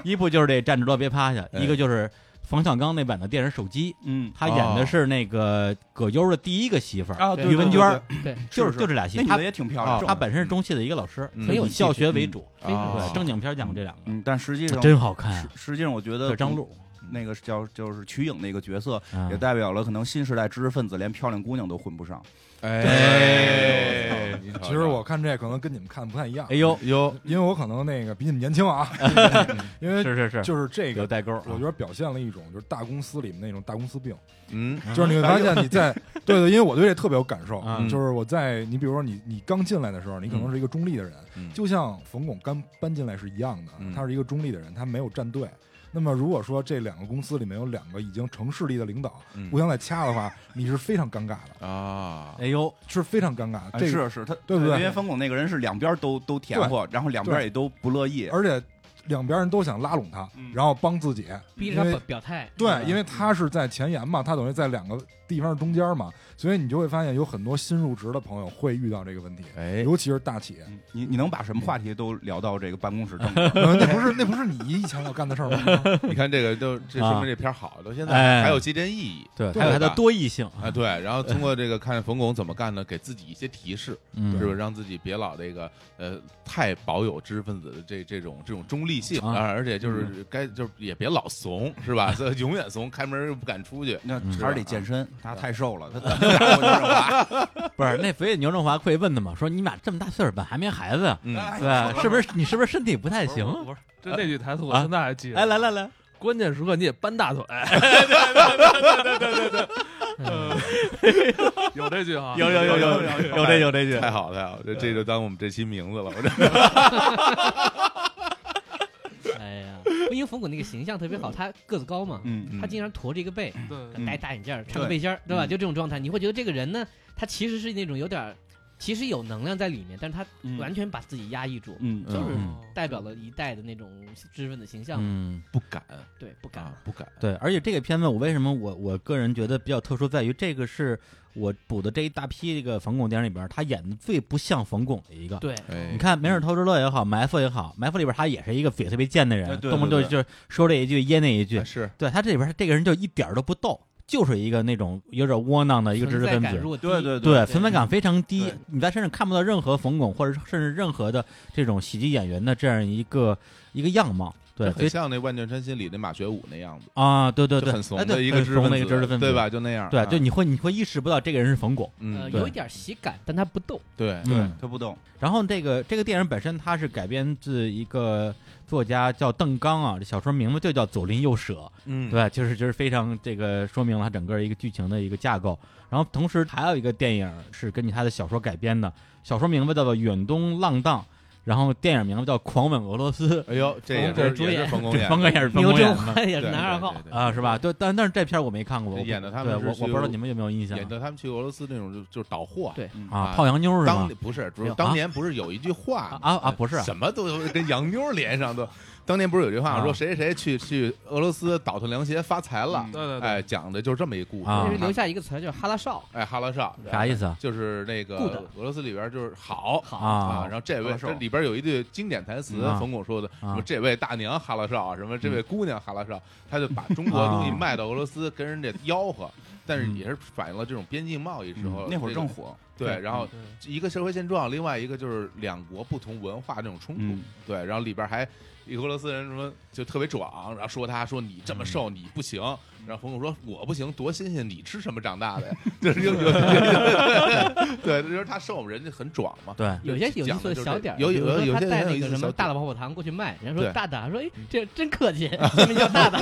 Speaker 1: 一部就是这站着罗别趴下，
Speaker 2: 哎
Speaker 1: 一个就是冯小刚那版的电影《手机》，
Speaker 5: 嗯
Speaker 1: 他演的是那个葛优的第一个媳妇儿，
Speaker 5: 啊，对
Speaker 1: 于文娟儿，
Speaker 3: 对，
Speaker 1: 就是
Speaker 5: 是
Speaker 1: 就这俩戏
Speaker 5: 那。女
Speaker 1: 他
Speaker 5: 的也挺漂亮，
Speaker 2: 啊
Speaker 5: 正
Speaker 1: 他本身是中戏的一个老师，
Speaker 2: 嗯
Speaker 1: 所以以教学为主，
Speaker 3: 非常
Speaker 2: 啊
Speaker 1: 对，正经片儿讲过这两个，
Speaker 5: 嗯，但实际上
Speaker 1: 真好看啊，
Speaker 5: 实实际上我觉
Speaker 1: 这
Speaker 5: 得嗯
Speaker 1: 张璐，
Speaker 5: 那个叫就是瞿颖那个角色，
Speaker 1: 嗯
Speaker 5: 也代表了可能新时代知识分子连漂亮姑娘都混不上。
Speaker 2: 哎哎，你瞅瞅
Speaker 6: 其实我看这可能跟你们看的不太一样
Speaker 1: 哎，呦，
Speaker 2: 哟，
Speaker 6: 因为我可能那个比你们年轻
Speaker 1: [LAUGHS]
Speaker 6: 啊，因为
Speaker 1: 嗯是是是，
Speaker 6: 就是这
Speaker 1: 有
Speaker 6: 个，
Speaker 1: 代沟啊，
Speaker 6: 我觉得表现了一种就是大公司里面那种大公司病，
Speaker 2: 嗯
Speaker 6: 就是你会发现你在
Speaker 1: [LAUGHS]
Speaker 6: 对对，因为我对这特别有感受
Speaker 1: 啊哎嗯，
Speaker 6: 就是我在你比如说你你刚进来的时候，你可能是一个中立的人，
Speaker 2: 嗯
Speaker 6: 就像冯巩刚搬进来是一样的
Speaker 2: 嗯，
Speaker 6: 他是一个中立的人，他没有站队。那么如果说这两个公司里面有两个已经成势力的领导
Speaker 2: 嗯
Speaker 6: 互相在掐的话，你是非常尴尬的，
Speaker 2: 啊，
Speaker 1: 哎呦，
Speaker 6: 是非常尴
Speaker 1: 啊
Speaker 6: 尬的。
Speaker 5: 哎
Speaker 6: 这个，
Speaker 5: 是是，他
Speaker 6: 对不对
Speaker 5: 因为冯巩那个人是两边都都甜乎，然后两边
Speaker 6: 对
Speaker 5: 也都不乐意。
Speaker 6: 而且两边人都想拉拢他
Speaker 5: 嗯，
Speaker 6: 然后帮自己，
Speaker 3: 逼
Speaker 6: 因
Speaker 3: 着他
Speaker 6: 为
Speaker 3: 表表态。嗯
Speaker 6: 对，
Speaker 3: 为
Speaker 6: 因为他是在前沿嘛，他等于在两个地方中间嘛，所以你就会发现有很多新入职的朋友会遇到这个问题，
Speaker 2: 哎，
Speaker 6: 尤其是大
Speaker 5: [LAUGHS]
Speaker 6: 企业。
Speaker 5: 嗯你你能把什么话题都聊到这个办公室政治？
Speaker 6: 嗯那不是那不是你以前要干的事儿吗？
Speaker 2: 你看这个都这说明这片儿好，到现
Speaker 1: 啊哎
Speaker 2: 在还有借鉴意义
Speaker 1: 对，
Speaker 6: 对
Speaker 1: 还有它的
Speaker 2: 吧
Speaker 1: 多义性，
Speaker 2: 啊，对，然后通过这个看冯巩怎么干呢，给自己一些提示，
Speaker 1: 嗯，
Speaker 2: 是不是让自己别老这个呃太保有知识分子的这这种这种中立性
Speaker 1: 啊
Speaker 2: 啊，而且就是该就是也别老怂是吧？ [LAUGHS] 所以永远怂，开门又不敢出去，
Speaker 5: 那
Speaker 1: 嗯
Speaker 5: 还是得健身，他太瘦了，他怎么打过这种话？
Speaker 1: 不是，那所以牛振华会问他嘛，说你们俩这么大岁数本还没孩子呀？啊
Speaker 2: 嗯，
Speaker 5: 哎
Speaker 1: 对，是不是你是不是身体不太
Speaker 4: 不是
Speaker 1: 行啊？
Speaker 4: 不是，就那句台词我
Speaker 1: 啊
Speaker 4: 现在还记得。
Speaker 1: 哎，来来来，
Speaker 4: 关键时刻你也搬大腿，嗯有这句哈，
Speaker 1: 有有有有有这有这句，
Speaker 2: 太好了太好了，这这就当我们这期名字了，我这
Speaker 3: 哎呀，因为冯巩那个形象特别好，他个子高嘛，
Speaker 5: 嗯，
Speaker 3: 他经常驼着一个背，
Speaker 4: 对
Speaker 5: 嗯
Speaker 3: 戴大眼镜儿，穿个
Speaker 5: 对
Speaker 3: 背心儿，对吧？
Speaker 5: 嗯
Speaker 3: 就这种状态，你会觉得这个人呢，他其实是那种有点儿，其实有能量在里面，但是他
Speaker 5: 嗯
Speaker 3: 完全把自己压抑住，
Speaker 5: 嗯
Speaker 3: 就
Speaker 5: 嗯
Speaker 3: 是
Speaker 1: 嗯
Speaker 3: 代表了一代的那种知识分子形象，
Speaker 1: 嗯，
Speaker 2: 不敢
Speaker 3: 对，不敢
Speaker 2: 啊，不敢，
Speaker 1: 对，而且这个片子我为什么我我个人觉得比较特殊，在于这个是我补的这一大批这个冯巩电影里边，他演的最不像冯巩的一个。
Speaker 3: 对，
Speaker 2: 哎，
Speaker 1: 你看《没
Speaker 5: 嗯
Speaker 1: 事偷着乐》也好，《埋伏》也好，《埋伏》里边他也是一个嘴特别贱的
Speaker 5: 哎
Speaker 1: 人，
Speaker 5: 对
Speaker 1: 动不动
Speaker 5: 对哎
Speaker 1: 就是说这一句噎那一句
Speaker 2: 啊。是
Speaker 1: 对他这里边这个人就一点儿都不逗，就是一个那种有点窝囊的一个知识
Speaker 3: 存在
Speaker 1: 分
Speaker 3: 感
Speaker 1: 子。
Speaker 3: 弱低，
Speaker 5: 对对
Speaker 1: 对，
Speaker 3: 对
Speaker 1: 存在
Speaker 2: 嗯
Speaker 1: 感非常低
Speaker 5: 对，
Speaker 1: 你在身上看不到任何冯巩或者甚至任何的这种喜剧演员的这样一个一个样貌。对，所
Speaker 2: 很
Speaker 1: 以
Speaker 2: 像那《万箭穿心》里那马学武那样子，
Speaker 1: 啊，对对
Speaker 2: 就
Speaker 1: 对，
Speaker 2: 很怂
Speaker 1: 哎对
Speaker 2: 的一个
Speaker 1: 很
Speaker 2: 知识
Speaker 1: 怂
Speaker 2: 分
Speaker 1: 的一个知识分子，
Speaker 2: 对吧？？就那样，
Speaker 1: 对，
Speaker 2: 啊
Speaker 1: 就你会你会意识不到这个人是冯巩。
Speaker 3: 呃，
Speaker 2: 嗯，
Speaker 1: 对
Speaker 3: 有一点喜感，但他不逗，
Speaker 2: 对
Speaker 1: 嗯
Speaker 5: 对，他不动，
Speaker 1: 然后这个这个电影本身它是改编自一个作家叫邓刚啊，这小说名字就叫《左邻右舍》，
Speaker 2: 嗯，
Speaker 1: 对吧，就是就是非常这个说明了它整个一个剧情的一个架构。然后同时还有一个电影是根据他的小说改编的，小说名字叫做《远东浪荡》，然后电影名字叫《狂吻俄罗斯》。
Speaker 2: 哎呦，这也
Speaker 3: 冯
Speaker 2: 是
Speaker 3: 巩主
Speaker 2: 也是
Speaker 3: 演
Speaker 2: 冯巩
Speaker 1: 这
Speaker 2: 演，
Speaker 1: 冯哥也是冯
Speaker 3: 牛
Speaker 1: 巩演
Speaker 3: 振
Speaker 1: 的
Speaker 3: 华也是
Speaker 2: 对
Speaker 3: 男二号，，
Speaker 2: 对对对
Speaker 1: 啊，是吧？对，但但是这片儿我没看过，我不
Speaker 2: 演的他们
Speaker 1: 对我
Speaker 2: 是
Speaker 1: 我不知道
Speaker 2: 去
Speaker 1: 你们有没有印象
Speaker 2: 演的他们去俄罗斯那种就就是倒货，
Speaker 3: 对
Speaker 1: 啊？
Speaker 2: 啊
Speaker 1: 泡洋妞是
Speaker 2: 当
Speaker 1: 吗
Speaker 2: 年？不是不
Speaker 1: 没
Speaker 2: 是
Speaker 1: 有
Speaker 2: 当
Speaker 1: 啊
Speaker 2: 年不是有一句话
Speaker 1: 啊啊不是
Speaker 2: 什么都跟洋妞连上都，当年不是有句话
Speaker 1: 啊
Speaker 2: 说谁谁去去俄罗斯倒腾凉鞋发财了
Speaker 5: 嗯，
Speaker 4: 对对对，
Speaker 2: 哎，讲的就是这么一故事
Speaker 1: 啊
Speaker 3: 但是留下一个词儿叫哈拉少，
Speaker 2: 哎，哈拉少
Speaker 1: 啥意
Speaker 2: 思？
Speaker 1: 思啊？
Speaker 2: 就是那个
Speaker 3: Good
Speaker 2: 俄罗斯里边就是好
Speaker 3: 好
Speaker 2: 啊，
Speaker 1: 啊
Speaker 2: 然后这
Speaker 5: 哈
Speaker 2: 位
Speaker 5: 拉少
Speaker 2: 这里边有一句经典台词
Speaker 1: 啊，
Speaker 2: 冯巩说的，什
Speaker 1: 啊
Speaker 2: 么这位大娘哈拉少，什么这位姑娘哈拉少，他就把中国东西
Speaker 1: 啊
Speaker 2: 卖到俄罗斯跟人家吆喝，但是
Speaker 1: 嗯
Speaker 2: 也是反映了这种边境贸易时候
Speaker 5: 嗯那会儿
Speaker 2: 这个
Speaker 5: 正火，
Speaker 2: 对，然后
Speaker 4: 对嗯
Speaker 2: 一个社会现状，另外一个就是两国不同文化这种冲突。
Speaker 5: 嗯
Speaker 2: 对，然后里边还一俄罗斯人什么就特别壮，然后说他说你这么
Speaker 3: 嗯
Speaker 2: 瘦你不行，然后冯巩说我不行多新鲜，你吃什么长大
Speaker 3: [LAUGHS]
Speaker 2: 的呀？就是有有对，就是他瘦，人家很壮嘛。
Speaker 1: 对，
Speaker 3: 有些有意
Speaker 2: 讲
Speaker 3: 思
Speaker 2: 的
Speaker 3: 的
Speaker 2: 就是
Speaker 3: 小点儿，
Speaker 2: 有
Speaker 3: 比如
Speaker 2: 有
Speaker 3: 说
Speaker 2: 有
Speaker 3: 他
Speaker 2: 些
Speaker 3: 带
Speaker 2: 很有
Speaker 3: 那
Speaker 2: 意
Speaker 3: 个
Speaker 2: 思的
Speaker 3: 什
Speaker 2: 小点
Speaker 3: 么大大跑跑堂过去卖，人家说
Speaker 2: 对
Speaker 3: 大大说哎这真
Speaker 2: [LAUGHS]
Speaker 3: 客气，这名叫
Speaker 1: [LAUGHS]
Speaker 3: 大大，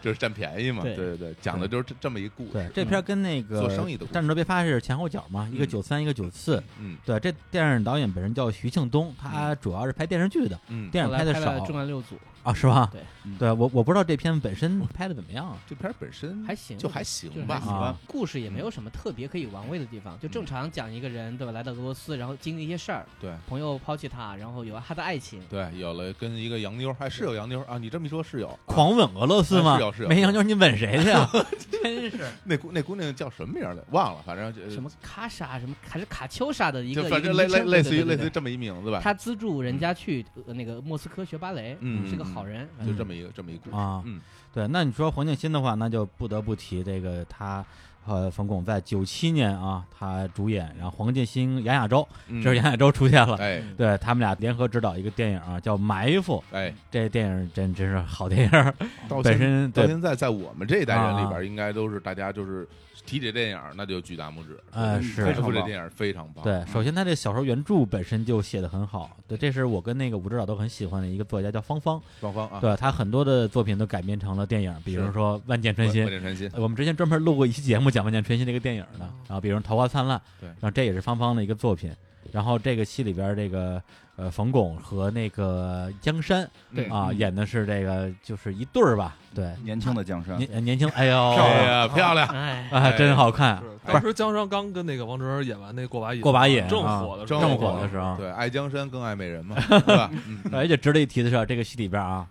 Speaker 2: 就是占便宜嘛。
Speaker 3: 对
Speaker 2: 对对对，讲的就是这这么一故
Speaker 1: 对
Speaker 2: 事。，
Speaker 1: 这片儿跟那个
Speaker 2: 嗯做生意的故事
Speaker 1: 站着别发》是前后脚嘛，一个
Speaker 2: 嗯
Speaker 1: 九三，一个九四。
Speaker 2: 嗯
Speaker 1: 对，这电影导演本身叫徐庆东，他主要是拍电视剧的，
Speaker 2: 嗯，
Speaker 1: 电
Speaker 3: 后
Speaker 1: 影
Speaker 3: 来
Speaker 1: 的
Speaker 3: 拍了《
Speaker 1: 少
Speaker 3: 重案六组》，
Speaker 1: 啊，是吧？
Speaker 3: 对
Speaker 5: 嗯
Speaker 1: 对我我不知道这片本身拍的怎么样啊。
Speaker 2: 这片儿本身
Speaker 3: 还行
Speaker 2: 就还
Speaker 3: 就是
Speaker 2: 行
Speaker 3: 还
Speaker 2: 吧。
Speaker 3: 行
Speaker 1: 啊
Speaker 3: 故事也没有什么特别可以玩味的地方，就正常讲一个人对吧，来到俄罗斯，然后经历一些事儿，
Speaker 2: 嗯对
Speaker 3: 朋友抛弃他，然后有他的爱情，
Speaker 2: 对，有了跟一个洋妞儿，还是有洋妞儿啊！你这么一说，是
Speaker 3: [LAUGHS]
Speaker 2: 有
Speaker 1: 狂吻俄罗斯吗
Speaker 2: 啊是有是？有
Speaker 1: 没洋妞你吻谁去啊？
Speaker 3: 真是
Speaker 2: 那姑那姑娘叫什么名儿来？忘了，反正就
Speaker 3: 什么卡莎什么还是卡秋莎的一
Speaker 2: 就
Speaker 3: 个，
Speaker 2: 反
Speaker 3: 一个
Speaker 2: 正类
Speaker 3: 名
Speaker 2: 类
Speaker 3: 称
Speaker 2: 类似于
Speaker 3: 对对对
Speaker 2: 类似于
Speaker 3: 对
Speaker 2: 这么一名字吧。
Speaker 3: 他资助人家去呃那个莫斯科学芭蕾，
Speaker 2: 嗯
Speaker 3: 是个好人，
Speaker 2: 就这么一个这么一个故事
Speaker 1: 啊
Speaker 2: 嗯，
Speaker 1: 对，那你说黄建新的话，那就不得不提这个他和冯巩在九七年啊，他主演，然后黄建新、杨亚洲，
Speaker 2: 嗯
Speaker 1: 这是杨亚洲出现了，
Speaker 2: 哎
Speaker 1: 对他们俩联合执导一个电影啊，叫《埋伏》，
Speaker 2: 哎，
Speaker 1: 这电影真真是好电影儿，
Speaker 2: 到
Speaker 1: 嗯本
Speaker 2: 现
Speaker 1: 身
Speaker 2: 到
Speaker 1: 对
Speaker 2: 现在在我们这一代人里
Speaker 1: 啊
Speaker 2: 边，应该都是大家就是提起电影，那就举大拇指。
Speaker 1: 呃
Speaker 2: 嗯
Speaker 1: 是
Speaker 2: 埋伏
Speaker 5: 非常
Speaker 2: 这
Speaker 5: 棒
Speaker 2: 电影非常棒。
Speaker 1: 对，首先他这小说原著本身就写的很好，对，这是我跟那个武指导都很喜欢的一个作家叫方方，
Speaker 2: 双方啊，
Speaker 1: 对他很多的作品都改编成了电影，比如
Speaker 2: 是
Speaker 1: 说《万箭穿
Speaker 2: 万
Speaker 1: 心》
Speaker 2: 万箭穿心，啊
Speaker 1: 呃，我们之前专门录过一期节目讲《万箭穿心》这个电影的，然后比如《桃花灿烂》，
Speaker 2: 对
Speaker 1: 然后这也是方方的一个作品。然后这个戏里边，这个呃冯巩和那个江山
Speaker 3: 对
Speaker 1: 啊、
Speaker 2: 嗯
Speaker 1: 演的是这个就是一对儿吧，对，
Speaker 5: 年轻的江山，
Speaker 1: 年呃年轻，哎呦
Speaker 2: 哎呀，
Speaker 1: [LAUGHS]
Speaker 2: 漂亮，
Speaker 3: 哎，
Speaker 1: 啊，真好看，
Speaker 4: 是
Speaker 1: 不
Speaker 4: 当
Speaker 1: 是
Speaker 4: 时姜尚刚跟那个王哲演完那过把瘾，
Speaker 1: 过把瘾
Speaker 4: 正
Speaker 1: 啊
Speaker 4: 火的时
Speaker 2: 正
Speaker 4: 候，
Speaker 1: 正
Speaker 2: 火
Speaker 1: 火的时候，
Speaker 2: 对，爱江山更爱美人
Speaker 1: [LAUGHS]
Speaker 2: 嘛，对吧？嗯嗯
Speaker 1: 哎而且值得一提的是，这个戏里边啊。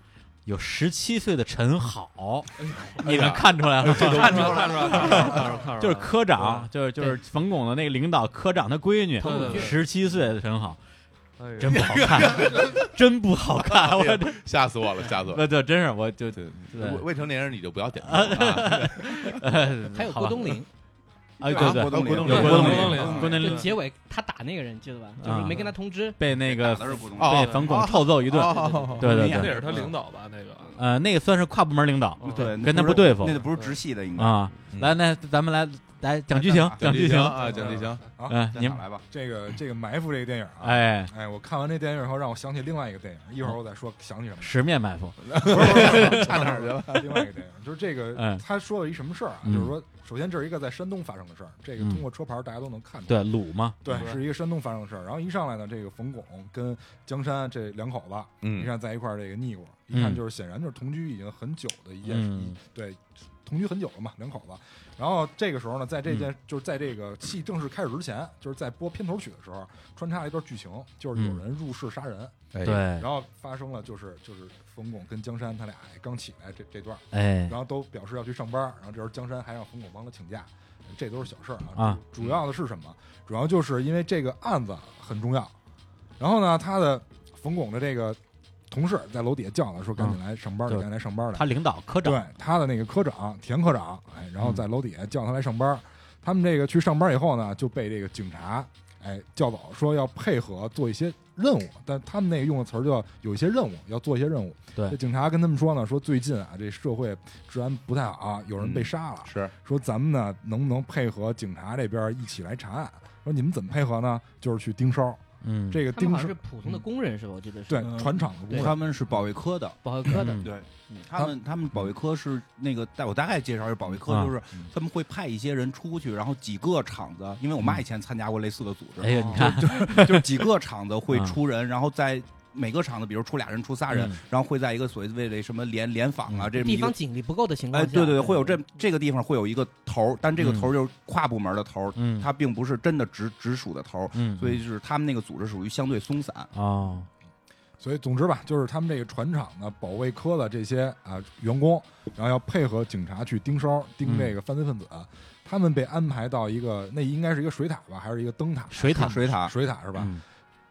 Speaker 1: 有十七岁的陈好，你
Speaker 2: 哎
Speaker 1: 们
Speaker 2: 呀
Speaker 1: 看出来了？
Speaker 4: 看出来看出来看出来看出来看出来，
Speaker 1: 就是科长，就是就是冯巩的那个领导科长他闺女
Speaker 4: 对对，对
Speaker 1: 十七岁的陈好，
Speaker 4: 哎呀
Speaker 1: 真不好看，真不好看，我这
Speaker 2: 吓死我了，吓死我了。
Speaker 1: 对对，真是我就
Speaker 2: 对
Speaker 1: 对 [LAUGHS]
Speaker 2: 未未成年人你就不要点评了啊，
Speaker 1: 呃
Speaker 3: 还有
Speaker 1: 好
Speaker 3: 郭
Speaker 1: 吧 [LAUGHS]
Speaker 3: 冬临，
Speaker 1: 啊，对
Speaker 2: 啊
Speaker 1: 对
Speaker 5: 郭，冬
Speaker 2: 郭
Speaker 5: 临，
Speaker 2: 冬
Speaker 1: 有
Speaker 2: 临
Speaker 1: 郭
Speaker 4: 郭
Speaker 1: 冬
Speaker 4: 冬
Speaker 1: 临啊
Speaker 4: 临
Speaker 1: 郭冬
Speaker 3: 就
Speaker 1: 临
Speaker 3: 结尾他打那个人，记得吧？就是
Speaker 1: 啊
Speaker 3: 没跟他通知，
Speaker 1: 被那个
Speaker 5: 打的是郭冬临，
Speaker 2: 哦
Speaker 1: 被冯巩臭揍一顿， [LAUGHS]
Speaker 2: 哦
Speaker 1: [LAUGHS] 对对
Speaker 5: 郭冬临
Speaker 4: 那
Speaker 1: 对，
Speaker 4: 也是他领导吧？那个
Speaker 1: 呃，那个算是跨部门领导
Speaker 4: 哦
Speaker 5: 对，
Speaker 1: 跟他不
Speaker 5: 不是
Speaker 1: 对付
Speaker 5: 那不是直系的应该。
Speaker 1: 啊。
Speaker 2: 嗯
Speaker 1: 来，那咱们来来讲剧情，
Speaker 2: 蒋
Speaker 1: 剧
Speaker 2: 劲
Speaker 1: 情
Speaker 2: 行，啊，蒋劲行，
Speaker 1: 嗯，
Speaker 5: 现
Speaker 1: 您
Speaker 5: 场来吧，
Speaker 6: 这个这个埋伏这个电影啊，哎
Speaker 1: 哎，
Speaker 6: 我看完这电影以后，让我想起另外一个电影，一会儿我再说想起什么。
Speaker 1: 十面埋伏，
Speaker 6: 不是不是不是差哪儿去了？另外一个电影就是这个
Speaker 1: 嗯，
Speaker 6: 他说了一什么事儿啊？
Speaker 1: 嗯
Speaker 6: 就是说，首先这是一个在山东发生的事儿，这个
Speaker 1: 嗯
Speaker 6: 通过车牌大家都能看到。
Speaker 1: 对鲁嘛，
Speaker 6: 对，
Speaker 4: 对
Speaker 6: 是一个山东发生的事儿。然后一上来呢，这个冯巩跟江山这两口子，你
Speaker 2: 嗯，
Speaker 6: 看在一块儿这个腻过，
Speaker 1: 嗯
Speaker 6: 一看就是显然就是同居已经很久的一件事，
Speaker 1: 嗯
Speaker 6: 对，同居很久了嘛，两口子。然后这个时候呢，在这件、就是在这个戏正式开始之前，就是在播片头曲的时候，穿插了一段剧情，就是有人入室杀人，
Speaker 2: 哎，
Speaker 1: 对
Speaker 6: 然，后发生了就是就是冯巩跟江山他俩哎刚起来这这段，
Speaker 1: 哎，
Speaker 6: 然后都表示要去上班，然后这时候江山还让冯巩帮他请假，这都是小事儿啊。
Speaker 1: 啊
Speaker 6: 主主要的是什么？主要就是因为这个案子很重要。然后呢，他的冯巩的这个同事在楼底下叫他说：“赶紧来上班来，
Speaker 1: 对
Speaker 6: 赶紧来上班来。
Speaker 1: 他领导科”长
Speaker 6: 对，他的那个科长田科长，哎，然后在楼底下叫他来上班。他们这个去上班以后呢，就被这个警察哎叫走，说要配合做一些任务，但他们那个用的词儿叫有一些任务，要做一些任务。
Speaker 1: 对
Speaker 6: 这警察跟他们说呢，说最近啊，这社会治安不太好啊、有人被杀
Speaker 1: 嗯
Speaker 6: 了，
Speaker 2: 是，
Speaker 6: 说咱们呢能不能配合警察这边一起来查案？说你们怎么配合呢？就是去盯梢，
Speaker 1: 嗯，
Speaker 6: 这个
Speaker 3: 他们
Speaker 6: 盯
Speaker 3: 好像
Speaker 6: 梢
Speaker 3: 是呃普通的工人是吧？我记得是
Speaker 6: 对
Speaker 5: 嗯
Speaker 6: 船厂的工
Speaker 5: 他
Speaker 6: 人，
Speaker 5: 们是保卫科的，
Speaker 3: 保卫科的
Speaker 1: 嗯，
Speaker 5: 对他们他们保卫科是那个，但我大概介绍一下保卫科，
Speaker 1: 啊
Speaker 5: 就是
Speaker 2: 嗯
Speaker 5: 他们会派一些人出去，然后几个厂子，因为我妈以前参加过类似的组
Speaker 1: 哎
Speaker 5: 织，
Speaker 1: 呀，你
Speaker 3: 哦
Speaker 1: 看，
Speaker 5: 就是几个厂子会
Speaker 1: 啊
Speaker 5: 出人，然后在每个厂子，比如出俩人、出仨人
Speaker 1: 嗯，
Speaker 5: 然后会在一个所谓的什么联联访啊，这么
Speaker 3: 地
Speaker 5: 一个
Speaker 3: 方警力不够的情况
Speaker 5: 哎，
Speaker 3: 下，
Speaker 5: 对对对，会有这这个地方会有一个头儿，但这个头儿就是跨部门的头儿，
Speaker 1: 嗯，
Speaker 5: 它并不是真的直直属的头儿，
Speaker 1: 嗯，
Speaker 5: 所以就是他们那个组织属于相对松散。
Speaker 1: 哦，
Speaker 6: 所以总之吧，就是他们这个船厂的保卫科的这些啊员工，然后要配合警察去盯梢盯这个犯罪分子。啊
Speaker 1: 嗯
Speaker 6: 他们被安排到一个，那应该是一个水塔吧，还是一个灯塔？
Speaker 1: 水塔
Speaker 5: 水塔
Speaker 6: 水塔是吧？
Speaker 1: 嗯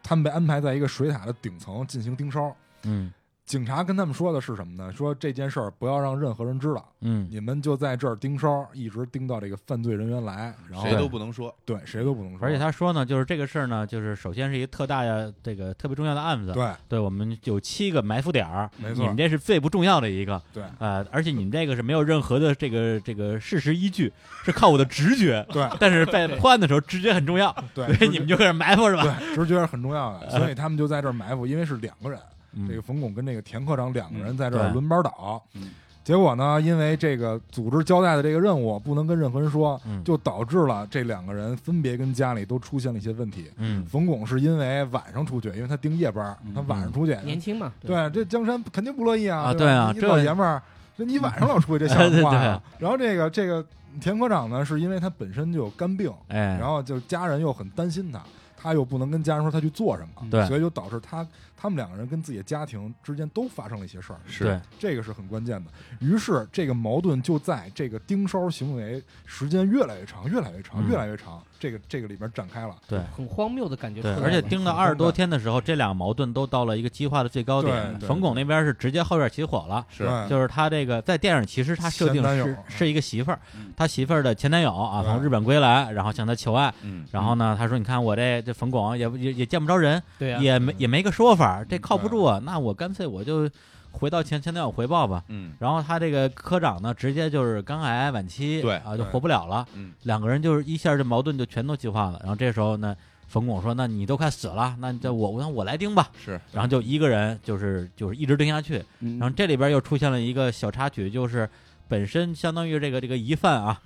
Speaker 6: 他们被安排在一个水塔的顶层进行盯梢。
Speaker 1: 嗯
Speaker 6: 警察跟他们说的是什么呢？说这件事儿不要让任何人知道，
Speaker 1: 嗯，
Speaker 6: 你们就在这儿盯梢，一直盯到这个犯罪人员来，然后
Speaker 2: 谁都不能说，
Speaker 6: 对谁都不能说。
Speaker 1: 而且他说呢，就是这个事儿呢，就是首先是一个特大的这个特别重要的案子，
Speaker 6: 对，
Speaker 1: 对，我们有七个埋伏点儿，
Speaker 6: 没
Speaker 1: 你
Speaker 6: 错
Speaker 1: 们，这是最不重要的一个，
Speaker 6: 对，
Speaker 1: 呃，而且你们这个是没有任何的这个这个事实依据，是靠我的直觉
Speaker 6: [LAUGHS] 对
Speaker 1: 但是在破案的时候直觉很重要，
Speaker 6: 对，
Speaker 1: 所以你们就开始埋伏是吧？
Speaker 6: 对直觉是很重要的，所以他们就在这儿埋伏，因为是两个人，
Speaker 1: 嗯
Speaker 6: 这个冯巩跟这个田科长两个人在这
Speaker 1: 对
Speaker 6: 儿轮班倒
Speaker 5: 嗯。
Speaker 6: 结果呢，因为这个组织交代的这个任务不能跟任何人说
Speaker 1: 嗯，
Speaker 6: 就导致了这两个人分别跟家里都出现了一些问题。
Speaker 1: 嗯
Speaker 6: 冯巩是因为晚上出去，因为他盯夜班，他晚上出去，
Speaker 3: 年轻嘛，
Speaker 6: 对，这江山肯定不乐意啊！
Speaker 1: 啊
Speaker 6: 对
Speaker 1: 对啊
Speaker 6: 吧你
Speaker 1: 这
Speaker 6: 你老爷们儿，这你晚上老出去，这
Speaker 1: [LAUGHS]
Speaker 6: 像
Speaker 1: 对
Speaker 6: 话
Speaker 1: 对
Speaker 6: 啊。然后这个这个田科长呢，是因为他本身就有肝病，
Speaker 1: 哎
Speaker 6: 然，后就家人又很担心他，他又不能跟家人说他去做什么，
Speaker 1: 对
Speaker 6: 所以就导致他他们两个人跟自己的家庭之间都发生了一些事儿，
Speaker 1: 对
Speaker 2: 是，
Speaker 6: 这个是很关键的。于是这个矛盾就在这个盯梢行为时间越来越长、越来越长、
Speaker 1: 嗯
Speaker 6: 越来越长，这个这个里边展开了。
Speaker 1: 对
Speaker 3: 很荒谬的感觉出
Speaker 1: 对
Speaker 3: 来，了。
Speaker 1: 而且盯了
Speaker 6: 很
Speaker 1: 二十多
Speaker 6: 荒诞
Speaker 1: 天的时候，这俩矛盾都到了一个激化的最高点
Speaker 6: 对。对
Speaker 1: 冯巩那边是直接后院起火了。
Speaker 2: 是
Speaker 6: 对
Speaker 1: 就是他这个在电影，其实他设定
Speaker 6: 嗯前男友
Speaker 1: 是
Speaker 6: 嗯
Speaker 1: 是一个媳妇儿
Speaker 5: 嗯，
Speaker 1: 他媳妇儿的前男友啊，
Speaker 6: 对
Speaker 1: 从日本归来，然后向他求爱，
Speaker 2: 嗯，
Speaker 1: 然后呢，他说：“你看我这这冯巩也不也也见不着人，
Speaker 3: 对啊，
Speaker 1: 也没
Speaker 6: 嗯
Speaker 1: 也没个说法，这靠不住啊。那我干脆我就回到前前男友回报吧。
Speaker 2: 嗯，
Speaker 1: 然后他这个科长呢，直接就是肝癌晚期，
Speaker 2: 对
Speaker 1: 啊，就
Speaker 6: 对
Speaker 1: 活不了了。
Speaker 2: 嗯，
Speaker 1: 两个人就是一下这矛盾就全都激化了。然后这时候呢，冯巩说：“那你都快死了，那这我那我来盯吧。
Speaker 2: 是”
Speaker 1: 然后就一个人就是就是一直盯下去。
Speaker 5: 然
Speaker 1: 然后这里边又出现了一个小插曲，就是本身相当于这个这个疑犯啊，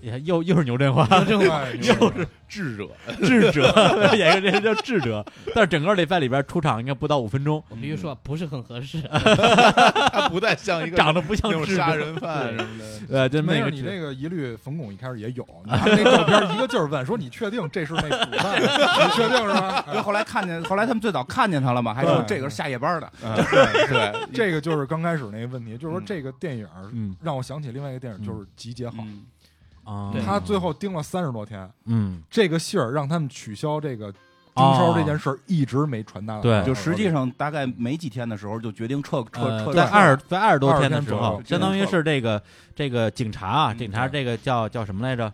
Speaker 1: 也又又是牛振华，
Speaker 6: 对，就是
Speaker 2: 智者，
Speaker 1: 智者， [LAUGHS] 演员这叫智者，但是整个礼拜里边出场应该不到五分钟，
Speaker 3: 我必须
Speaker 1: 嗯
Speaker 3: 说不是很合适。
Speaker 2: 他不再像一个
Speaker 1: 长得不
Speaker 2: 那
Speaker 1: 像
Speaker 2: 种
Speaker 1: 智
Speaker 2: 杀
Speaker 1: 者，
Speaker 2: 人犯什么的。
Speaker 1: 呃，就
Speaker 6: 没
Speaker 1: 那
Speaker 6: 有
Speaker 1: 个
Speaker 6: 你
Speaker 1: 智
Speaker 6: 这个疑虑，冯巩一开始也有，你看那照片一个劲儿问说你确定这是那古代的？你确定是吧？
Speaker 5: 后来看见，后来他们最早看见他了嘛，还说
Speaker 6: 对
Speaker 5: 这个是下夜班的，
Speaker 6: [LAUGHS]
Speaker 2: 啊对，
Speaker 6: 这个就是刚开始那个问题，就是说
Speaker 2: 嗯
Speaker 6: 这个电影
Speaker 1: 嗯
Speaker 6: 让我想起另外一个电影，就是《集结号》，
Speaker 5: 嗯
Speaker 1: 啊，
Speaker 3: 对
Speaker 6: 他最后盯了三十多天，
Speaker 1: 嗯，
Speaker 6: 这个信儿让他们取消这个盯梢这件事儿，一直没传达到
Speaker 1: 哦对
Speaker 6: 老
Speaker 5: 就
Speaker 6: 师
Speaker 5: 实际上大概没几天的时候就决定撤撤
Speaker 1: 呃，
Speaker 5: 撤
Speaker 1: 在
Speaker 5: 撤
Speaker 1: 二在二十多
Speaker 6: 20
Speaker 1: 天的
Speaker 6: 天
Speaker 1: 时
Speaker 6: 左
Speaker 1: 候
Speaker 6: 右，
Speaker 1: 相当于
Speaker 5: 这个
Speaker 1: 是这个这个警察啊，
Speaker 5: 嗯
Speaker 1: 警察这个叫叫什么来着？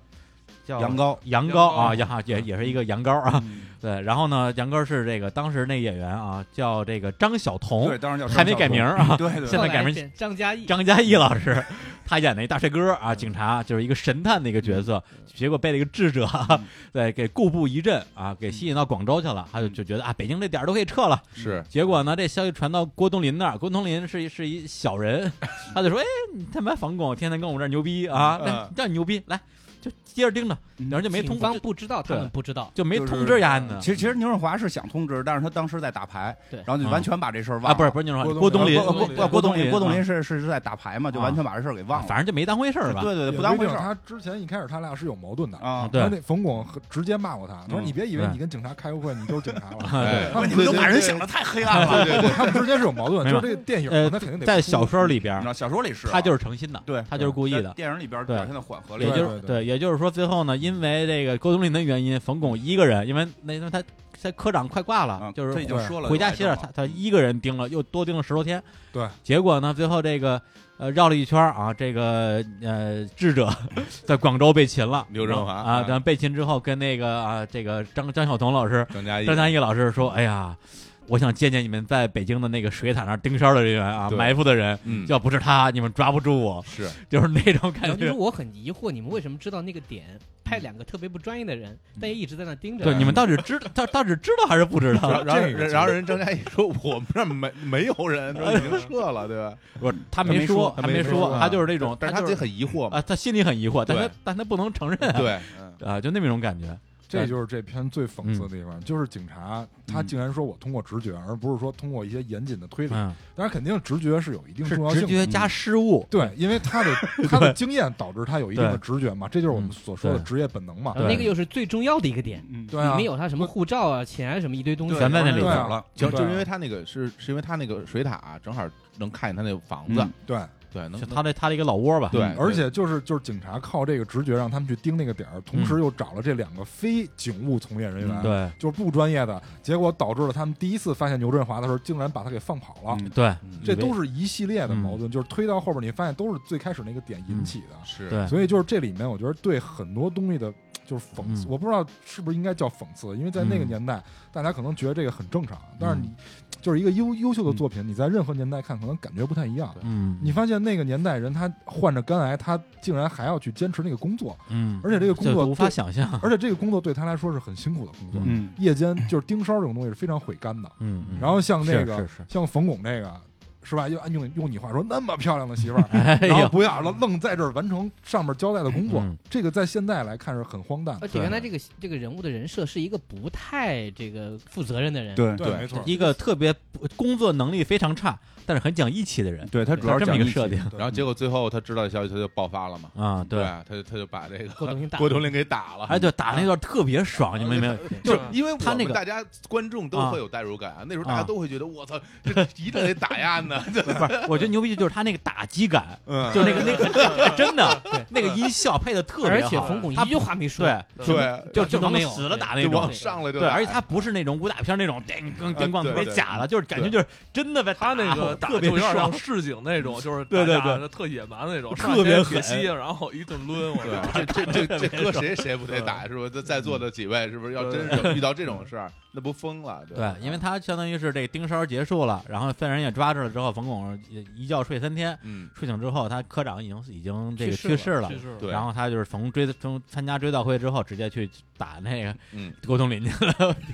Speaker 1: 叫
Speaker 5: 羊羔
Speaker 1: 羊
Speaker 4: 羊
Speaker 1: 羔
Speaker 4: 羔
Speaker 1: 啊，羊也也是一个羊羔啊， [LAUGHS]
Speaker 5: 嗯
Speaker 1: 对。然后呢，羊羔是这个当时那演员啊，叫这个张晓彤
Speaker 5: 对，，当然叫
Speaker 1: 哦还没改名儿啊，[LAUGHS]
Speaker 5: [LAUGHS] 对对
Speaker 1: 现在
Speaker 5: 对
Speaker 3: 后
Speaker 1: 改
Speaker 3: 来
Speaker 1: 名
Speaker 3: 是张嘉译，
Speaker 1: 张嘉译老师，他演的一大帅哥啊，警察就是一个神探的一个角色，结果被这个智者 [LAUGHS] 啊、
Speaker 5: 嗯
Speaker 1: 对给固步一阵啊，给吸引到广州去了，他就就觉得啊，北京这点儿都可以撤了。
Speaker 2: 是
Speaker 1: 结果呢，这消息传到郭冬临那儿，郭冬临是一是一小人，他就说，哎，你他妈反巩天天跟我们这儿牛逼啊，
Speaker 2: 嗯
Speaker 1: 那叫你牛逼，来就接着盯着，
Speaker 5: 嗯
Speaker 1: 然后就没通
Speaker 3: 警
Speaker 1: 知
Speaker 3: 方，不知道，他
Speaker 1: 对
Speaker 3: 们不知道，
Speaker 1: 就没
Speaker 5: 就是
Speaker 1: 通知丫呢
Speaker 5: 其实其实牛润华是想通知，但是他当时在打牌，
Speaker 3: 对
Speaker 5: 然后就完全把这事儿忘了。
Speaker 1: 啊，
Speaker 5: 呃
Speaker 1: 不是不是你说
Speaker 6: 郭
Speaker 1: 郭冬
Speaker 6: 冬
Speaker 1: 临
Speaker 6: 临，
Speaker 5: 郭郭郭冬
Speaker 1: 冬
Speaker 5: 临，郭冬
Speaker 1: 啊
Speaker 5: 临是是是在打牌嘛，就
Speaker 1: 啊
Speaker 5: 完全把这事儿给忘了。
Speaker 1: 反正就没当回事儿吧，嗯
Speaker 5: 对对
Speaker 6: 也
Speaker 5: 对，不当
Speaker 6: 不一
Speaker 5: 回
Speaker 6: 定啊
Speaker 5: 事儿
Speaker 6: 他之前一开始他俩是有矛盾的。
Speaker 5: 啊。
Speaker 1: 对
Speaker 6: 他那冯巩和直接骂过他，他说：“
Speaker 5: 嗯
Speaker 6: 你别以为
Speaker 1: 对
Speaker 6: 你跟警察开过会，你就是警察了。
Speaker 1: 啊 [LAUGHS]
Speaker 2: 哎
Speaker 5: 哦不是你们都把人想
Speaker 2: 了，
Speaker 5: 的太黑暗了。
Speaker 2: 对对对，
Speaker 6: 他们之间是有矛盾，
Speaker 1: 没
Speaker 6: 就
Speaker 1: 有
Speaker 6: 是这个电影
Speaker 1: 呃，
Speaker 6: 那肯定得
Speaker 1: 在
Speaker 6: 铺
Speaker 1: 小说里边
Speaker 5: 你知
Speaker 1: 儿，
Speaker 5: 道小说里是啊
Speaker 1: 他就是诚心的，
Speaker 5: 对嗯
Speaker 1: 他就是故意
Speaker 5: 在
Speaker 1: 的。
Speaker 5: 电影里边
Speaker 1: 对
Speaker 5: 表现的缓和了一
Speaker 1: 也
Speaker 5: 点，
Speaker 1: 就
Speaker 6: 对
Speaker 1: 是
Speaker 6: 对
Speaker 1: 也就是说，最后呢，因为这个郭冬临的原因，冯巩一个人，因为那因为他他科长快挂了
Speaker 5: 啊，
Speaker 1: 就是
Speaker 5: 这已经
Speaker 6: 回
Speaker 5: 说了，嗯
Speaker 1: 回家歇着，
Speaker 5: 他
Speaker 1: 他他一个人盯了，又多盯了十多天。
Speaker 6: 对，
Speaker 1: 结果呢，最后这个呃绕了一圈儿啊，这个呃智
Speaker 2: [LAUGHS]
Speaker 1: 者在广州被擒了，
Speaker 2: 刘振华
Speaker 1: 啊，
Speaker 2: 啊
Speaker 1: 咱被擒之后，跟那个啊这个张张晓彤老师、
Speaker 2: 张嘉译，
Speaker 1: 张嘉译老师说，哎呀，我想见见你们在北京的那个水塔那儿盯梢的人员啊，
Speaker 2: 对
Speaker 1: 埋伏的人。
Speaker 2: 嗯，
Speaker 1: 要不是他，你们抓不住我，
Speaker 2: 是
Speaker 1: 就是那种感觉。
Speaker 3: 然后就是我很疑惑，你们为什么知道那个点？派两个特别不专业的人，但也一直在那盯着。
Speaker 1: 嗯
Speaker 3: 啊
Speaker 1: 对，你们到底知到到底知道还是不知
Speaker 2: 然
Speaker 1: 道？
Speaker 2: 后然后
Speaker 6: [LAUGHS] 这个
Speaker 2: 然后人张嘉译说我们这儿没没有人，都已经
Speaker 1: [LAUGHS]
Speaker 2: 撤了，对吧？
Speaker 1: 不是，他
Speaker 5: 没
Speaker 1: 说
Speaker 5: 说，
Speaker 1: 他
Speaker 2: 他没
Speaker 1: 没
Speaker 2: 说啊
Speaker 1: 他就是那种，
Speaker 2: 但是他
Speaker 1: 就
Speaker 2: 自
Speaker 1: 是
Speaker 2: 己很疑惑嘛
Speaker 1: 啊，，他心里很疑惑，但他
Speaker 2: 对
Speaker 1: 但他不能承认啊，
Speaker 2: 对，嗯
Speaker 1: 啊，就那么一种感觉。
Speaker 6: 这就是这篇最讽刺的地方，
Speaker 1: 嗯
Speaker 6: 就是警察他竟然说我通过直觉，而不是说通过一些严谨的推理。
Speaker 1: 嗯，
Speaker 6: 当然，肯定直觉是有一定
Speaker 1: 是
Speaker 6: 重要
Speaker 1: 直
Speaker 6: 性
Speaker 1: 觉
Speaker 6: 的。
Speaker 1: 加失误。
Speaker 6: 对，因为他
Speaker 1: [LAUGHS]
Speaker 6: 的他的经验导致他有一定的直觉嘛，这就是我
Speaker 1: 嗯
Speaker 6: 们所说的职业本能嘛。
Speaker 3: 然后那个又是最重要的一个点，
Speaker 5: 嗯，
Speaker 6: 对啊，
Speaker 3: 里面有他什么护照啊、钱啊什么一堆东西。
Speaker 1: 全在那里
Speaker 6: 对
Speaker 1: 边
Speaker 6: 啊
Speaker 1: 儿了，
Speaker 2: 就
Speaker 6: 对
Speaker 2: 就是因为他那个是是因为他那个水塔啊正好能看见他那房子
Speaker 5: 嗯，
Speaker 6: 对，
Speaker 2: 对，能
Speaker 1: 就他的他的一个老窝吧。
Speaker 2: 对
Speaker 6: 嗯而且就是就是警察靠这个直觉让他们去盯那个点儿，同
Speaker 1: 嗯
Speaker 6: 时又找了这两个非警务从业人员，
Speaker 5: 嗯
Speaker 1: 对
Speaker 6: 就是不专业的，结果导致了他们第一次发现牛振华的时候，竟然把他给放跑了。
Speaker 5: 嗯
Speaker 1: 对
Speaker 2: 嗯
Speaker 6: 这都是一系列
Speaker 1: 嗯
Speaker 6: 的矛盾，就是推到后边，你发现都是最开始那个点引起的。 [LAUGHS]
Speaker 2: 是
Speaker 1: 对
Speaker 6: 所以就是这里面，我觉得对很多东西的，就是讽
Speaker 1: 嗯
Speaker 6: 刺，我不知道是不是应该叫讽刺，因为在那个
Speaker 1: 嗯
Speaker 6: 年代，大家可能觉得这个很正常，但是你、就是一个优优秀的作品，你在任何年代看，可能感觉不太一样。
Speaker 1: 嗯，
Speaker 6: 你发现那个年代人他患着肝癌，他竟然还要去坚持那个工作，
Speaker 1: 嗯，
Speaker 6: 而且这个工
Speaker 1: 就
Speaker 6: 作
Speaker 1: 无法
Speaker 6: 对
Speaker 1: 想
Speaker 6: [LAUGHS]
Speaker 1: 象。
Speaker 6: 而且这个工作对他来说是很辛苦的工作。
Speaker 1: 嗯
Speaker 5: 嗯，
Speaker 6: 夜间就是盯梢这种东西是非常毁肝的。
Speaker 1: 嗯，嗯
Speaker 6: 然后像那
Speaker 1: 是
Speaker 6: 个
Speaker 1: 是是，
Speaker 6: 像冯巩这个，是吧？用用用你话说，那么漂亮的媳妇儿，
Speaker 1: [LAUGHS] 哎
Speaker 6: 然后
Speaker 1: 呦，
Speaker 6: 不要了，愣在这儿完成上面交代的工作
Speaker 1: 嗯，
Speaker 6: 这个在现在来看是很荒诞的
Speaker 3: 而。且原来这个这个人物的人设是一个不太这个负责任的人，
Speaker 5: 对
Speaker 6: 对，没错，
Speaker 1: 一个特别不工作能力非常差，但是很讲义气的人，
Speaker 5: 对，他主要
Speaker 1: 这么
Speaker 5: 讲
Speaker 1: 一个
Speaker 5: 义气
Speaker 1: 设定
Speaker 2: 然后结果最后他知道消息，他就爆发了嘛。
Speaker 1: 啊，
Speaker 2: 对
Speaker 1: 对，
Speaker 2: 啊，他就他就把这个
Speaker 3: 郭冬临打
Speaker 2: 郭冬临给打了。
Speaker 1: 哎，对，打那段特别爽，你们有没有？
Speaker 2: 就
Speaker 4: 对
Speaker 2: 因为我
Speaker 1: 他那
Speaker 2: 们
Speaker 1: 个
Speaker 2: 大家观众都
Speaker 1: 啊
Speaker 2: 会有代入感啊，那时候大家
Speaker 1: 啊
Speaker 2: 都会觉得我操，这一定得打压呢。
Speaker 1: 不是，我觉得牛逼就是他那个打击感，
Speaker 2: 嗯，
Speaker 1: 就那个那 [LAUGHS] 个真的
Speaker 3: 对
Speaker 1: 那个音效配的特
Speaker 3: 而
Speaker 1: 别
Speaker 3: 且
Speaker 1: 好，
Speaker 3: 冯巩
Speaker 1: 他
Speaker 3: 一
Speaker 1: 不
Speaker 3: 句话没说，
Speaker 1: 对，
Speaker 2: 对，
Speaker 1: 就
Speaker 3: 就
Speaker 1: 就往
Speaker 3: 没有
Speaker 1: 死了打那
Speaker 2: 就
Speaker 1: 种
Speaker 2: 往，上来就
Speaker 1: 对，
Speaker 2: 打
Speaker 1: 而且他不是那种武打片那种叮咣叮咣
Speaker 2: 啊对
Speaker 1: 特别
Speaker 2: 对
Speaker 1: 假的，就是感觉
Speaker 2: 对
Speaker 1: 就是真的在
Speaker 4: 他那个
Speaker 1: 打
Speaker 4: 打
Speaker 1: 我，特
Speaker 4: 就
Speaker 1: 别
Speaker 4: 有点
Speaker 1: 爽
Speaker 4: 像，市井那种，就是
Speaker 1: 对对
Speaker 4: 打架
Speaker 1: 对
Speaker 4: 特野蛮那种，
Speaker 1: 特别
Speaker 4: 可
Speaker 1: 狠
Speaker 4: 惜，然后一顿抡，我操
Speaker 2: 对，
Speaker 1: [LAUGHS]
Speaker 2: 这这这这搁谁谁不得打是不是？在在座的几位是不是要真是遇到这种事儿，那不疯了？吧
Speaker 1: 对，因为他相当于是这盯梢结束了，然后犯人也抓住了之后，冯巩也一觉睡三天，
Speaker 2: 嗯，
Speaker 1: 睡醒之后，他科长已经已经这个去
Speaker 3: 去世
Speaker 1: 世
Speaker 3: 了
Speaker 1: 了
Speaker 4: 去。世了
Speaker 2: 对
Speaker 1: 然后他就是从追从参加追悼会之后，直接去打那个
Speaker 2: 嗯
Speaker 1: 郭冬临去了。 [LAUGHS]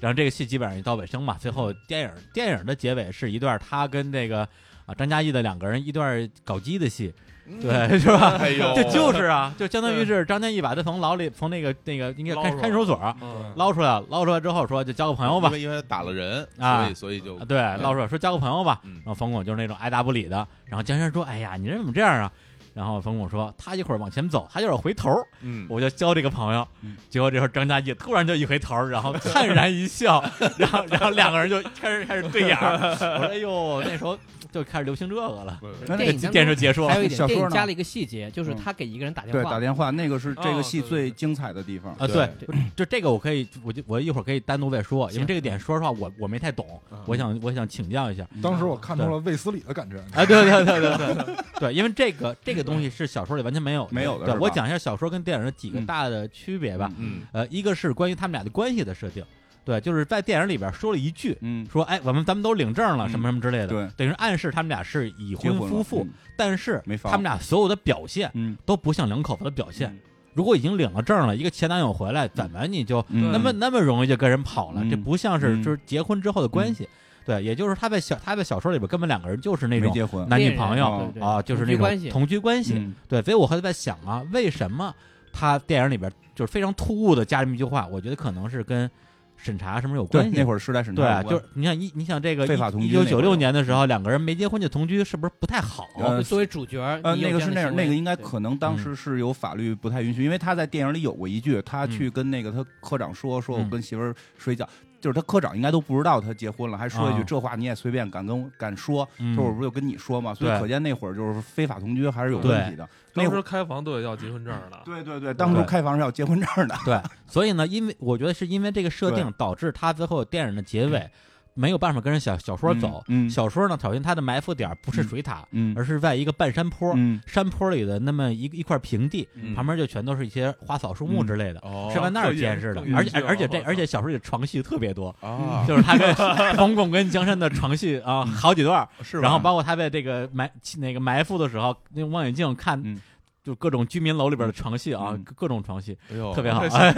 Speaker 1: 然后这个戏基本上也到尾声嘛，
Speaker 2: 嗯
Speaker 1: 最后电影电影的结尾是一段他跟这个啊张嘉译的两个人一段搞基的戏，
Speaker 2: 嗯，
Speaker 1: 对， [LAUGHS] 是吧？
Speaker 2: 哎呦，
Speaker 1: 这就是啊，就相当于是张嘉译把他从牢里从那个那个应该
Speaker 4: 捞
Speaker 1: 看
Speaker 4: 出来
Speaker 1: 看守所
Speaker 4: 嗯
Speaker 1: 捞出来了，捞出来之后说就交个朋友吧
Speaker 2: 因，为因为打了人，
Speaker 1: 啊
Speaker 2: 所以所以就
Speaker 1: 啊，对，捞出来说交个朋友吧。
Speaker 2: 嗯
Speaker 1: 然后冯巩就是那种爱答不理的。然后江先生说：“哎呀，你人怎么这样啊？”然后冯巩说：“他一会儿往前走，他一会儿回头，
Speaker 2: 嗯，
Speaker 1: 我就交这个朋友。
Speaker 5: 嗯
Speaker 1: 结果这时候张嘉译突然就一回头，然后灿然一 [LAUGHS] 笑，然后然后两个人就开始开始对眼儿。 [LAUGHS] 我说：“哎呦，那时候就开始流行这个了。
Speaker 2: 不
Speaker 5: 那
Speaker 3: 电
Speaker 5: 得
Speaker 3: 影当中
Speaker 1: 电视结束
Speaker 3: 还
Speaker 1: 啊，
Speaker 3: 有一点，
Speaker 5: 小
Speaker 3: 电
Speaker 5: 说
Speaker 3: 影
Speaker 5: 呢
Speaker 3: 加了一个细节，就是
Speaker 5: 嗯
Speaker 3: 他给一个人打电
Speaker 5: 对，
Speaker 3: 话，
Speaker 5: 打电话那个是这
Speaker 4: 哦
Speaker 5: 个戏
Speaker 4: 对对
Speaker 5: 最
Speaker 4: 对
Speaker 5: 精彩的地方。
Speaker 1: 啊对
Speaker 2: 对，
Speaker 1: 就这个我可以，我就我一会儿可以单独再说，因为这个点说实话我我没太懂，我想我想请教一 [LAUGHS] 下。
Speaker 6: 当时我看出了卫斯理的感觉，
Speaker 1: 啊，对对对对对 [LAUGHS] 对，因为这个这个东西是小说里完全没有
Speaker 5: 没有的
Speaker 1: 对，
Speaker 5: 是吧
Speaker 1: 我讲一下小说跟电影的几个
Speaker 5: 嗯
Speaker 1: 大的区别吧。
Speaker 2: 嗯
Speaker 1: 呃，一个是关于他们俩的关系的设定，对，就是在电影里边说了一句，
Speaker 5: 嗯，
Speaker 1: 说哎，我们咱们都领证了，
Speaker 5: 嗯
Speaker 1: 什么什么之类的，
Speaker 5: 对
Speaker 1: 等于是暗示他们俩是已
Speaker 5: 结
Speaker 1: 婚
Speaker 5: 婚了嗯
Speaker 1: 夫妇，，但是
Speaker 5: 没房
Speaker 1: 他们俩所有的表现
Speaker 5: 嗯，
Speaker 1: 都不像两口子的表现。
Speaker 5: 嗯
Speaker 1: 如果已经领了证了，一个前男友回来，怎么你就
Speaker 5: 嗯
Speaker 1: 那么那么容易就跟人跑了？
Speaker 5: 嗯
Speaker 1: 这不像是
Speaker 5: 嗯
Speaker 1: 就是结婚之后的关系。对，也就是他在小他在小说里边根本两个人就是那
Speaker 5: 没
Speaker 1: 种
Speaker 5: 结婚，
Speaker 1: 男女
Speaker 3: 恋人
Speaker 1: 朋友
Speaker 3: 对对
Speaker 1: 啊，就是那
Speaker 3: 同居
Speaker 1: 种
Speaker 3: 关系
Speaker 1: 同居关系。
Speaker 5: 嗯
Speaker 1: 对，所以我后来在想啊，为什么他电影里边就是非常突兀的加这么一句话？我觉得可能是跟审查什么有
Speaker 5: 对
Speaker 1: 关系。
Speaker 5: 那会儿时代审查
Speaker 1: 对，啊
Speaker 5: 有
Speaker 1: 就
Speaker 5: 关
Speaker 1: 是你想一，你想这个
Speaker 5: 非法同居
Speaker 1: 一
Speaker 5: 那
Speaker 1: 九
Speaker 5: 会儿嗯
Speaker 1: 九六年的时候，两个人没结婚就同居，是不是不太好？
Speaker 5: 呃
Speaker 3: 作为主角，
Speaker 5: 呃，
Speaker 3: 你有
Speaker 5: 那个是那
Speaker 3: 这
Speaker 5: 样，
Speaker 3: 样的
Speaker 5: 那
Speaker 3: 行
Speaker 5: 个
Speaker 3: 为
Speaker 5: 应该
Speaker 3: 对
Speaker 5: 可能当时是有法律不太允许，因为他在电影里有过一句，
Speaker 1: 嗯
Speaker 5: 他去跟那个他科长说，说我跟媳妇儿睡觉，就是他科长应该都不知道他结婚了，还说一句
Speaker 1: 啊
Speaker 5: 这话你也随便敢跟我敢说，
Speaker 1: 嗯
Speaker 5: 说我不就跟你说嘛，所以
Speaker 1: 对
Speaker 5: 可见那会儿就是非法同居还是有
Speaker 1: 对
Speaker 5: 问题的。那
Speaker 4: 当
Speaker 5: 会
Speaker 4: 时
Speaker 5: 儿
Speaker 4: 开房都得要结婚证了，
Speaker 5: 对对对，当初
Speaker 1: 对
Speaker 5: 开房是要结婚证的，
Speaker 1: 对，所以呢，因为我觉得是因为这个设定导致他最后电影的结尾没有办法跟人小小说走。
Speaker 5: 嗯嗯
Speaker 1: 小说呢，首先它的埋伏点不是水塔，
Speaker 5: 嗯
Speaker 1: 而是在一个半山坡，
Speaker 5: 嗯
Speaker 1: 山坡里的那么一一块平地，
Speaker 2: 嗯
Speaker 1: 旁边就全都是一些花草树
Speaker 5: 嗯
Speaker 1: 木之类的，
Speaker 2: 哦
Speaker 1: 是在那儿监视的
Speaker 4: 更。严
Speaker 1: 而且
Speaker 5: 啊
Speaker 1: 而
Speaker 4: 更严
Speaker 1: 且
Speaker 4: 峻
Speaker 1: 这
Speaker 4: 了
Speaker 1: 而且小说里床戏特别多，
Speaker 2: 啊，
Speaker 1: 嗯就是他跟 [LAUGHS] 冯巩跟江山的床戏
Speaker 5: 嗯
Speaker 1: 啊好几段儿，
Speaker 2: 是吧
Speaker 1: 然后包括他在这个埋那个埋伏的时候，用望远镜看
Speaker 5: 嗯。
Speaker 1: 就各种居民楼里边的床戏啊，
Speaker 5: 嗯
Speaker 1: 各各种床戏
Speaker 2: 哎呦
Speaker 1: 特别
Speaker 2: [LAUGHS]
Speaker 1: 好。
Speaker 4: 这
Speaker 1: 哎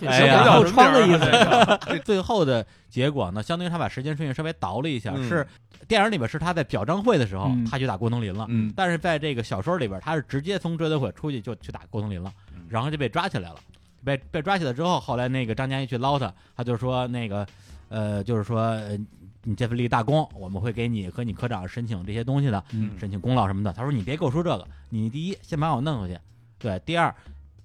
Speaker 3: 对
Speaker 1: 哎呀
Speaker 3: 小
Speaker 4: 小
Speaker 3: 后窗的意思，
Speaker 4: 思，
Speaker 1: 最后的结果呢，相当于他把时间顺序稍微倒了一下，
Speaker 2: 嗯
Speaker 1: 是电影里边是他在表彰会的时候，
Speaker 5: 嗯
Speaker 1: 他去打郭冬临了，
Speaker 5: 嗯
Speaker 1: 但是在这个小说里边，他是直接从追悼会出去就去打郭冬临了
Speaker 2: 嗯，
Speaker 1: 然后就被抓起来了。被被抓起来之后，后来那个张嘉译去捞他，他就说那个，呃，就是说呃你这次立大功，我们会给你和你科长申请这些东西的，
Speaker 5: 嗯
Speaker 1: 申请功劳什么的。他说你别给我说这个，你第一先把我弄回去，对，第二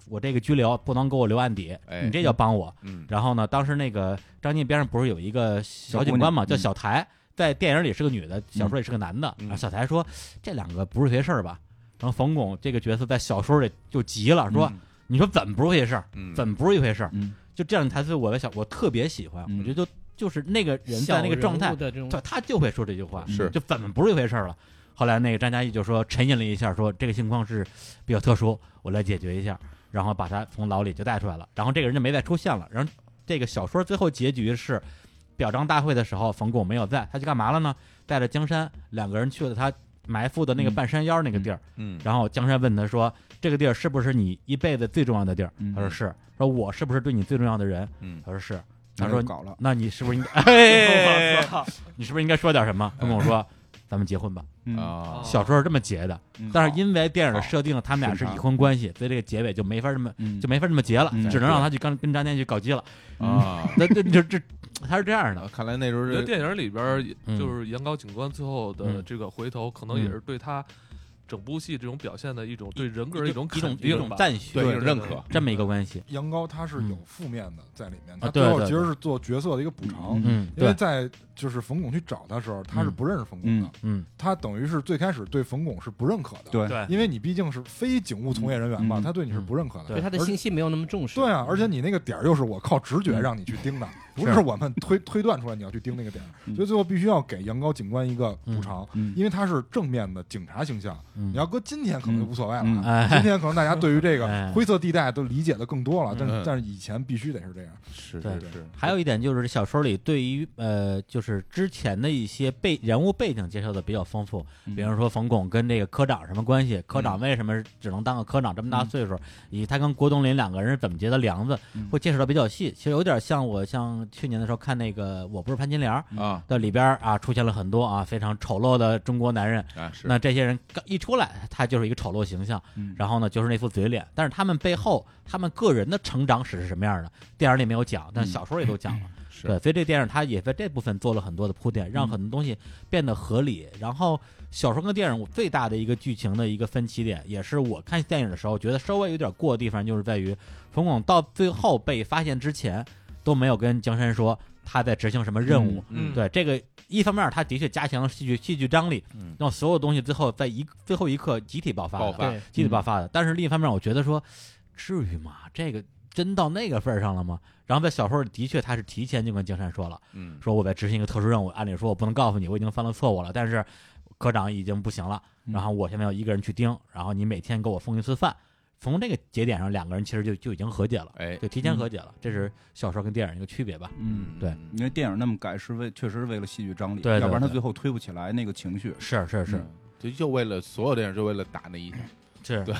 Speaker 1: 我这个拘留不能给我留案底，
Speaker 2: 哎
Speaker 1: 你这叫帮我。
Speaker 2: 嗯
Speaker 1: 然后呢，当时那个张晋边上不是有一个小警官嘛，
Speaker 5: 小姑娘
Speaker 1: 叫
Speaker 5: 嗯
Speaker 1: 小台，在电影里是个女的，小说里是个男的。
Speaker 2: 嗯
Speaker 1: 然后小台说这两个不是回事儿吧？然后冯巩这个角色在小说里就急了，说、
Speaker 5: 嗯
Speaker 1: 你说怎么不是一回事儿？
Speaker 2: 嗯
Speaker 1: 怎么不是一回事儿？
Speaker 5: 嗯
Speaker 1: 就这样的台词，我在想，我特别喜欢，
Speaker 5: 嗯
Speaker 1: 我觉得就就是那个人
Speaker 3: 小
Speaker 1: 在那个状
Speaker 3: 人
Speaker 1: 态
Speaker 3: 物，的这种
Speaker 1: 对，他就会说这句话，
Speaker 2: 是
Speaker 1: 就怎么不是一回事儿了。后来那个张嘉译就说沉吟了一下，说这个情况是比较特殊，我来解决一下，然后把他从牢里就带出来了，然后这个人就没再出现了。然后这个小说最后结局是，表彰大会的时候冯巩没有在，他去干嘛了呢？带着江山两个人去了他埋伏的那个
Speaker 5: 嗯
Speaker 1: 半山腰那个地儿，
Speaker 2: 嗯
Speaker 1: 然后江山问他说：“这个地儿是不是你一辈子最重要的地儿？”
Speaker 5: 嗯
Speaker 1: 他说：“是。”说：“我是不是对你最重要的人？”
Speaker 2: 嗯
Speaker 1: 他说：“是。”
Speaker 5: 那
Speaker 1: 他
Speaker 5: 就
Speaker 1: 说：“
Speaker 5: 搞了，
Speaker 1: [LAUGHS] 那你是不是应该？哎，你是不是应该说点什么？”冯巩说：“咱们结婚吧。
Speaker 2: 啊，
Speaker 1: 小说是这么结的，
Speaker 5: 嗯
Speaker 1: 但是因为电影的设定了，他们俩是已婚关系，所以这个结尾就没法这么
Speaker 5: 嗯
Speaker 1: 就没法这么结了
Speaker 5: 嗯，
Speaker 1: 只能让他去跟跟张天去搞基了。
Speaker 2: 啊，
Speaker 1: 那那这这他是这样的，
Speaker 2: 看来那时
Speaker 4: 我
Speaker 2: 候
Speaker 4: 觉得
Speaker 2: 这
Speaker 4: 电影里边儿也
Speaker 1: 嗯
Speaker 4: 就是岩高警官最后的这个回头，可能也是对他整部戏这种表现的一种对人格的
Speaker 1: 一
Speaker 4: 种
Speaker 1: 一种
Speaker 4: 肯
Speaker 1: 一
Speaker 4: 定
Speaker 1: 种
Speaker 4: 吧。
Speaker 1: 赞许，
Speaker 2: 对一种认
Speaker 4: 对
Speaker 2: 可，
Speaker 1: 这么一个关系。
Speaker 6: 杨高他是有负面的在里面，他
Speaker 1: 对
Speaker 6: 最
Speaker 1: 嗯啊
Speaker 6: 后
Speaker 1: 对
Speaker 6: 其实是做角色的一个补偿，
Speaker 1: 嗯，
Speaker 6: 因为
Speaker 1: 对，
Speaker 6: 在就是冯巩去找他的时候，他是不认识冯巩的，
Speaker 1: 嗯
Speaker 6: 他等于是最开始对冯巩是不认可的，，
Speaker 5: 对
Speaker 4: 对
Speaker 6: 因为你毕竟是非警务从业人员嘛，
Speaker 5: 嗯
Speaker 6: 他对你是不认可的，
Speaker 1: 对
Speaker 3: 对他的
Speaker 6: 而
Speaker 3: 信息没有那么重视。
Speaker 6: 对啊，而且你那个点儿又是我靠直觉
Speaker 5: 嗯
Speaker 6: 让你去盯 [LAUGHS] 的，不
Speaker 5: 是
Speaker 6: 是我们推 [LAUGHS] 推断出来你要去盯那个点儿，
Speaker 5: 嗯
Speaker 6: 所以最后必须要给杨高警官一个补偿，
Speaker 5: 嗯
Speaker 6: 因为他是正面的警察形象。
Speaker 1: 嗯
Speaker 6: 你要搁今天可能就无所谓了，
Speaker 5: 嗯
Speaker 6: [LAUGHS] 今
Speaker 1: 哎，
Speaker 6: 天可能大家对于这 [LAUGHS]
Speaker 1: 哎
Speaker 6: 个灰色地带都理解的更多了，
Speaker 2: 嗯
Speaker 6: 但是但是以前必须得是这样。
Speaker 2: 是
Speaker 1: 对
Speaker 2: 是是，
Speaker 1: 还有一点就是小说里对于呃，就是之前的一些背人物背景介绍的比较丰富，比方说冯巩跟这个科长什么关系，科长为什么只能当个科长这么大岁数，以及他跟郭冬临两个人是怎么结的梁子，
Speaker 5: 嗯
Speaker 1: 会介绍的比较细。其实有点像我像去年的时候看那个《我不是潘金莲》
Speaker 2: 啊
Speaker 1: 的里边儿啊，出现了很多啊非常丑陋的中国男人，
Speaker 2: 啊是
Speaker 1: 那这些人刚一出来，他就是一个丑陋形象，
Speaker 5: 嗯
Speaker 1: 然后呢就是那副嘴脸，但是他们背后他们个人的成长史是什么样的，电影里没有讲，但小说里都讲了，
Speaker 2: 嗯是嗯
Speaker 1: 对，所以这电影它也在这部分做了很多的铺垫，让很多东西变得合理。然后小说跟电影最大的一个剧情的一个分歧点，也是我看电影的时候觉得稍微有点过的地方，就是在于冯巩到最后被发现之前都没有跟江山说他在执行什么任务，
Speaker 2: 嗯
Speaker 1: 对这个，一方面他的确加强了戏剧戏剧张力，
Speaker 2: 嗯
Speaker 1: 让所有东西最后在一最后一刻集体爆发的，
Speaker 2: 爆发
Speaker 3: 对，
Speaker 1: 集体爆发的。但是另一方面，我觉得说，至于吗？这个真到那个份儿上了吗？然后在小说里，的确他是提前就跟江山说了，
Speaker 2: 嗯
Speaker 1: 说我在执行一个特殊任务，按理说我不能告诉你，我已经犯了错误了，但是科长已经不行了，
Speaker 5: 嗯
Speaker 1: 然后我现在要一个人去盯，然后你每天给我送一次饭。从这个节点上，两个人其实就就已经和解了，
Speaker 2: 哎
Speaker 1: 就提前和解了，这是小说跟电影一个区别吧？
Speaker 5: 嗯，
Speaker 1: 对
Speaker 5: 因为电影那么改是为确实是为了戏剧张力，
Speaker 1: 对对
Speaker 5: 要不然他
Speaker 1: 对
Speaker 5: 最后推不起来那个情绪。
Speaker 1: 是是是
Speaker 5: 嗯
Speaker 2: 就就为了所有电影就为了打那一下
Speaker 1: 是，
Speaker 2: 对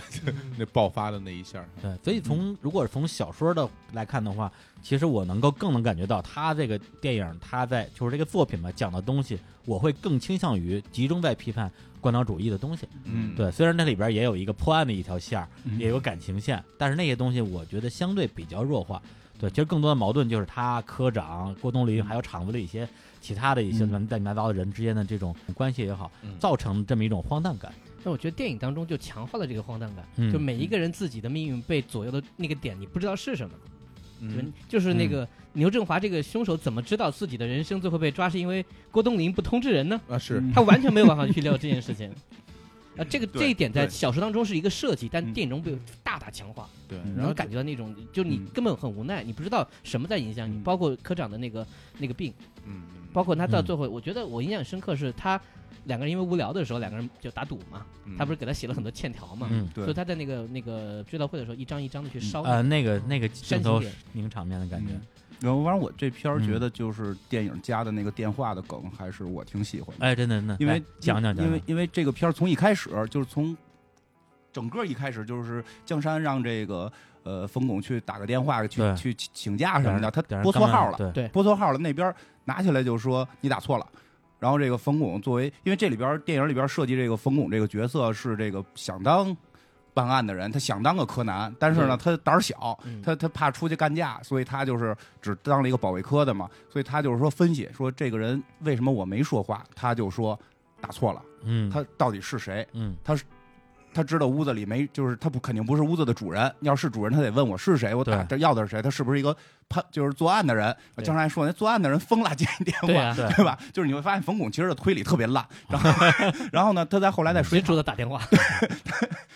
Speaker 2: 那爆发的那一下
Speaker 1: 对，所以从如果是从小说的来看的话，其实我能够更能感觉到他这个电影，他在就是这个作品吧讲的东西，我会更倾向于集中在批判官僚主义的东西。
Speaker 2: 嗯
Speaker 1: 对，虽然那里边也有一个破案的一条线儿，
Speaker 5: 嗯
Speaker 1: 也有感情线，但是那些东西我觉得相对比较弱化。对，其实更多的矛盾就是他科长郭冬临还有厂子里一些其他的一些
Speaker 5: 嗯
Speaker 1: 乱七八糟的人之间的这种关系也好
Speaker 2: 嗯，
Speaker 1: 造成这么一种荒诞感。
Speaker 3: 但我觉得电影当中就强化了这个荒诞感，
Speaker 1: 嗯
Speaker 3: 就每一个人自己的命运被左右的那个点，你不知道是什么。就
Speaker 2: 嗯
Speaker 3: 就是那个牛振华这个凶手怎么知道自己的人生最后被抓，是因为郭冬临不通知人呢？
Speaker 2: 啊是
Speaker 1: 嗯
Speaker 5: 嗯 [LAUGHS]
Speaker 3: 他完全没有办法去料这件事情。啊，这个
Speaker 2: 对
Speaker 3: 这一点在
Speaker 2: 对
Speaker 3: 小说当中是一个设计，但
Speaker 5: 嗯
Speaker 3: 电影中被大大强化，
Speaker 2: 对，
Speaker 5: 嗯
Speaker 3: 你
Speaker 2: 然后
Speaker 3: 能感觉到那种，就你
Speaker 5: 嗯
Speaker 3: 根本很无奈，你不知道什么在影响你，
Speaker 5: 嗯
Speaker 3: 包括科长的那个那个病，
Speaker 2: 嗯
Speaker 3: 包括他到
Speaker 1: 嗯
Speaker 3: 最后，我觉得我印象深刻是他两个人因为无聊的时候，两个人就打赌嘛，
Speaker 2: 嗯
Speaker 3: 他不是给他写了很多欠条嘛，
Speaker 1: 嗯，
Speaker 5: 嗯对
Speaker 3: 所以，他在那个那个追悼会的时候，一张一张的去烧那个，
Speaker 1: 呃，那个那个镜
Speaker 3: 煽情
Speaker 1: 头
Speaker 3: 点
Speaker 1: 名场面的感觉。
Speaker 5: 嗯然后，反正我这片儿
Speaker 1: 嗯
Speaker 5: 觉得就是电影加的那个电话的梗，还是我挺喜欢的。
Speaker 1: 哎，真的，真的，
Speaker 5: 因
Speaker 1: 来
Speaker 5: 为
Speaker 1: 讲讲讲，
Speaker 5: 因为因为这个片儿从一开始就是从整个一开始就是江山让这个呃冯巩去打个电话去
Speaker 1: 对
Speaker 5: 去请请假什么的，他
Speaker 1: 讲
Speaker 5: 拨错号了，
Speaker 1: 对，
Speaker 3: 对
Speaker 5: 拨错号了，那边拿起来就说你打错了。然后这个冯巩作为，因为这里边电影里边设计这个冯巩这个角色是这个想当办案的人，他想当个柯南，但是呢他胆儿小，
Speaker 3: 嗯
Speaker 5: 他他怕出去干架，所以他就是只当了一个保卫科的嘛，所以他就是说分析说这个人为什么我没说话，他就说打错了，
Speaker 1: 嗯，
Speaker 5: 他到底是谁？
Speaker 1: 嗯
Speaker 5: 他知道屋子里没，就是他不肯定不是屋子的主人。要是主人，他得问我是谁，我打这
Speaker 1: 对
Speaker 5: 要的是谁，他是不是一个判就是作案的人？
Speaker 3: 对
Speaker 5: 江山还说那作案的人疯了接你电
Speaker 3: 对
Speaker 5: 话，
Speaker 3: [LAUGHS] 啊，
Speaker 5: [LAUGHS] 对吧？就是你会发现冯巩其实的推理特别烂，然后然后呢，他在后来在水
Speaker 3: 谁主的打电话？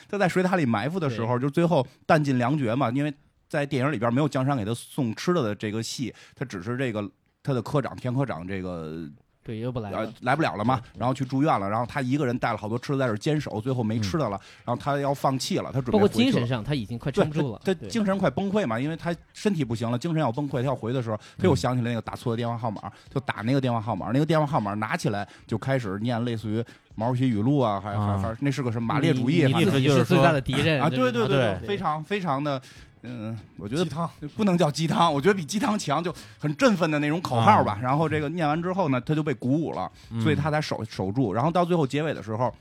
Speaker 5: 他在水塔里埋伏的时候，就最后弹尽粮绝嘛，因为在电影里边没有江山给他送吃的的这个戏，他只是这个。他的科长田科长，这个
Speaker 3: 对，又不来
Speaker 5: 呃
Speaker 3: 了，
Speaker 5: 来不了了嘛，然后去住院了，然后他一个人带了好多吃的在这儿坚守，最后没吃的了，然后他要放弃了，他准备
Speaker 3: 嗯包括
Speaker 5: 回去
Speaker 3: 精
Speaker 5: 了
Speaker 3: 神上他已经快
Speaker 5: 对
Speaker 3: 撑不住了，
Speaker 5: 他他
Speaker 3: 对
Speaker 5: 精神快崩溃嘛，因为他身体不行了，精神要崩溃，他要回的时候，他又想起来那个打错的电话号码，就打那个电话号码，那个电话号码拿起来就开始念类似于毛主席语录啊，还还
Speaker 1: 啊
Speaker 5: 还那是个什么马列主
Speaker 1: 你
Speaker 5: 义，
Speaker 1: 你
Speaker 5: 反
Speaker 1: 意
Speaker 5: 正
Speaker 1: 思
Speaker 3: 自己
Speaker 1: 就是是
Speaker 3: 最
Speaker 1: 说
Speaker 3: 大的敌人
Speaker 5: 啊，对对
Speaker 3: 对
Speaker 1: 对
Speaker 5: 非常非常的嗯，我觉
Speaker 6: 鸡
Speaker 5: 得
Speaker 6: 汤
Speaker 5: 不能叫鸡汤，我觉得比鸡汤强，就很振奋的那种口号吧。然后这个念完之后呢，他就被鼓舞了，
Speaker 1: 嗯
Speaker 5: 所以他才守守住。然后到最后结尾的时候，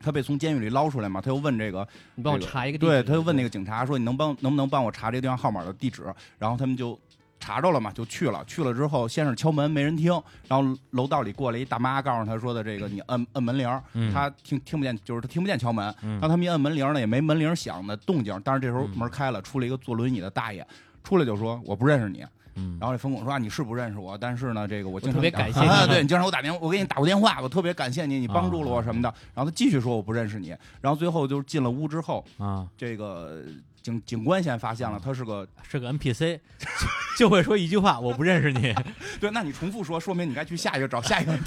Speaker 5: 他被从监狱里捞出来嘛，他又问这个
Speaker 3: 你帮我
Speaker 5: 这个
Speaker 3: 查一个地址。
Speaker 5: 对，他就问那个警察说：“你能帮能不能帮我查这个地方号码的地址？”然后他们就查着了嘛，就去了。去了之后，先是敲门没人听，然后楼道里过来一大妈，告诉他说的这个你摁摁门铃儿，
Speaker 1: 嗯
Speaker 5: 他听听不见，就是他听不见敲门。
Speaker 1: 嗯
Speaker 5: 然后他们一摁门铃儿呢，也没门铃响的动静。但是这时候
Speaker 1: 嗯
Speaker 5: 门开了，出来一个坐轮椅的大爷。出来就说我不认识你，
Speaker 1: 嗯
Speaker 5: 然后这冯巩说啊你是不认识我，但是呢这个我经常
Speaker 3: 特别
Speaker 5: 打
Speaker 3: 感谢
Speaker 5: 啊，
Speaker 3: 你
Speaker 5: 对你经常给我打电话，我给你打过电话，我特别感谢你，你帮助了
Speaker 3: 啊
Speaker 5: 我什么的。然后他继续说我不认识你，然后最后就是进了屋之后，
Speaker 1: 啊，
Speaker 5: 这个警警官先发现了，他是个
Speaker 1: 是个 NPC，就 [LAUGHS] 就会说一句话，我不认识
Speaker 5: [LAUGHS]
Speaker 1: 你，
Speaker 5: [LAUGHS] 对。那你重复说，说明你该去下一个找 [LAUGHS] 下一个
Speaker 3: [LAUGHS]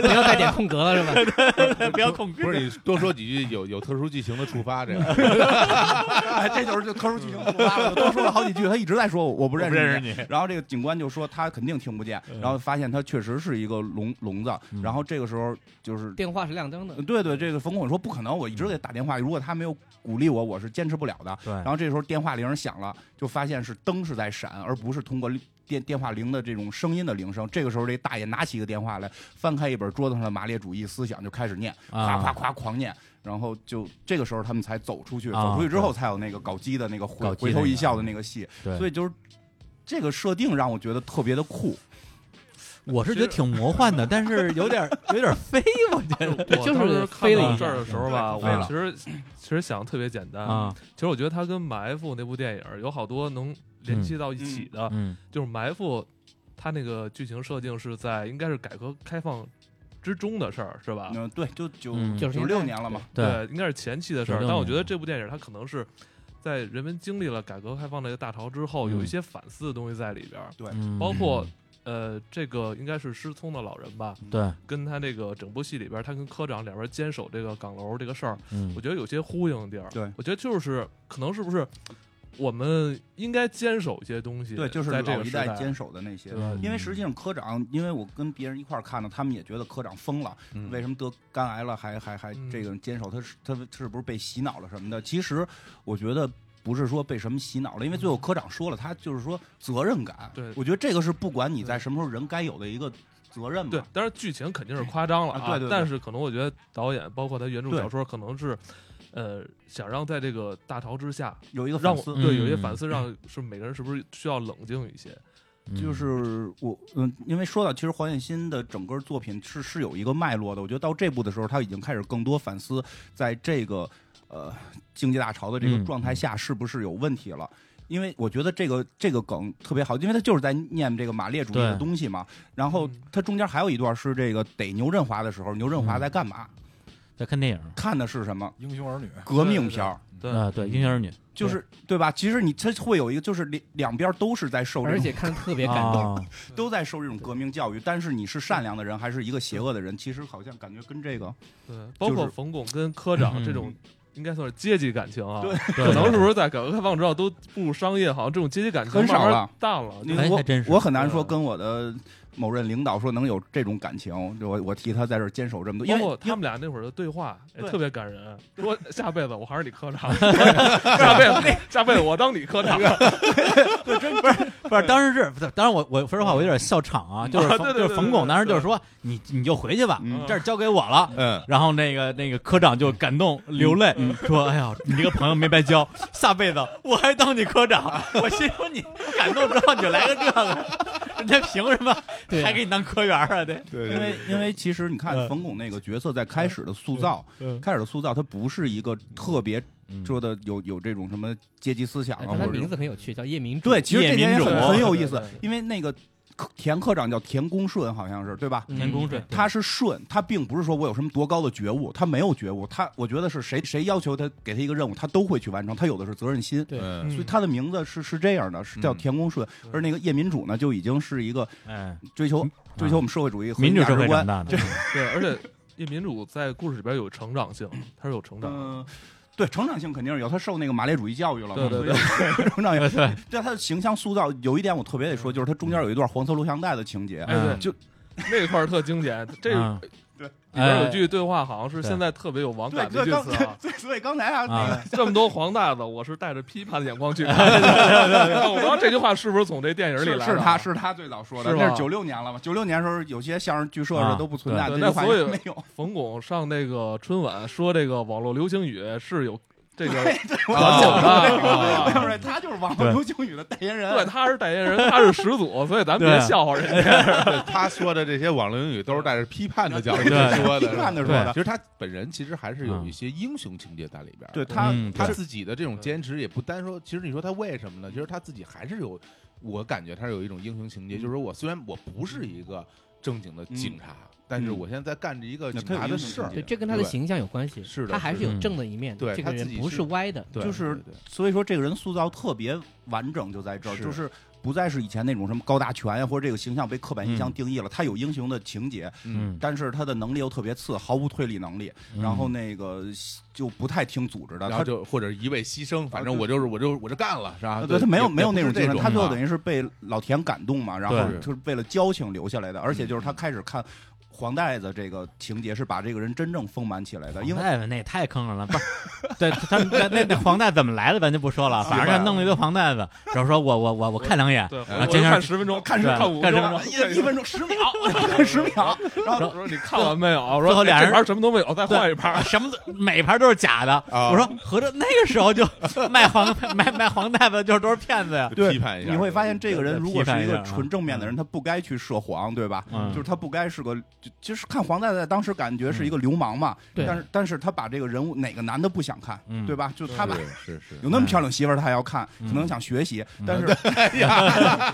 Speaker 3: 不要再点空格了是吧？
Speaker 1: 不要恐
Speaker 2: 不是你多说几句有有特殊剧情的触发，这个
Speaker 5: 哎，这就是就特殊剧情复发了。我多说了好几句，他一直在说我我不认识 [LAUGHS]
Speaker 1: 我不认识
Speaker 5: 你。然后这个警官就说他肯定听不见，然后发现他确实是一个聋聋子。然后这个时候就是。
Speaker 3: 电话是亮灯的，
Speaker 5: 对对，这个冯巩说不可能，我一直给打电话，如果他没有鼓励我，我是坚持不了的。
Speaker 1: [LAUGHS] 对，
Speaker 5: 然后这时候电话铃响了，就发现是灯是在闪，而不是通过电电话铃的这种声音的铃声。这个时候，这大爷拿起一个电话来，翻开一本桌子上的马列主义思想，就开始念，
Speaker 1: 啊
Speaker 5: 夸夸夸狂念。然后就这个时候他们才走出去，
Speaker 1: 啊
Speaker 5: 走出去之后才有那个搞基的那个回
Speaker 1: 搞基
Speaker 5: 回
Speaker 1: 那
Speaker 5: 头
Speaker 1: 个
Speaker 5: 一笑的那个戏。
Speaker 1: 对
Speaker 5: 所以就是这个设定让我觉得特别的酷。
Speaker 1: 我是觉得挺魔幻的，但是有点儿有点儿飞，我觉得
Speaker 4: [LAUGHS] 我
Speaker 3: 就是
Speaker 4: 当时
Speaker 3: 飞
Speaker 4: 看
Speaker 3: 了
Speaker 4: 到这
Speaker 3: 一下
Speaker 4: 儿的时候吧，
Speaker 5: 对
Speaker 1: 飞
Speaker 3: 啊
Speaker 4: 我
Speaker 1: 了
Speaker 4: 其实其实想的特别简单。
Speaker 1: 啊，
Speaker 4: 其实我觉得它跟《埋伏》那部电影有好多能联系到一起的，
Speaker 1: 嗯
Speaker 4: 就是《埋伏》，它那个剧情设定是在应该是改革开放之中的事儿，是吧？
Speaker 5: 嗯，对，就九
Speaker 1: 嗯
Speaker 3: 就是
Speaker 5: 九六年了嘛。
Speaker 1: 对，
Speaker 4: 应该是前期的事
Speaker 1: 96
Speaker 4: 儿。
Speaker 1: 年
Speaker 4: 但我觉得这部电影它可能是在人们经历了改革开放的一个大潮之
Speaker 1: 嗯
Speaker 4: 后，有一些反思的东西在里边儿。
Speaker 1: 嗯
Speaker 4: 包括呃，这个应该是失聪的老人吧，
Speaker 1: 对，
Speaker 4: 跟他这个整部戏里边儿，他跟科长两边儿坚守这个岗楼这个事儿，
Speaker 1: 嗯
Speaker 4: 我觉得有些呼应的地儿。
Speaker 5: 对
Speaker 4: 我觉得就是可能是不是我们应该坚守一些东西，
Speaker 5: 对，就是
Speaker 4: 在这
Speaker 5: 老
Speaker 4: 个
Speaker 5: 一
Speaker 4: 时
Speaker 5: 代
Speaker 4: 代
Speaker 5: 坚守的那些
Speaker 4: 对吧。
Speaker 5: 因为实际上科长，因为我跟别人一块儿看的，他们也觉得科长疯了，
Speaker 2: 嗯
Speaker 5: 为什么得肝癌了还还还
Speaker 4: 嗯
Speaker 5: 这个坚守？他是他是不是被洗脑了什么的？其实我觉得。不是说被什么洗脑了，因为最后科长说了，他就是说责任感。
Speaker 4: 对
Speaker 5: 我觉得这个是不管你在什么时候人该有的一个责任吧。
Speaker 4: 对，当然剧情肯定是夸张了
Speaker 5: 啊对对对
Speaker 4: 但是可能我觉得导演包括他原著
Speaker 5: 对
Speaker 4: 小说可能是，呃，想让在这个大潮之下，
Speaker 5: 有一个
Speaker 4: 让
Speaker 5: 反
Speaker 4: 我
Speaker 5: 思，
Speaker 4: 对有一些
Speaker 1: 嗯
Speaker 4: 反思，让是每个人是不是需要冷静一些？
Speaker 1: 嗯
Speaker 5: 嗯就是我，嗯，因为说到其实黄建新的整个作品是是有一个脉络的，我觉得到这步的时候，他已经开始更多反思，在这个呃经济大潮的这个
Speaker 1: 嗯
Speaker 5: 状态下是不是有问题了。嗯因为我觉得这个这个梗特别好，因为他就是在念这个马列主义的
Speaker 1: 对
Speaker 5: 东西嘛。然后
Speaker 4: 嗯
Speaker 5: 他中间还有一段是这个逮牛振华的时候，牛振华在干嘛？
Speaker 1: 在看电影
Speaker 5: 看的是什么
Speaker 6: 英雄儿女，
Speaker 5: 革命片儿？
Speaker 4: 对，
Speaker 1: 啊，
Speaker 5: 嗯
Speaker 1: 对，英雄儿女
Speaker 5: 就是对吧？其实你他会有一个，就是两两边都是在受这种
Speaker 3: 而且看得特别感动。
Speaker 1: 啊，
Speaker 5: 都在受这种革命教育，但是你是善良的人还是一个邪恶的人，其实好像感觉跟这个
Speaker 4: 对，包
Speaker 5: 就
Speaker 4: 括
Speaker 5: 是
Speaker 4: 冯巩跟科长
Speaker 1: 嗯
Speaker 4: 这种，应该算是阶级感情啊。
Speaker 5: 对
Speaker 1: 可
Speaker 4: 可能是不是在改革开放之后都步入商业，好像这种阶级感情
Speaker 5: 很少
Speaker 4: 慢慢
Speaker 5: 了
Speaker 4: 淡了。
Speaker 5: 你
Speaker 1: 哎
Speaker 5: 我
Speaker 1: 还真是
Speaker 5: 我很难说
Speaker 4: 对
Speaker 5: 跟我的某任领导说能有这种感情，我我替他在这儿坚守这么多，因
Speaker 4: 包
Speaker 5: 为
Speaker 4: 括
Speaker 5: 因
Speaker 4: 他
Speaker 5: 为
Speaker 4: 们俩那会儿的对话也
Speaker 5: 对
Speaker 4: 特别感
Speaker 5: [LAUGHS]
Speaker 4: 人，说下辈子我还是你科长，下辈子下辈子我当你科长，
Speaker 1: 不是，当时是，不是当然我我说实话，我有点笑场啊，就是
Speaker 4: 啊
Speaker 1: 冯
Speaker 4: 对对对
Speaker 1: 就是冯
Speaker 4: 对
Speaker 1: 巩
Speaker 4: 对
Speaker 1: 当时就是说，你你就回去吧，
Speaker 5: 嗯
Speaker 1: 这儿交给我了。
Speaker 2: 嗯，
Speaker 1: 然后那个那个科长就感动
Speaker 4: 嗯
Speaker 1: 流泪，说：“哎呀，你这个朋友没白交，下辈子我还当你科
Speaker 4: [LAUGHS]
Speaker 1: 长。”我心说你感动之后你就来个这个，人家凭什么
Speaker 3: 对啊
Speaker 1: 还给你当科员啊？对，
Speaker 2: 对
Speaker 5: 因为因为其实你看
Speaker 1: 嗯
Speaker 5: 冯巩那个角色在开始的塑造，
Speaker 1: 嗯
Speaker 5: 开始的塑造他不是一个特别
Speaker 1: 嗯
Speaker 5: 说的有有这种什么阶级思想
Speaker 3: 哎
Speaker 5: 啊，或
Speaker 3: 但他
Speaker 5: 者
Speaker 3: 名字很有趣，叫夜明珠。
Speaker 5: 对，其实这点
Speaker 1: 夜
Speaker 5: 也
Speaker 1: 明
Speaker 5: 很
Speaker 1: 种
Speaker 5: 很有意思
Speaker 4: 对对对，
Speaker 5: 因为那个科田科长叫田公顺，好像是对吧？
Speaker 3: 嗯
Speaker 1: 田宫顺，
Speaker 5: 他是顺，他并不是说我有什么多高的觉悟，他没有觉悟，他我觉得是谁谁要求他给他一个任务，他都会去完成，他有的是责任心。
Speaker 3: 对
Speaker 2: 嗯
Speaker 5: 所以他的名字是是这样的，是叫
Speaker 2: 嗯
Speaker 5: 田宫顺，而那个叶民主呢，就已经是一个
Speaker 4: 嗯
Speaker 1: 哎，
Speaker 5: 追求追求我们社会主义和
Speaker 1: 民主
Speaker 5: 价
Speaker 1: 社
Speaker 5: 值
Speaker 1: 会
Speaker 5: 观
Speaker 1: 长。大的，
Speaker 4: [LAUGHS]
Speaker 1: 嗯
Speaker 4: 对，而且叶民主在故事里边有成长性，他是有成长的。
Speaker 5: 嗯，对，成长性肯定是有，他受那个马列主义教育了嘛，
Speaker 4: 对对
Speaker 5: 对， [LAUGHS] 成长性。
Speaker 1: 对，
Speaker 5: 对他的形象塑造，有一点我特
Speaker 4: 哎
Speaker 5: 嗯别得说，就是他中间有一段黄色录像带的情节，
Speaker 4: 哎，对，
Speaker 1: 嗯
Speaker 4: 就那块儿特经典。这
Speaker 1: 嗯
Speaker 4: 里边
Speaker 1: 哎
Speaker 4: 有句对话，好像是
Speaker 1: 对
Speaker 4: 现在特别有网
Speaker 5: 对
Speaker 4: 感，的
Speaker 5: 对，
Speaker 4: 一句
Speaker 5: 刚。
Speaker 4: 词啊
Speaker 5: [LAUGHS] 对，所以刚才啊，那个
Speaker 1: 啊，
Speaker 4: 这么多黄大的，我是带着批判的眼光去
Speaker 5: [LAUGHS]
Speaker 4: 看的。 [LAUGHS] 我不知道这句话是不是从这电影里
Speaker 5: 是
Speaker 4: 来的。啊
Speaker 5: 是他是他最早说的，
Speaker 4: 是
Speaker 5: 那
Speaker 4: 吧
Speaker 5: 是九六年了吧？九六年的时候，有些相声剧社
Speaker 1: 啊
Speaker 5: 是都不存在，
Speaker 4: 对
Speaker 5: 这
Speaker 4: 那
Speaker 5: 句话
Speaker 4: 所以
Speaker 5: 也没有。
Speaker 4: 冯巩上那个春晚说这个网络流行语是有这个
Speaker 5: 对，
Speaker 4: [LAUGHS]
Speaker 5: 我
Speaker 4: 啊
Speaker 5: 想起来了
Speaker 4: 啊
Speaker 5: 我想起来 [LAUGHS] 他就是网络流行语的代言
Speaker 4: [LAUGHS]
Speaker 5: 人。
Speaker 4: 对，他是代言人，他是始祖，所以咱别
Speaker 1: 对
Speaker 4: 笑话人家。
Speaker 2: 对他说的这些网络英语都是带着批判的角度去
Speaker 1: 对
Speaker 2: 说的，
Speaker 5: 批判的说
Speaker 2: 其
Speaker 5: 的，
Speaker 2: 实他本人其实还是有一些英雄情节在里边儿。
Speaker 5: [LAUGHS] 对他
Speaker 1: 嗯
Speaker 2: 他
Speaker 5: 对
Speaker 2: 自己的这种坚持也不单说，其实你说他为什么呢？其实他自己还是有，我感觉他是有一种英雄情
Speaker 5: 嗯
Speaker 2: 节，就是说我虽然我不是一个正经的警察，但是我现在在干着一个
Speaker 5: 嗯那
Speaker 2: 警察
Speaker 5: 他
Speaker 2: 的
Speaker 5: 有英雄
Speaker 2: 事儿
Speaker 5: 情节
Speaker 3: 对，这跟他的
Speaker 2: 对
Speaker 3: 形象有关系，
Speaker 2: 是的
Speaker 3: 他还
Speaker 2: 是
Speaker 3: 是有
Speaker 1: 的
Speaker 3: 正的一面的，
Speaker 2: 对
Speaker 3: 这
Speaker 2: 他
Speaker 3: 个
Speaker 2: 自
Speaker 3: 人
Speaker 2: 己
Speaker 3: 不
Speaker 2: 是
Speaker 3: 是歪的，
Speaker 2: 对
Speaker 5: 就是
Speaker 2: 对对
Speaker 5: 所以说这个人塑造特别完整，就在这儿，
Speaker 2: 是
Speaker 5: 就是不再是以前那种什么高大全呀，或者这个形象被刻板印象
Speaker 1: 嗯
Speaker 5: 定义了。他有英雄的情节，
Speaker 2: 嗯
Speaker 1: 嗯，
Speaker 5: 但是他的能力又特别次，毫无推理能力，
Speaker 4: 嗯
Speaker 5: 然后那个就不太听组织的，
Speaker 2: 然
Speaker 5: 他
Speaker 2: 后就或者一味牺牲，反正
Speaker 5: 啊对
Speaker 2: 我就是我就我就干了，是吧？
Speaker 5: 啊呃对他没有
Speaker 2: 也
Speaker 5: 没有
Speaker 2: 也
Speaker 5: 那
Speaker 2: 不
Speaker 5: 种
Speaker 2: 是
Speaker 5: 精神，
Speaker 2: 这
Speaker 5: 他最后
Speaker 2: 啊
Speaker 5: 等于是被老田感动嘛，然后
Speaker 2: 对
Speaker 5: 就是为了交情留下来的，而且就是他
Speaker 2: 嗯
Speaker 5: 开始看黄带子这个情节是把这个人真正丰满起来的，因为
Speaker 1: 大夫那也太坑人了，不是？对他那那那黄带怎么来的，咱就不说
Speaker 5: 啊
Speaker 1: 了，反正他弄了一堆黄带子，然后说我我我我看两眼，
Speaker 4: 对，我
Speaker 1: 啊
Speaker 4: 我
Speaker 1: 今
Speaker 4: 就
Speaker 1: 天
Speaker 4: 看十分钟，看
Speaker 1: 对
Speaker 4: 看五
Speaker 1: 看
Speaker 4: 分
Speaker 1: 十
Speaker 4: 钟
Speaker 1: 分，
Speaker 5: [LAUGHS] 一一分钟十秒， [LAUGHS] 十秒，然后
Speaker 4: 我说你看完没有？啊我
Speaker 1: 最后
Speaker 4: 说
Speaker 1: 俩人
Speaker 4: 这盘什么都没有，再换一
Speaker 1: 啊，
Speaker 4: 盘。
Speaker 1: 什么都每盘都是假的。
Speaker 2: 啊
Speaker 1: 我说合着那个时候就卖黄卖卖黄带子就是都是骗
Speaker 5: [LAUGHS]
Speaker 1: 子呀。
Speaker 2: 就
Speaker 5: 对
Speaker 2: 批判一下，
Speaker 5: 你会发现这个人如果是一嗯
Speaker 1: 批
Speaker 5: 个
Speaker 1: 判一下啊
Speaker 5: 纯正面的人，他不该去涉黄，对吧？
Speaker 1: 嗯
Speaker 5: 就是他不该是个，就就是看黄带子当时感觉是一个流氓嘛，
Speaker 3: 对
Speaker 5: 但是但是他把这个人物哪个男的不想看，
Speaker 1: 嗯
Speaker 5: 对吧？就他把
Speaker 2: 是是是
Speaker 5: 有那
Speaker 1: 哎
Speaker 5: 么漂亮媳妇儿，他要看，可能想学习，
Speaker 1: 嗯
Speaker 5: 但
Speaker 1: [LAUGHS]
Speaker 5: 是 [LAUGHS]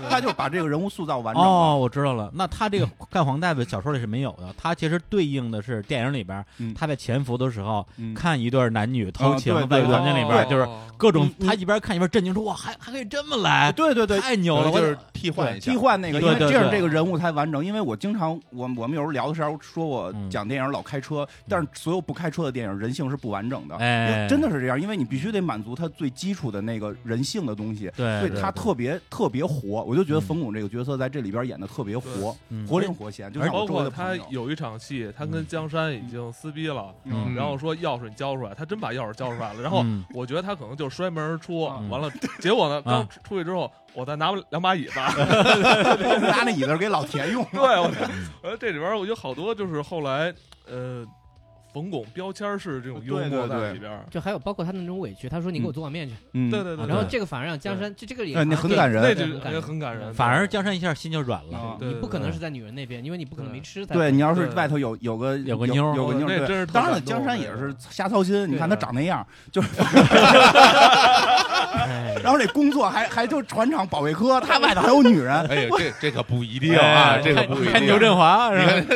Speaker 5: 他就把这个人物塑造完整了。
Speaker 1: 哦，我知道了。那他这个看黄带子小说里是没有的，他其实对应的是电影里边，
Speaker 5: 嗯
Speaker 1: 他在潜伏的时候、
Speaker 5: 嗯
Speaker 1: 看一对男女偷情，
Speaker 5: 啊对
Speaker 1: 在
Speaker 5: 对
Speaker 1: 房间里边、
Speaker 4: 哦
Speaker 1: 就是各种，
Speaker 5: 嗯
Speaker 1: 他一边看一边震惊说哇还还可以这么来，
Speaker 5: 对对对，
Speaker 1: 太牛
Speaker 2: 有
Speaker 1: 了，
Speaker 2: 了，
Speaker 1: 我
Speaker 2: 就是替换一下，
Speaker 5: 替换那个，因
Speaker 1: 对
Speaker 5: 为
Speaker 1: 对
Speaker 5: 这样
Speaker 1: 对
Speaker 5: 这个人物才完整。因为我经常，我我们有时候聊的时候说我
Speaker 1: 嗯
Speaker 5: 讲电影老开车，但是所有不开车的电影人性是不完整的，
Speaker 1: 哎
Speaker 5: 因为真的是这样，因为你必须得满足他最基础的那个人性的东西，
Speaker 1: 对
Speaker 5: 所
Speaker 1: 哎
Speaker 5: 以
Speaker 1: 对
Speaker 5: 他
Speaker 1: 对
Speaker 5: 特别特别活。我就觉得
Speaker 1: 嗯
Speaker 5: 冯巩这个角色在这里边演的特别活，
Speaker 1: 嗯
Speaker 5: 活灵活现，就像
Speaker 4: 包
Speaker 5: 我周围
Speaker 4: 括
Speaker 5: 的
Speaker 4: 他
Speaker 5: 朋友。
Speaker 4: 有一场戏，他跟江山已经撕逼了，
Speaker 1: 嗯
Speaker 4: 然后说钥匙你交出来，他真把钥匙交出来了。然后
Speaker 1: 嗯
Speaker 4: 我觉得他可能就摔门而出，
Speaker 5: 嗯
Speaker 4: 完了，结果呢，
Speaker 1: 啊
Speaker 4: 刚出去之后，我再拿两把
Speaker 1: [LAUGHS]
Speaker 4: 椅子。，
Speaker 5: 拿那椅子给老田用
Speaker 4: 对，我我觉得这里边儿我有好多就是后来呃，冯巩标签儿式这种幽
Speaker 5: 对
Speaker 4: 默
Speaker 5: 对
Speaker 4: 在
Speaker 5: 对
Speaker 4: 里边儿。
Speaker 3: 就还有包括他那种委屈，他说你给我做碗面去，
Speaker 5: 嗯
Speaker 4: 对对对，
Speaker 3: 然
Speaker 4: 啊对
Speaker 3: 后
Speaker 1: 啊对
Speaker 3: 这个反而让江山，就这个也
Speaker 5: 哎那
Speaker 3: 好像
Speaker 5: 很感
Speaker 3: 对
Speaker 5: 人
Speaker 4: 那
Speaker 3: 对
Speaker 4: 就
Speaker 3: 很
Speaker 4: 也
Speaker 3: 感人
Speaker 4: 很感人，
Speaker 1: 反而
Speaker 4: 对
Speaker 1: 江山一下心就软了。
Speaker 5: 啊
Speaker 4: 对
Speaker 3: 你
Speaker 4: 对
Speaker 3: 不可能
Speaker 4: 对
Speaker 3: 是在女人那边，因为你不可能没吃才
Speaker 5: 对，你要是
Speaker 4: 对
Speaker 5: 外头有有个
Speaker 1: 有个
Speaker 5: 有
Speaker 1: 妞儿
Speaker 5: 有个妞
Speaker 4: 那
Speaker 5: 儿，
Speaker 4: 真
Speaker 5: 对
Speaker 4: 是，特
Speaker 5: 当然了，
Speaker 4: 感动
Speaker 5: 江山
Speaker 4: 那
Speaker 5: 也
Speaker 4: 个
Speaker 5: 是瞎操心。你看他长那样，就是
Speaker 1: 哎
Speaker 5: 然后这工作还还就船厂保卫科，他外头还有女人，
Speaker 2: 哎呀，这这可不一定啊，
Speaker 5: 哎
Speaker 2: 这个不一定。
Speaker 1: 看牛振华是吧？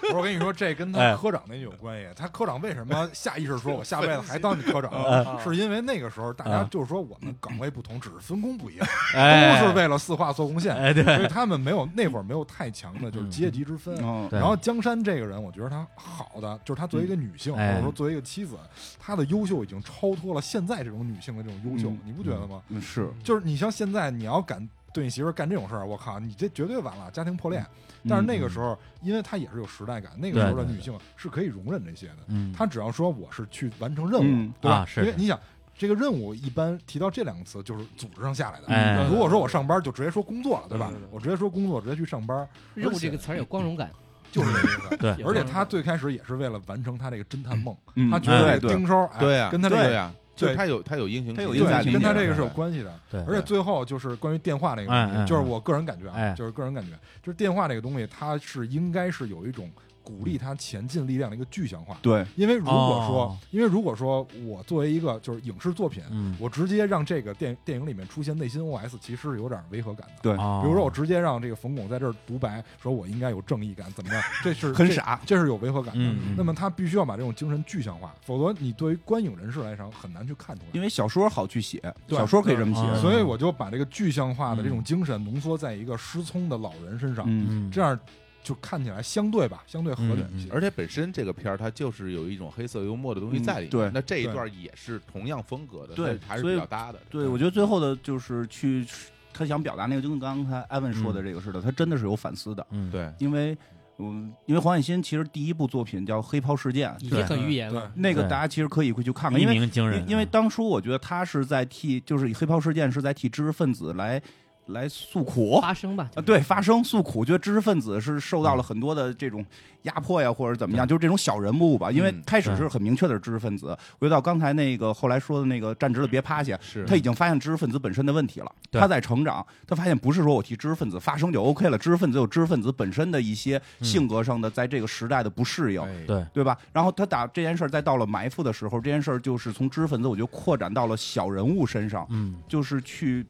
Speaker 6: 不是我跟你说，这跟
Speaker 1: 哎
Speaker 6: 他科长那有关系。他科长为什 [LAUGHS] 么下意识说我下辈子还当你科 [LAUGHS] 长
Speaker 4: 嗯，
Speaker 6: 是因为那个时候大家
Speaker 1: 嗯
Speaker 6: 就是说我们岗位不同，只是分工不一样，
Speaker 1: 哎，
Speaker 6: 都是为了四化做贡献，
Speaker 1: 哎对， [LAUGHS]
Speaker 6: 所以他们没有那会儿没有太强的就是阶级之分。
Speaker 5: 嗯，
Speaker 1: 对
Speaker 6: 然后江山这个人，我觉得她好的就是她作为一个女性，或
Speaker 1: 哎
Speaker 6: 者说作为一个妻子，她的优秀已经超脱了现在这种女性的这种优秀
Speaker 5: 嗯，
Speaker 6: 你不觉得吗？
Speaker 5: 嗯是
Speaker 6: 就是你像现在，你要敢对你媳妇儿干这种事儿，我靠，你这绝对完了，家庭破裂。但是那个时候，因为她也是有时代感，那个时候的
Speaker 1: 嗯对对
Speaker 6: 女性是可以容忍这些的。
Speaker 1: 嗯，
Speaker 6: 她只要说我是去完成任务，
Speaker 5: 嗯
Speaker 6: 对吧？
Speaker 1: 啊是
Speaker 6: 因为
Speaker 1: 是
Speaker 6: 你想，这个任务一般提到这两个词，就是组织上下来的。
Speaker 1: 哎
Speaker 6: 如果说我上班，就直接说工作了，对吧？
Speaker 4: 对对对
Speaker 6: 我直接说工作，直接去上班，
Speaker 3: 任
Speaker 6: 而
Speaker 3: 务
Speaker 6: 且
Speaker 3: 这个词儿有光荣感，
Speaker 6: 就是这个意思。
Speaker 1: 对
Speaker 3: 有光
Speaker 6: 而且
Speaker 3: 荣
Speaker 6: 她
Speaker 3: 感
Speaker 6: 最开始也是为了完成她这个侦探梦，
Speaker 5: 嗯
Speaker 6: 她觉得
Speaker 5: 哎
Speaker 6: 这
Speaker 5: 对
Speaker 6: 个盯梢，哎
Speaker 2: 对
Speaker 1: 啊
Speaker 2: 呀
Speaker 6: 跟她这
Speaker 2: 对
Speaker 6: 个
Speaker 2: 呀，就是
Speaker 6: 对
Speaker 2: 他有他有英雄情节，
Speaker 5: 他有英雄
Speaker 6: 对，
Speaker 5: 情
Speaker 6: 跟
Speaker 5: 节
Speaker 6: 她这个是有关系的。
Speaker 1: 对，
Speaker 6: 而且最后就是关于电话那个
Speaker 1: 哎
Speaker 6: 东
Speaker 1: 哎
Speaker 6: 西，就是我个人感觉
Speaker 1: 哎
Speaker 6: 啊，就是个人感觉，就是电话这个东西，它是应该是有一种鼓励他前进力量的一个具象化。
Speaker 5: 对，
Speaker 6: 因为如果
Speaker 1: 哦
Speaker 6: 说，因为如果说我作为一个就是影视作品，
Speaker 1: 嗯，
Speaker 6: 我直接让这个电电影里面出现内心 OS，其实是有点违和感的。
Speaker 5: 对
Speaker 1: 哦
Speaker 6: 比如说我直接让这个冯巩在这儿独白，说我应该有正义感，怎
Speaker 1: [LAUGHS]
Speaker 6: 么样？这是
Speaker 5: 很傻，
Speaker 6: 这这是有违和感的。
Speaker 1: 嗯嗯
Speaker 6: 那么他必须要把这种精神具象化，否则你对于观影人士来讲很难去看出来。
Speaker 5: 因为小说好去写，
Speaker 6: 对啊
Speaker 5: 小说可以这么
Speaker 1: 嗯
Speaker 5: 写，
Speaker 6: 所以我就把这个具象化的这种精神浓缩在一个失聪的老人身上，
Speaker 5: 嗯，
Speaker 1: 嗯
Speaker 6: 这样就看起来相对吧，相对合理一些。
Speaker 2: 而且本身这个片儿它就是有一种黑色幽默的东西在里面，
Speaker 5: 嗯对
Speaker 2: 那这一
Speaker 6: 对
Speaker 2: 段也是同样风格的，
Speaker 5: 对
Speaker 2: 所以还是
Speaker 5: 所以
Speaker 2: 比较搭的。
Speaker 5: 对，我觉得最后的就是嗯去他想表达那个，就跟刚才艾文说的这个似的，他真的是有反思的，
Speaker 1: 嗯
Speaker 2: 对
Speaker 5: 因为嗯，因为黄海欣其实第一部作品叫《黑袍事件》，
Speaker 3: 已
Speaker 1: 对
Speaker 3: 经很预言
Speaker 6: 对
Speaker 3: 了。
Speaker 5: 那个
Speaker 1: 对
Speaker 5: 大家其实可以去看看，
Speaker 1: 一
Speaker 5: 因为
Speaker 1: 鸣惊人，
Speaker 5: 因因为当初我觉得他是在替，就是以黑袍事件是在替知识分子来来诉苦。
Speaker 3: 发声吧，
Speaker 5: 啊，对，发声诉苦，觉得知识分子是受到了很多的这种压迫呀，或者怎么样，就是这种小人物吧。因为
Speaker 2: 嗯
Speaker 5: 开始
Speaker 1: 对
Speaker 5: 是很明确的是知识分子，回到刚才那个后来说的那个站直了别趴下，
Speaker 2: 是
Speaker 5: 他已经发现知识分子本身的问题了，
Speaker 1: 对
Speaker 5: 他在成长，他发现不是说我替知识分子发声就 OK 了，知识分子有知识分子本身的一些性格上的在这个时代的不适应，
Speaker 2: 哎
Speaker 1: 对
Speaker 5: 对吧？然后他打这件事儿，再到了埋伏的时候，这件事儿就是从知识分子，我觉得扩展到了小人物身上，
Speaker 1: 嗯
Speaker 5: 就是去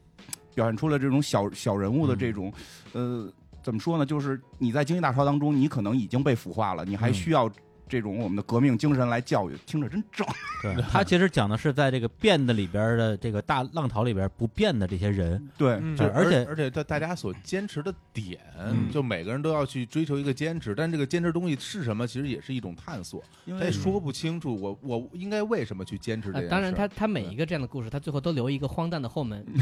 Speaker 5: 表现出了这种小小人物的这种，
Speaker 2: 嗯
Speaker 5: 呃，怎么说呢？就是你在经济大潮当中，你可能已经被腐化了，你还
Speaker 1: 嗯
Speaker 5: 需要这种我们的革命精神来教育，听着真正。
Speaker 1: 对，他其实讲的是在这个变的里边儿的这个大浪潮里边儿不变的这些人，
Speaker 5: 对，
Speaker 4: 嗯
Speaker 1: 就
Speaker 2: 就是
Speaker 1: 而且
Speaker 2: 而且他大家所坚持的点
Speaker 1: 嗯，
Speaker 2: 就每个人都要去追求一个坚持，但这个坚持东西是什么，其实也是一种探索，
Speaker 5: 因
Speaker 2: 他也说不清楚我我应该为什么去坚持这
Speaker 3: 啊
Speaker 2: 件事。
Speaker 3: 当然他，他每一个这样的故事，他最后都留一个荒诞的后门， [LAUGHS]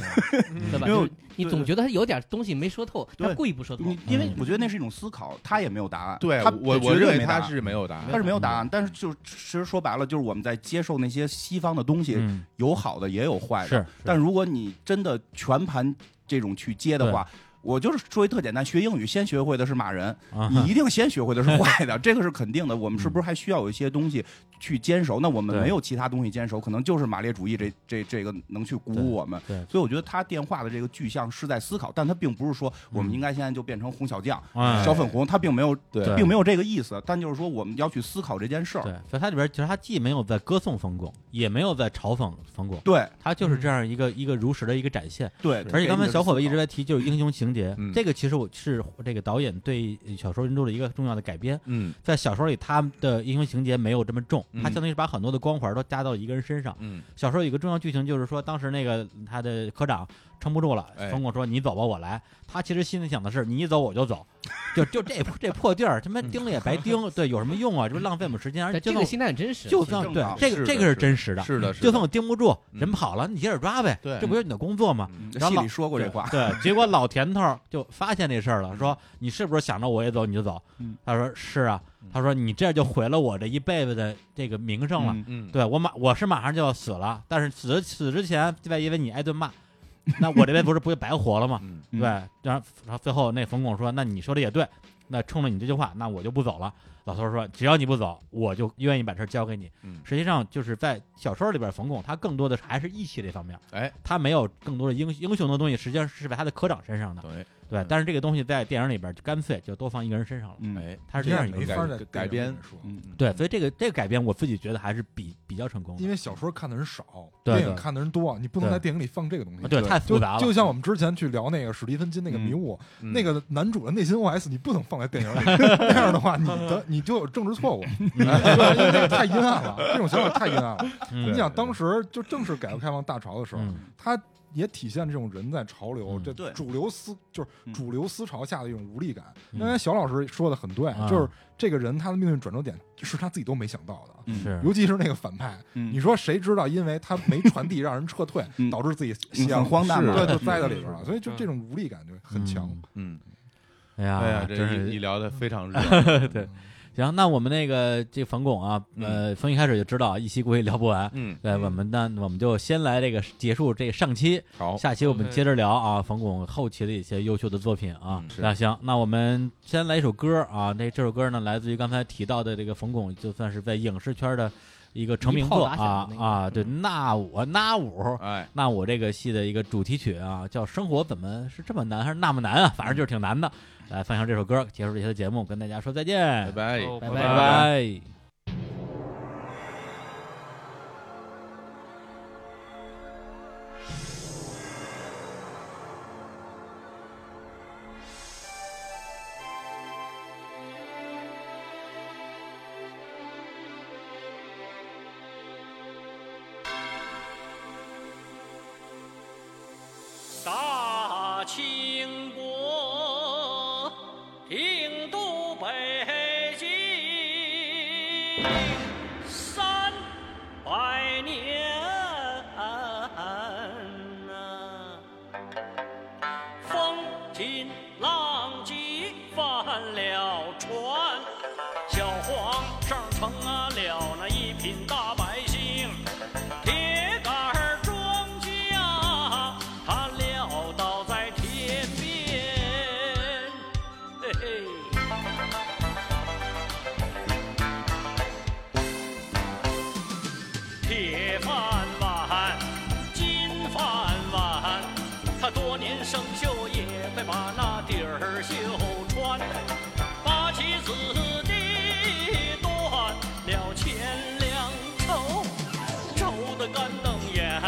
Speaker 3: 对
Speaker 5: 因为
Speaker 3: 吧？就
Speaker 5: 我
Speaker 3: 是你
Speaker 5: 对
Speaker 3: 总
Speaker 5: 对
Speaker 3: 觉得他有点东西没说透，他
Speaker 5: 对
Speaker 3: 故意不说透。
Speaker 5: 你因为我觉得那是一种思考，他也没有答案。
Speaker 2: 嗯对
Speaker 5: 他
Speaker 2: 我
Speaker 5: 绝
Speaker 2: 我
Speaker 5: 对
Speaker 2: 认为
Speaker 5: 没
Speaker 2: 他
Speaker 5: 答案
Speaker 2: 是嗯没有答案
Speaker 5: 他，是没有答案，但是就是其实说白了，就是我们在接受那些西方的东西，
Speaker 1: 嗯
Speaker 5: 有好的也有坏的。
Speaker 1: 是，
Speaker 5: 但如果你真的全盘这种去接的话，我就是说一特简单，学英语先学会的是骂人，
Speaker 1: 啊
Speaker 5: 你一定先学会的是
Speaker 1: [LAUGHS]
Speaker 5: 坏的，这个是肯定的。我们是不是还需要有一些东西去坚守？那我们
Speaker 1: 对
Speaker 5: 没有其他东西坚守，可能就是马列主义这这这个能去鼓
Speaker 1: 对
Speaker 5: 舞我们。
Speaker 1: 对
Speaker 5: 所以我觉得他电话的这个具象是在思考，但他并不是说我们
Speaker 1: 嗯
Speaker 5: 应该现在就变成红小将、
Speaker 1: 啊
Speaker 5: 小粉红，他并没有
Speaker 2: 对
Speaker 1: 对
Speaker 5: 并没有这个意思。但就是说我们要去思考这件事儿。
Speaker 1: 对，所以它里边其实它既没有在歌颂冯巩，也没有在嘲讽冯巩，
Speaker 5: 对
Speaker 1: 它就是这样一个一个如实的一个展现。
Speaker 5: 对，
Speaker 1: 而且刚才小伙子一直
Speaker 5: 在
Speaker 1: 在提就是英雄情节
Speaker 2: 嗯，
Speaker 1: 这个其实我是这个导演对小说原著的一个重要的改编。
Speaker 2: 嗯
Speaker 1: 在小说里，他的英雄情节没有这么重，
Speaker 2: 嗯
Speaker 1: 他相当于是把很多的光环都加到一个人身上。
Speaker 2: 嗯，
Speaker 1: 小说有一个重要剧情就是说，当时那个他的科长撑不住了，
Speaker 2: 哎
Speaker 1: 冯巩说：“你走吧，我来。”他其实心里想的是：“你一走我就
Speaker 2: [LAUGHS]
Speaker 1: 走，就就这这破地儿，他妈
Speaker 2: 嗯
Speaker 1: 盯了也白盯，对，有什么用啊？这不浪费我们时间？而且
Speaker 3: 但
Speaker 1: 就
Speaker 3: 这
Speaker 1: 算
Speaker 3: 个
Speaker 1: 我
Speaker 3: 心态很真实，
Speaker 1: 就
Speaker 3: 其实
Speaker 1: 算
Speaker 5: 正
Speaker 1: 对
Speaker 5: 常
Speaker 1: 这个
Speaker 2: 是的
Speaker 1: 这个是真实的，
Speaker 2: 嗯是的，是
Speaker 1: 就算
Speaker 2: 的
Speaker 1: 我盯不住，
Speaker 2: 嗯
Speaker 1: 人跑了，你接着抓呗，
Speaker 2: 对
Speaker 1: 这不就是你的工作吗？
Speaker 2: 嗯
Speaker 1: 然后
Speaker 5: 戏
Speaker 1: 老
Speaker 5: 里说过这话，
Speaker 1: 对，结果老田头儿就发现这事儿了，说你是不是想着我也走你就走
Speaker 5: 嗯？
Speaker 1: 他说是啊
Speaker 2: 嗯，
Speaker 1: 他说你这样就毁了我这一辈子的这个名声了。
Speaker 5: 嗯
Speaker 2: 嗯，
Speaker 1: 对我马我是马上就要死了，但是死死之前，对吧？因为你挨顿骂，那我这边不是不就白活了吗？
Speaker 2: 嗯
Speaker 1: 对，然后然后最后那冯巩说：“那你说的也对，那冲着你这句话，那我就不走了。”老头儿说：“只要你不走，我就愿意把事儿交给你。
Speaker 2: 嗯”
Speaker 1: 实际上就是在小说里边，冯巩他更多的还是义气这方面，
Speaker 2: 哎，
Speaker 1: 他没有更多的英英雄的东西，实际上是在他的科长身上的，
Speaker 2: 对，嗯
Speaker 1: 对。但是这个东西在电影里边就干脆就都放一个人身上了，
Speaker 5: 嗯，
Speaker 2: 哎，
Speaker 1: 他是这样一
Speaker 6: 没
Speaker 1: 个
Speaker 6: 法在
Speaker 2: 改改
Speaker 6: 电影
Speaker 2: 编
Speaker 6: 里说，
Speaker 5: 嗯
Speaker 1: 对，所以这个这个改编，我自己觉得还是比比较成功的
Speaker 6: 因为小说看的人少，
Speaker 1: 对
Speaker 6: 电影
Speaker 1: 对
Speaker 6: 看的人多，你不能
Speaker 1: 对
Speaker 6: 在电影里放这个东西
Speaker 1: 啊，。对，
Speaker 5: 对
Speaker 1: 太
Speaker 6: 就
Speaker 1: 复杂了，
Speaker 6: 就像我们之前去聊那个史蒂芬金那个
Speaker 5: 嗯
Speaker 6: 迷雾，
Speaker 2: 嗯
Speaker 6: 那个男主的内心 OS 你不能放在电影
Speaker 5: [LAUGHS]
Speaker 6: 里，那样的话你的你就有政治错误，对因为那个太阴暗了，这种想法太
Speaker 5: [LAUGHS]
Speaker 6: 阴暗了。
Speaker 1: 嗯
Speaker 6: 你想当时就正是改革开放大潮的时候，
Speaker 1: 嗯
Speaker 6: 它也体现这种人在潮流、
Speaker 1: 嗯
Speaker 6: 这
Speaker 5: 对
Speaker 6: 主流思就是
Speaker 5: 嗯
Speaker 6: 主流思潮下的一种无力感。
Speaker 1: 嗯
Speaker 6: 刚才小老师说的很对，
Speaker 1: 啊
Speaker 6: 就是这个人他的命运转折点是他自己都没想到的。
Speaker 5: 嗯
Speaker 1: 是
Speaker 6: 尤其是那个反派，
Speaker 5: 嗯
Speaker 6: 你说谁知道？因为他没传递，让人撤退，
Speaker 5: 嗯
Speaker 6: 导致自己
Speaker 5: 你
Speaker 6: 想
Speaker 5: 很荒诞嘛，
Speaker 6: 对，就栽在里边了。
Speaker 5: 嗯
Speaker 6: 所以就这种无力感就很强。
Speaker 1: 嗯
Speaker 2: 嗯，
Speaker 1: 哎呀，
Speaker 2: 哎呀，
Speaker 1: 真
Speaker 2: 这
Speaker 1: 是
Speaker 2: 一一聊的非常热，
Speaker 1: [LAUGHS] 行，那我们那个这冯巩啊，呃，从一开始就知道一期估计聊不完。
Speaker 2: 嗯，
Speaker 1: 对，我们那我们就先来这个结束这上期，
Speaker 2: 好，
Speaker 1: 下期我们
Speaker 4: OK
Speaker 1: 接着聊啊，冯巩后期的一些优秀的作品啊
Speaker 2: 嗯。是
Speaker 1: 那行，那我们先来一首歌啊，那这首歌呢来自于刚才提到的这个冯巩，就算是在影视圈的一个成名作
Speaker 3: 一炮打
Speaker 1: 啊
Speaker 3: 响的那个
Speaker 1: 啊，对，
Speaker 2: 嗯
Speaker 1: 那我那我
Speaker 2: 哎，
Speaker 1: 那我这个戏的一个主题曲啊，叫《生活怎么是这么难》还是那么难啊？反正就是挺难的。来放上这首歌，结束这期的节目，跟大家说再见，
Speaker 2: 拜拜。
Speaker 4: 哦
Speaker 3: 拜
Speaker 1: 拜
Speaker 3: 拜
Speaker 1: 拜
Speaker 7: 大清国，定都北京，铁饭碗，金饭碗，他多年生锈也没把那底儿锈穿，八旗子弟断了钱粮愁，愁得干瞪眼，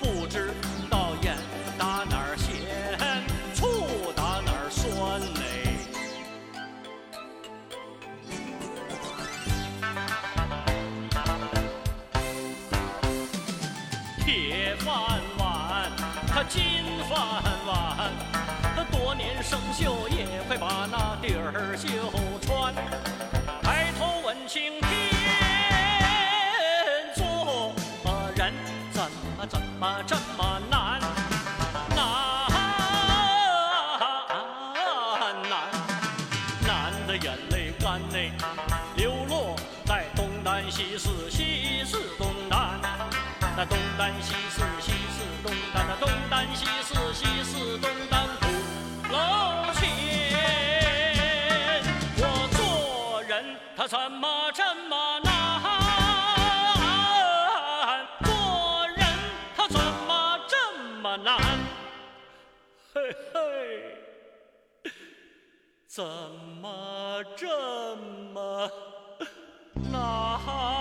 Speaker 7: 不知道眼打哪儿咸，醋打哪儿酸嘞。铁饭碗，他金饭碗，他多年生锈也会把那底儿锈穿。抬头问青天，做人怎么怎么这么难？难难难的眼泪干嘞，流落在东南西四西四东南，那东南西四西四东南，那东南西四西四东南鼓楼前，我做人他怎么这么难？做人他怎么这么难？嘿嘿。怎么这么难？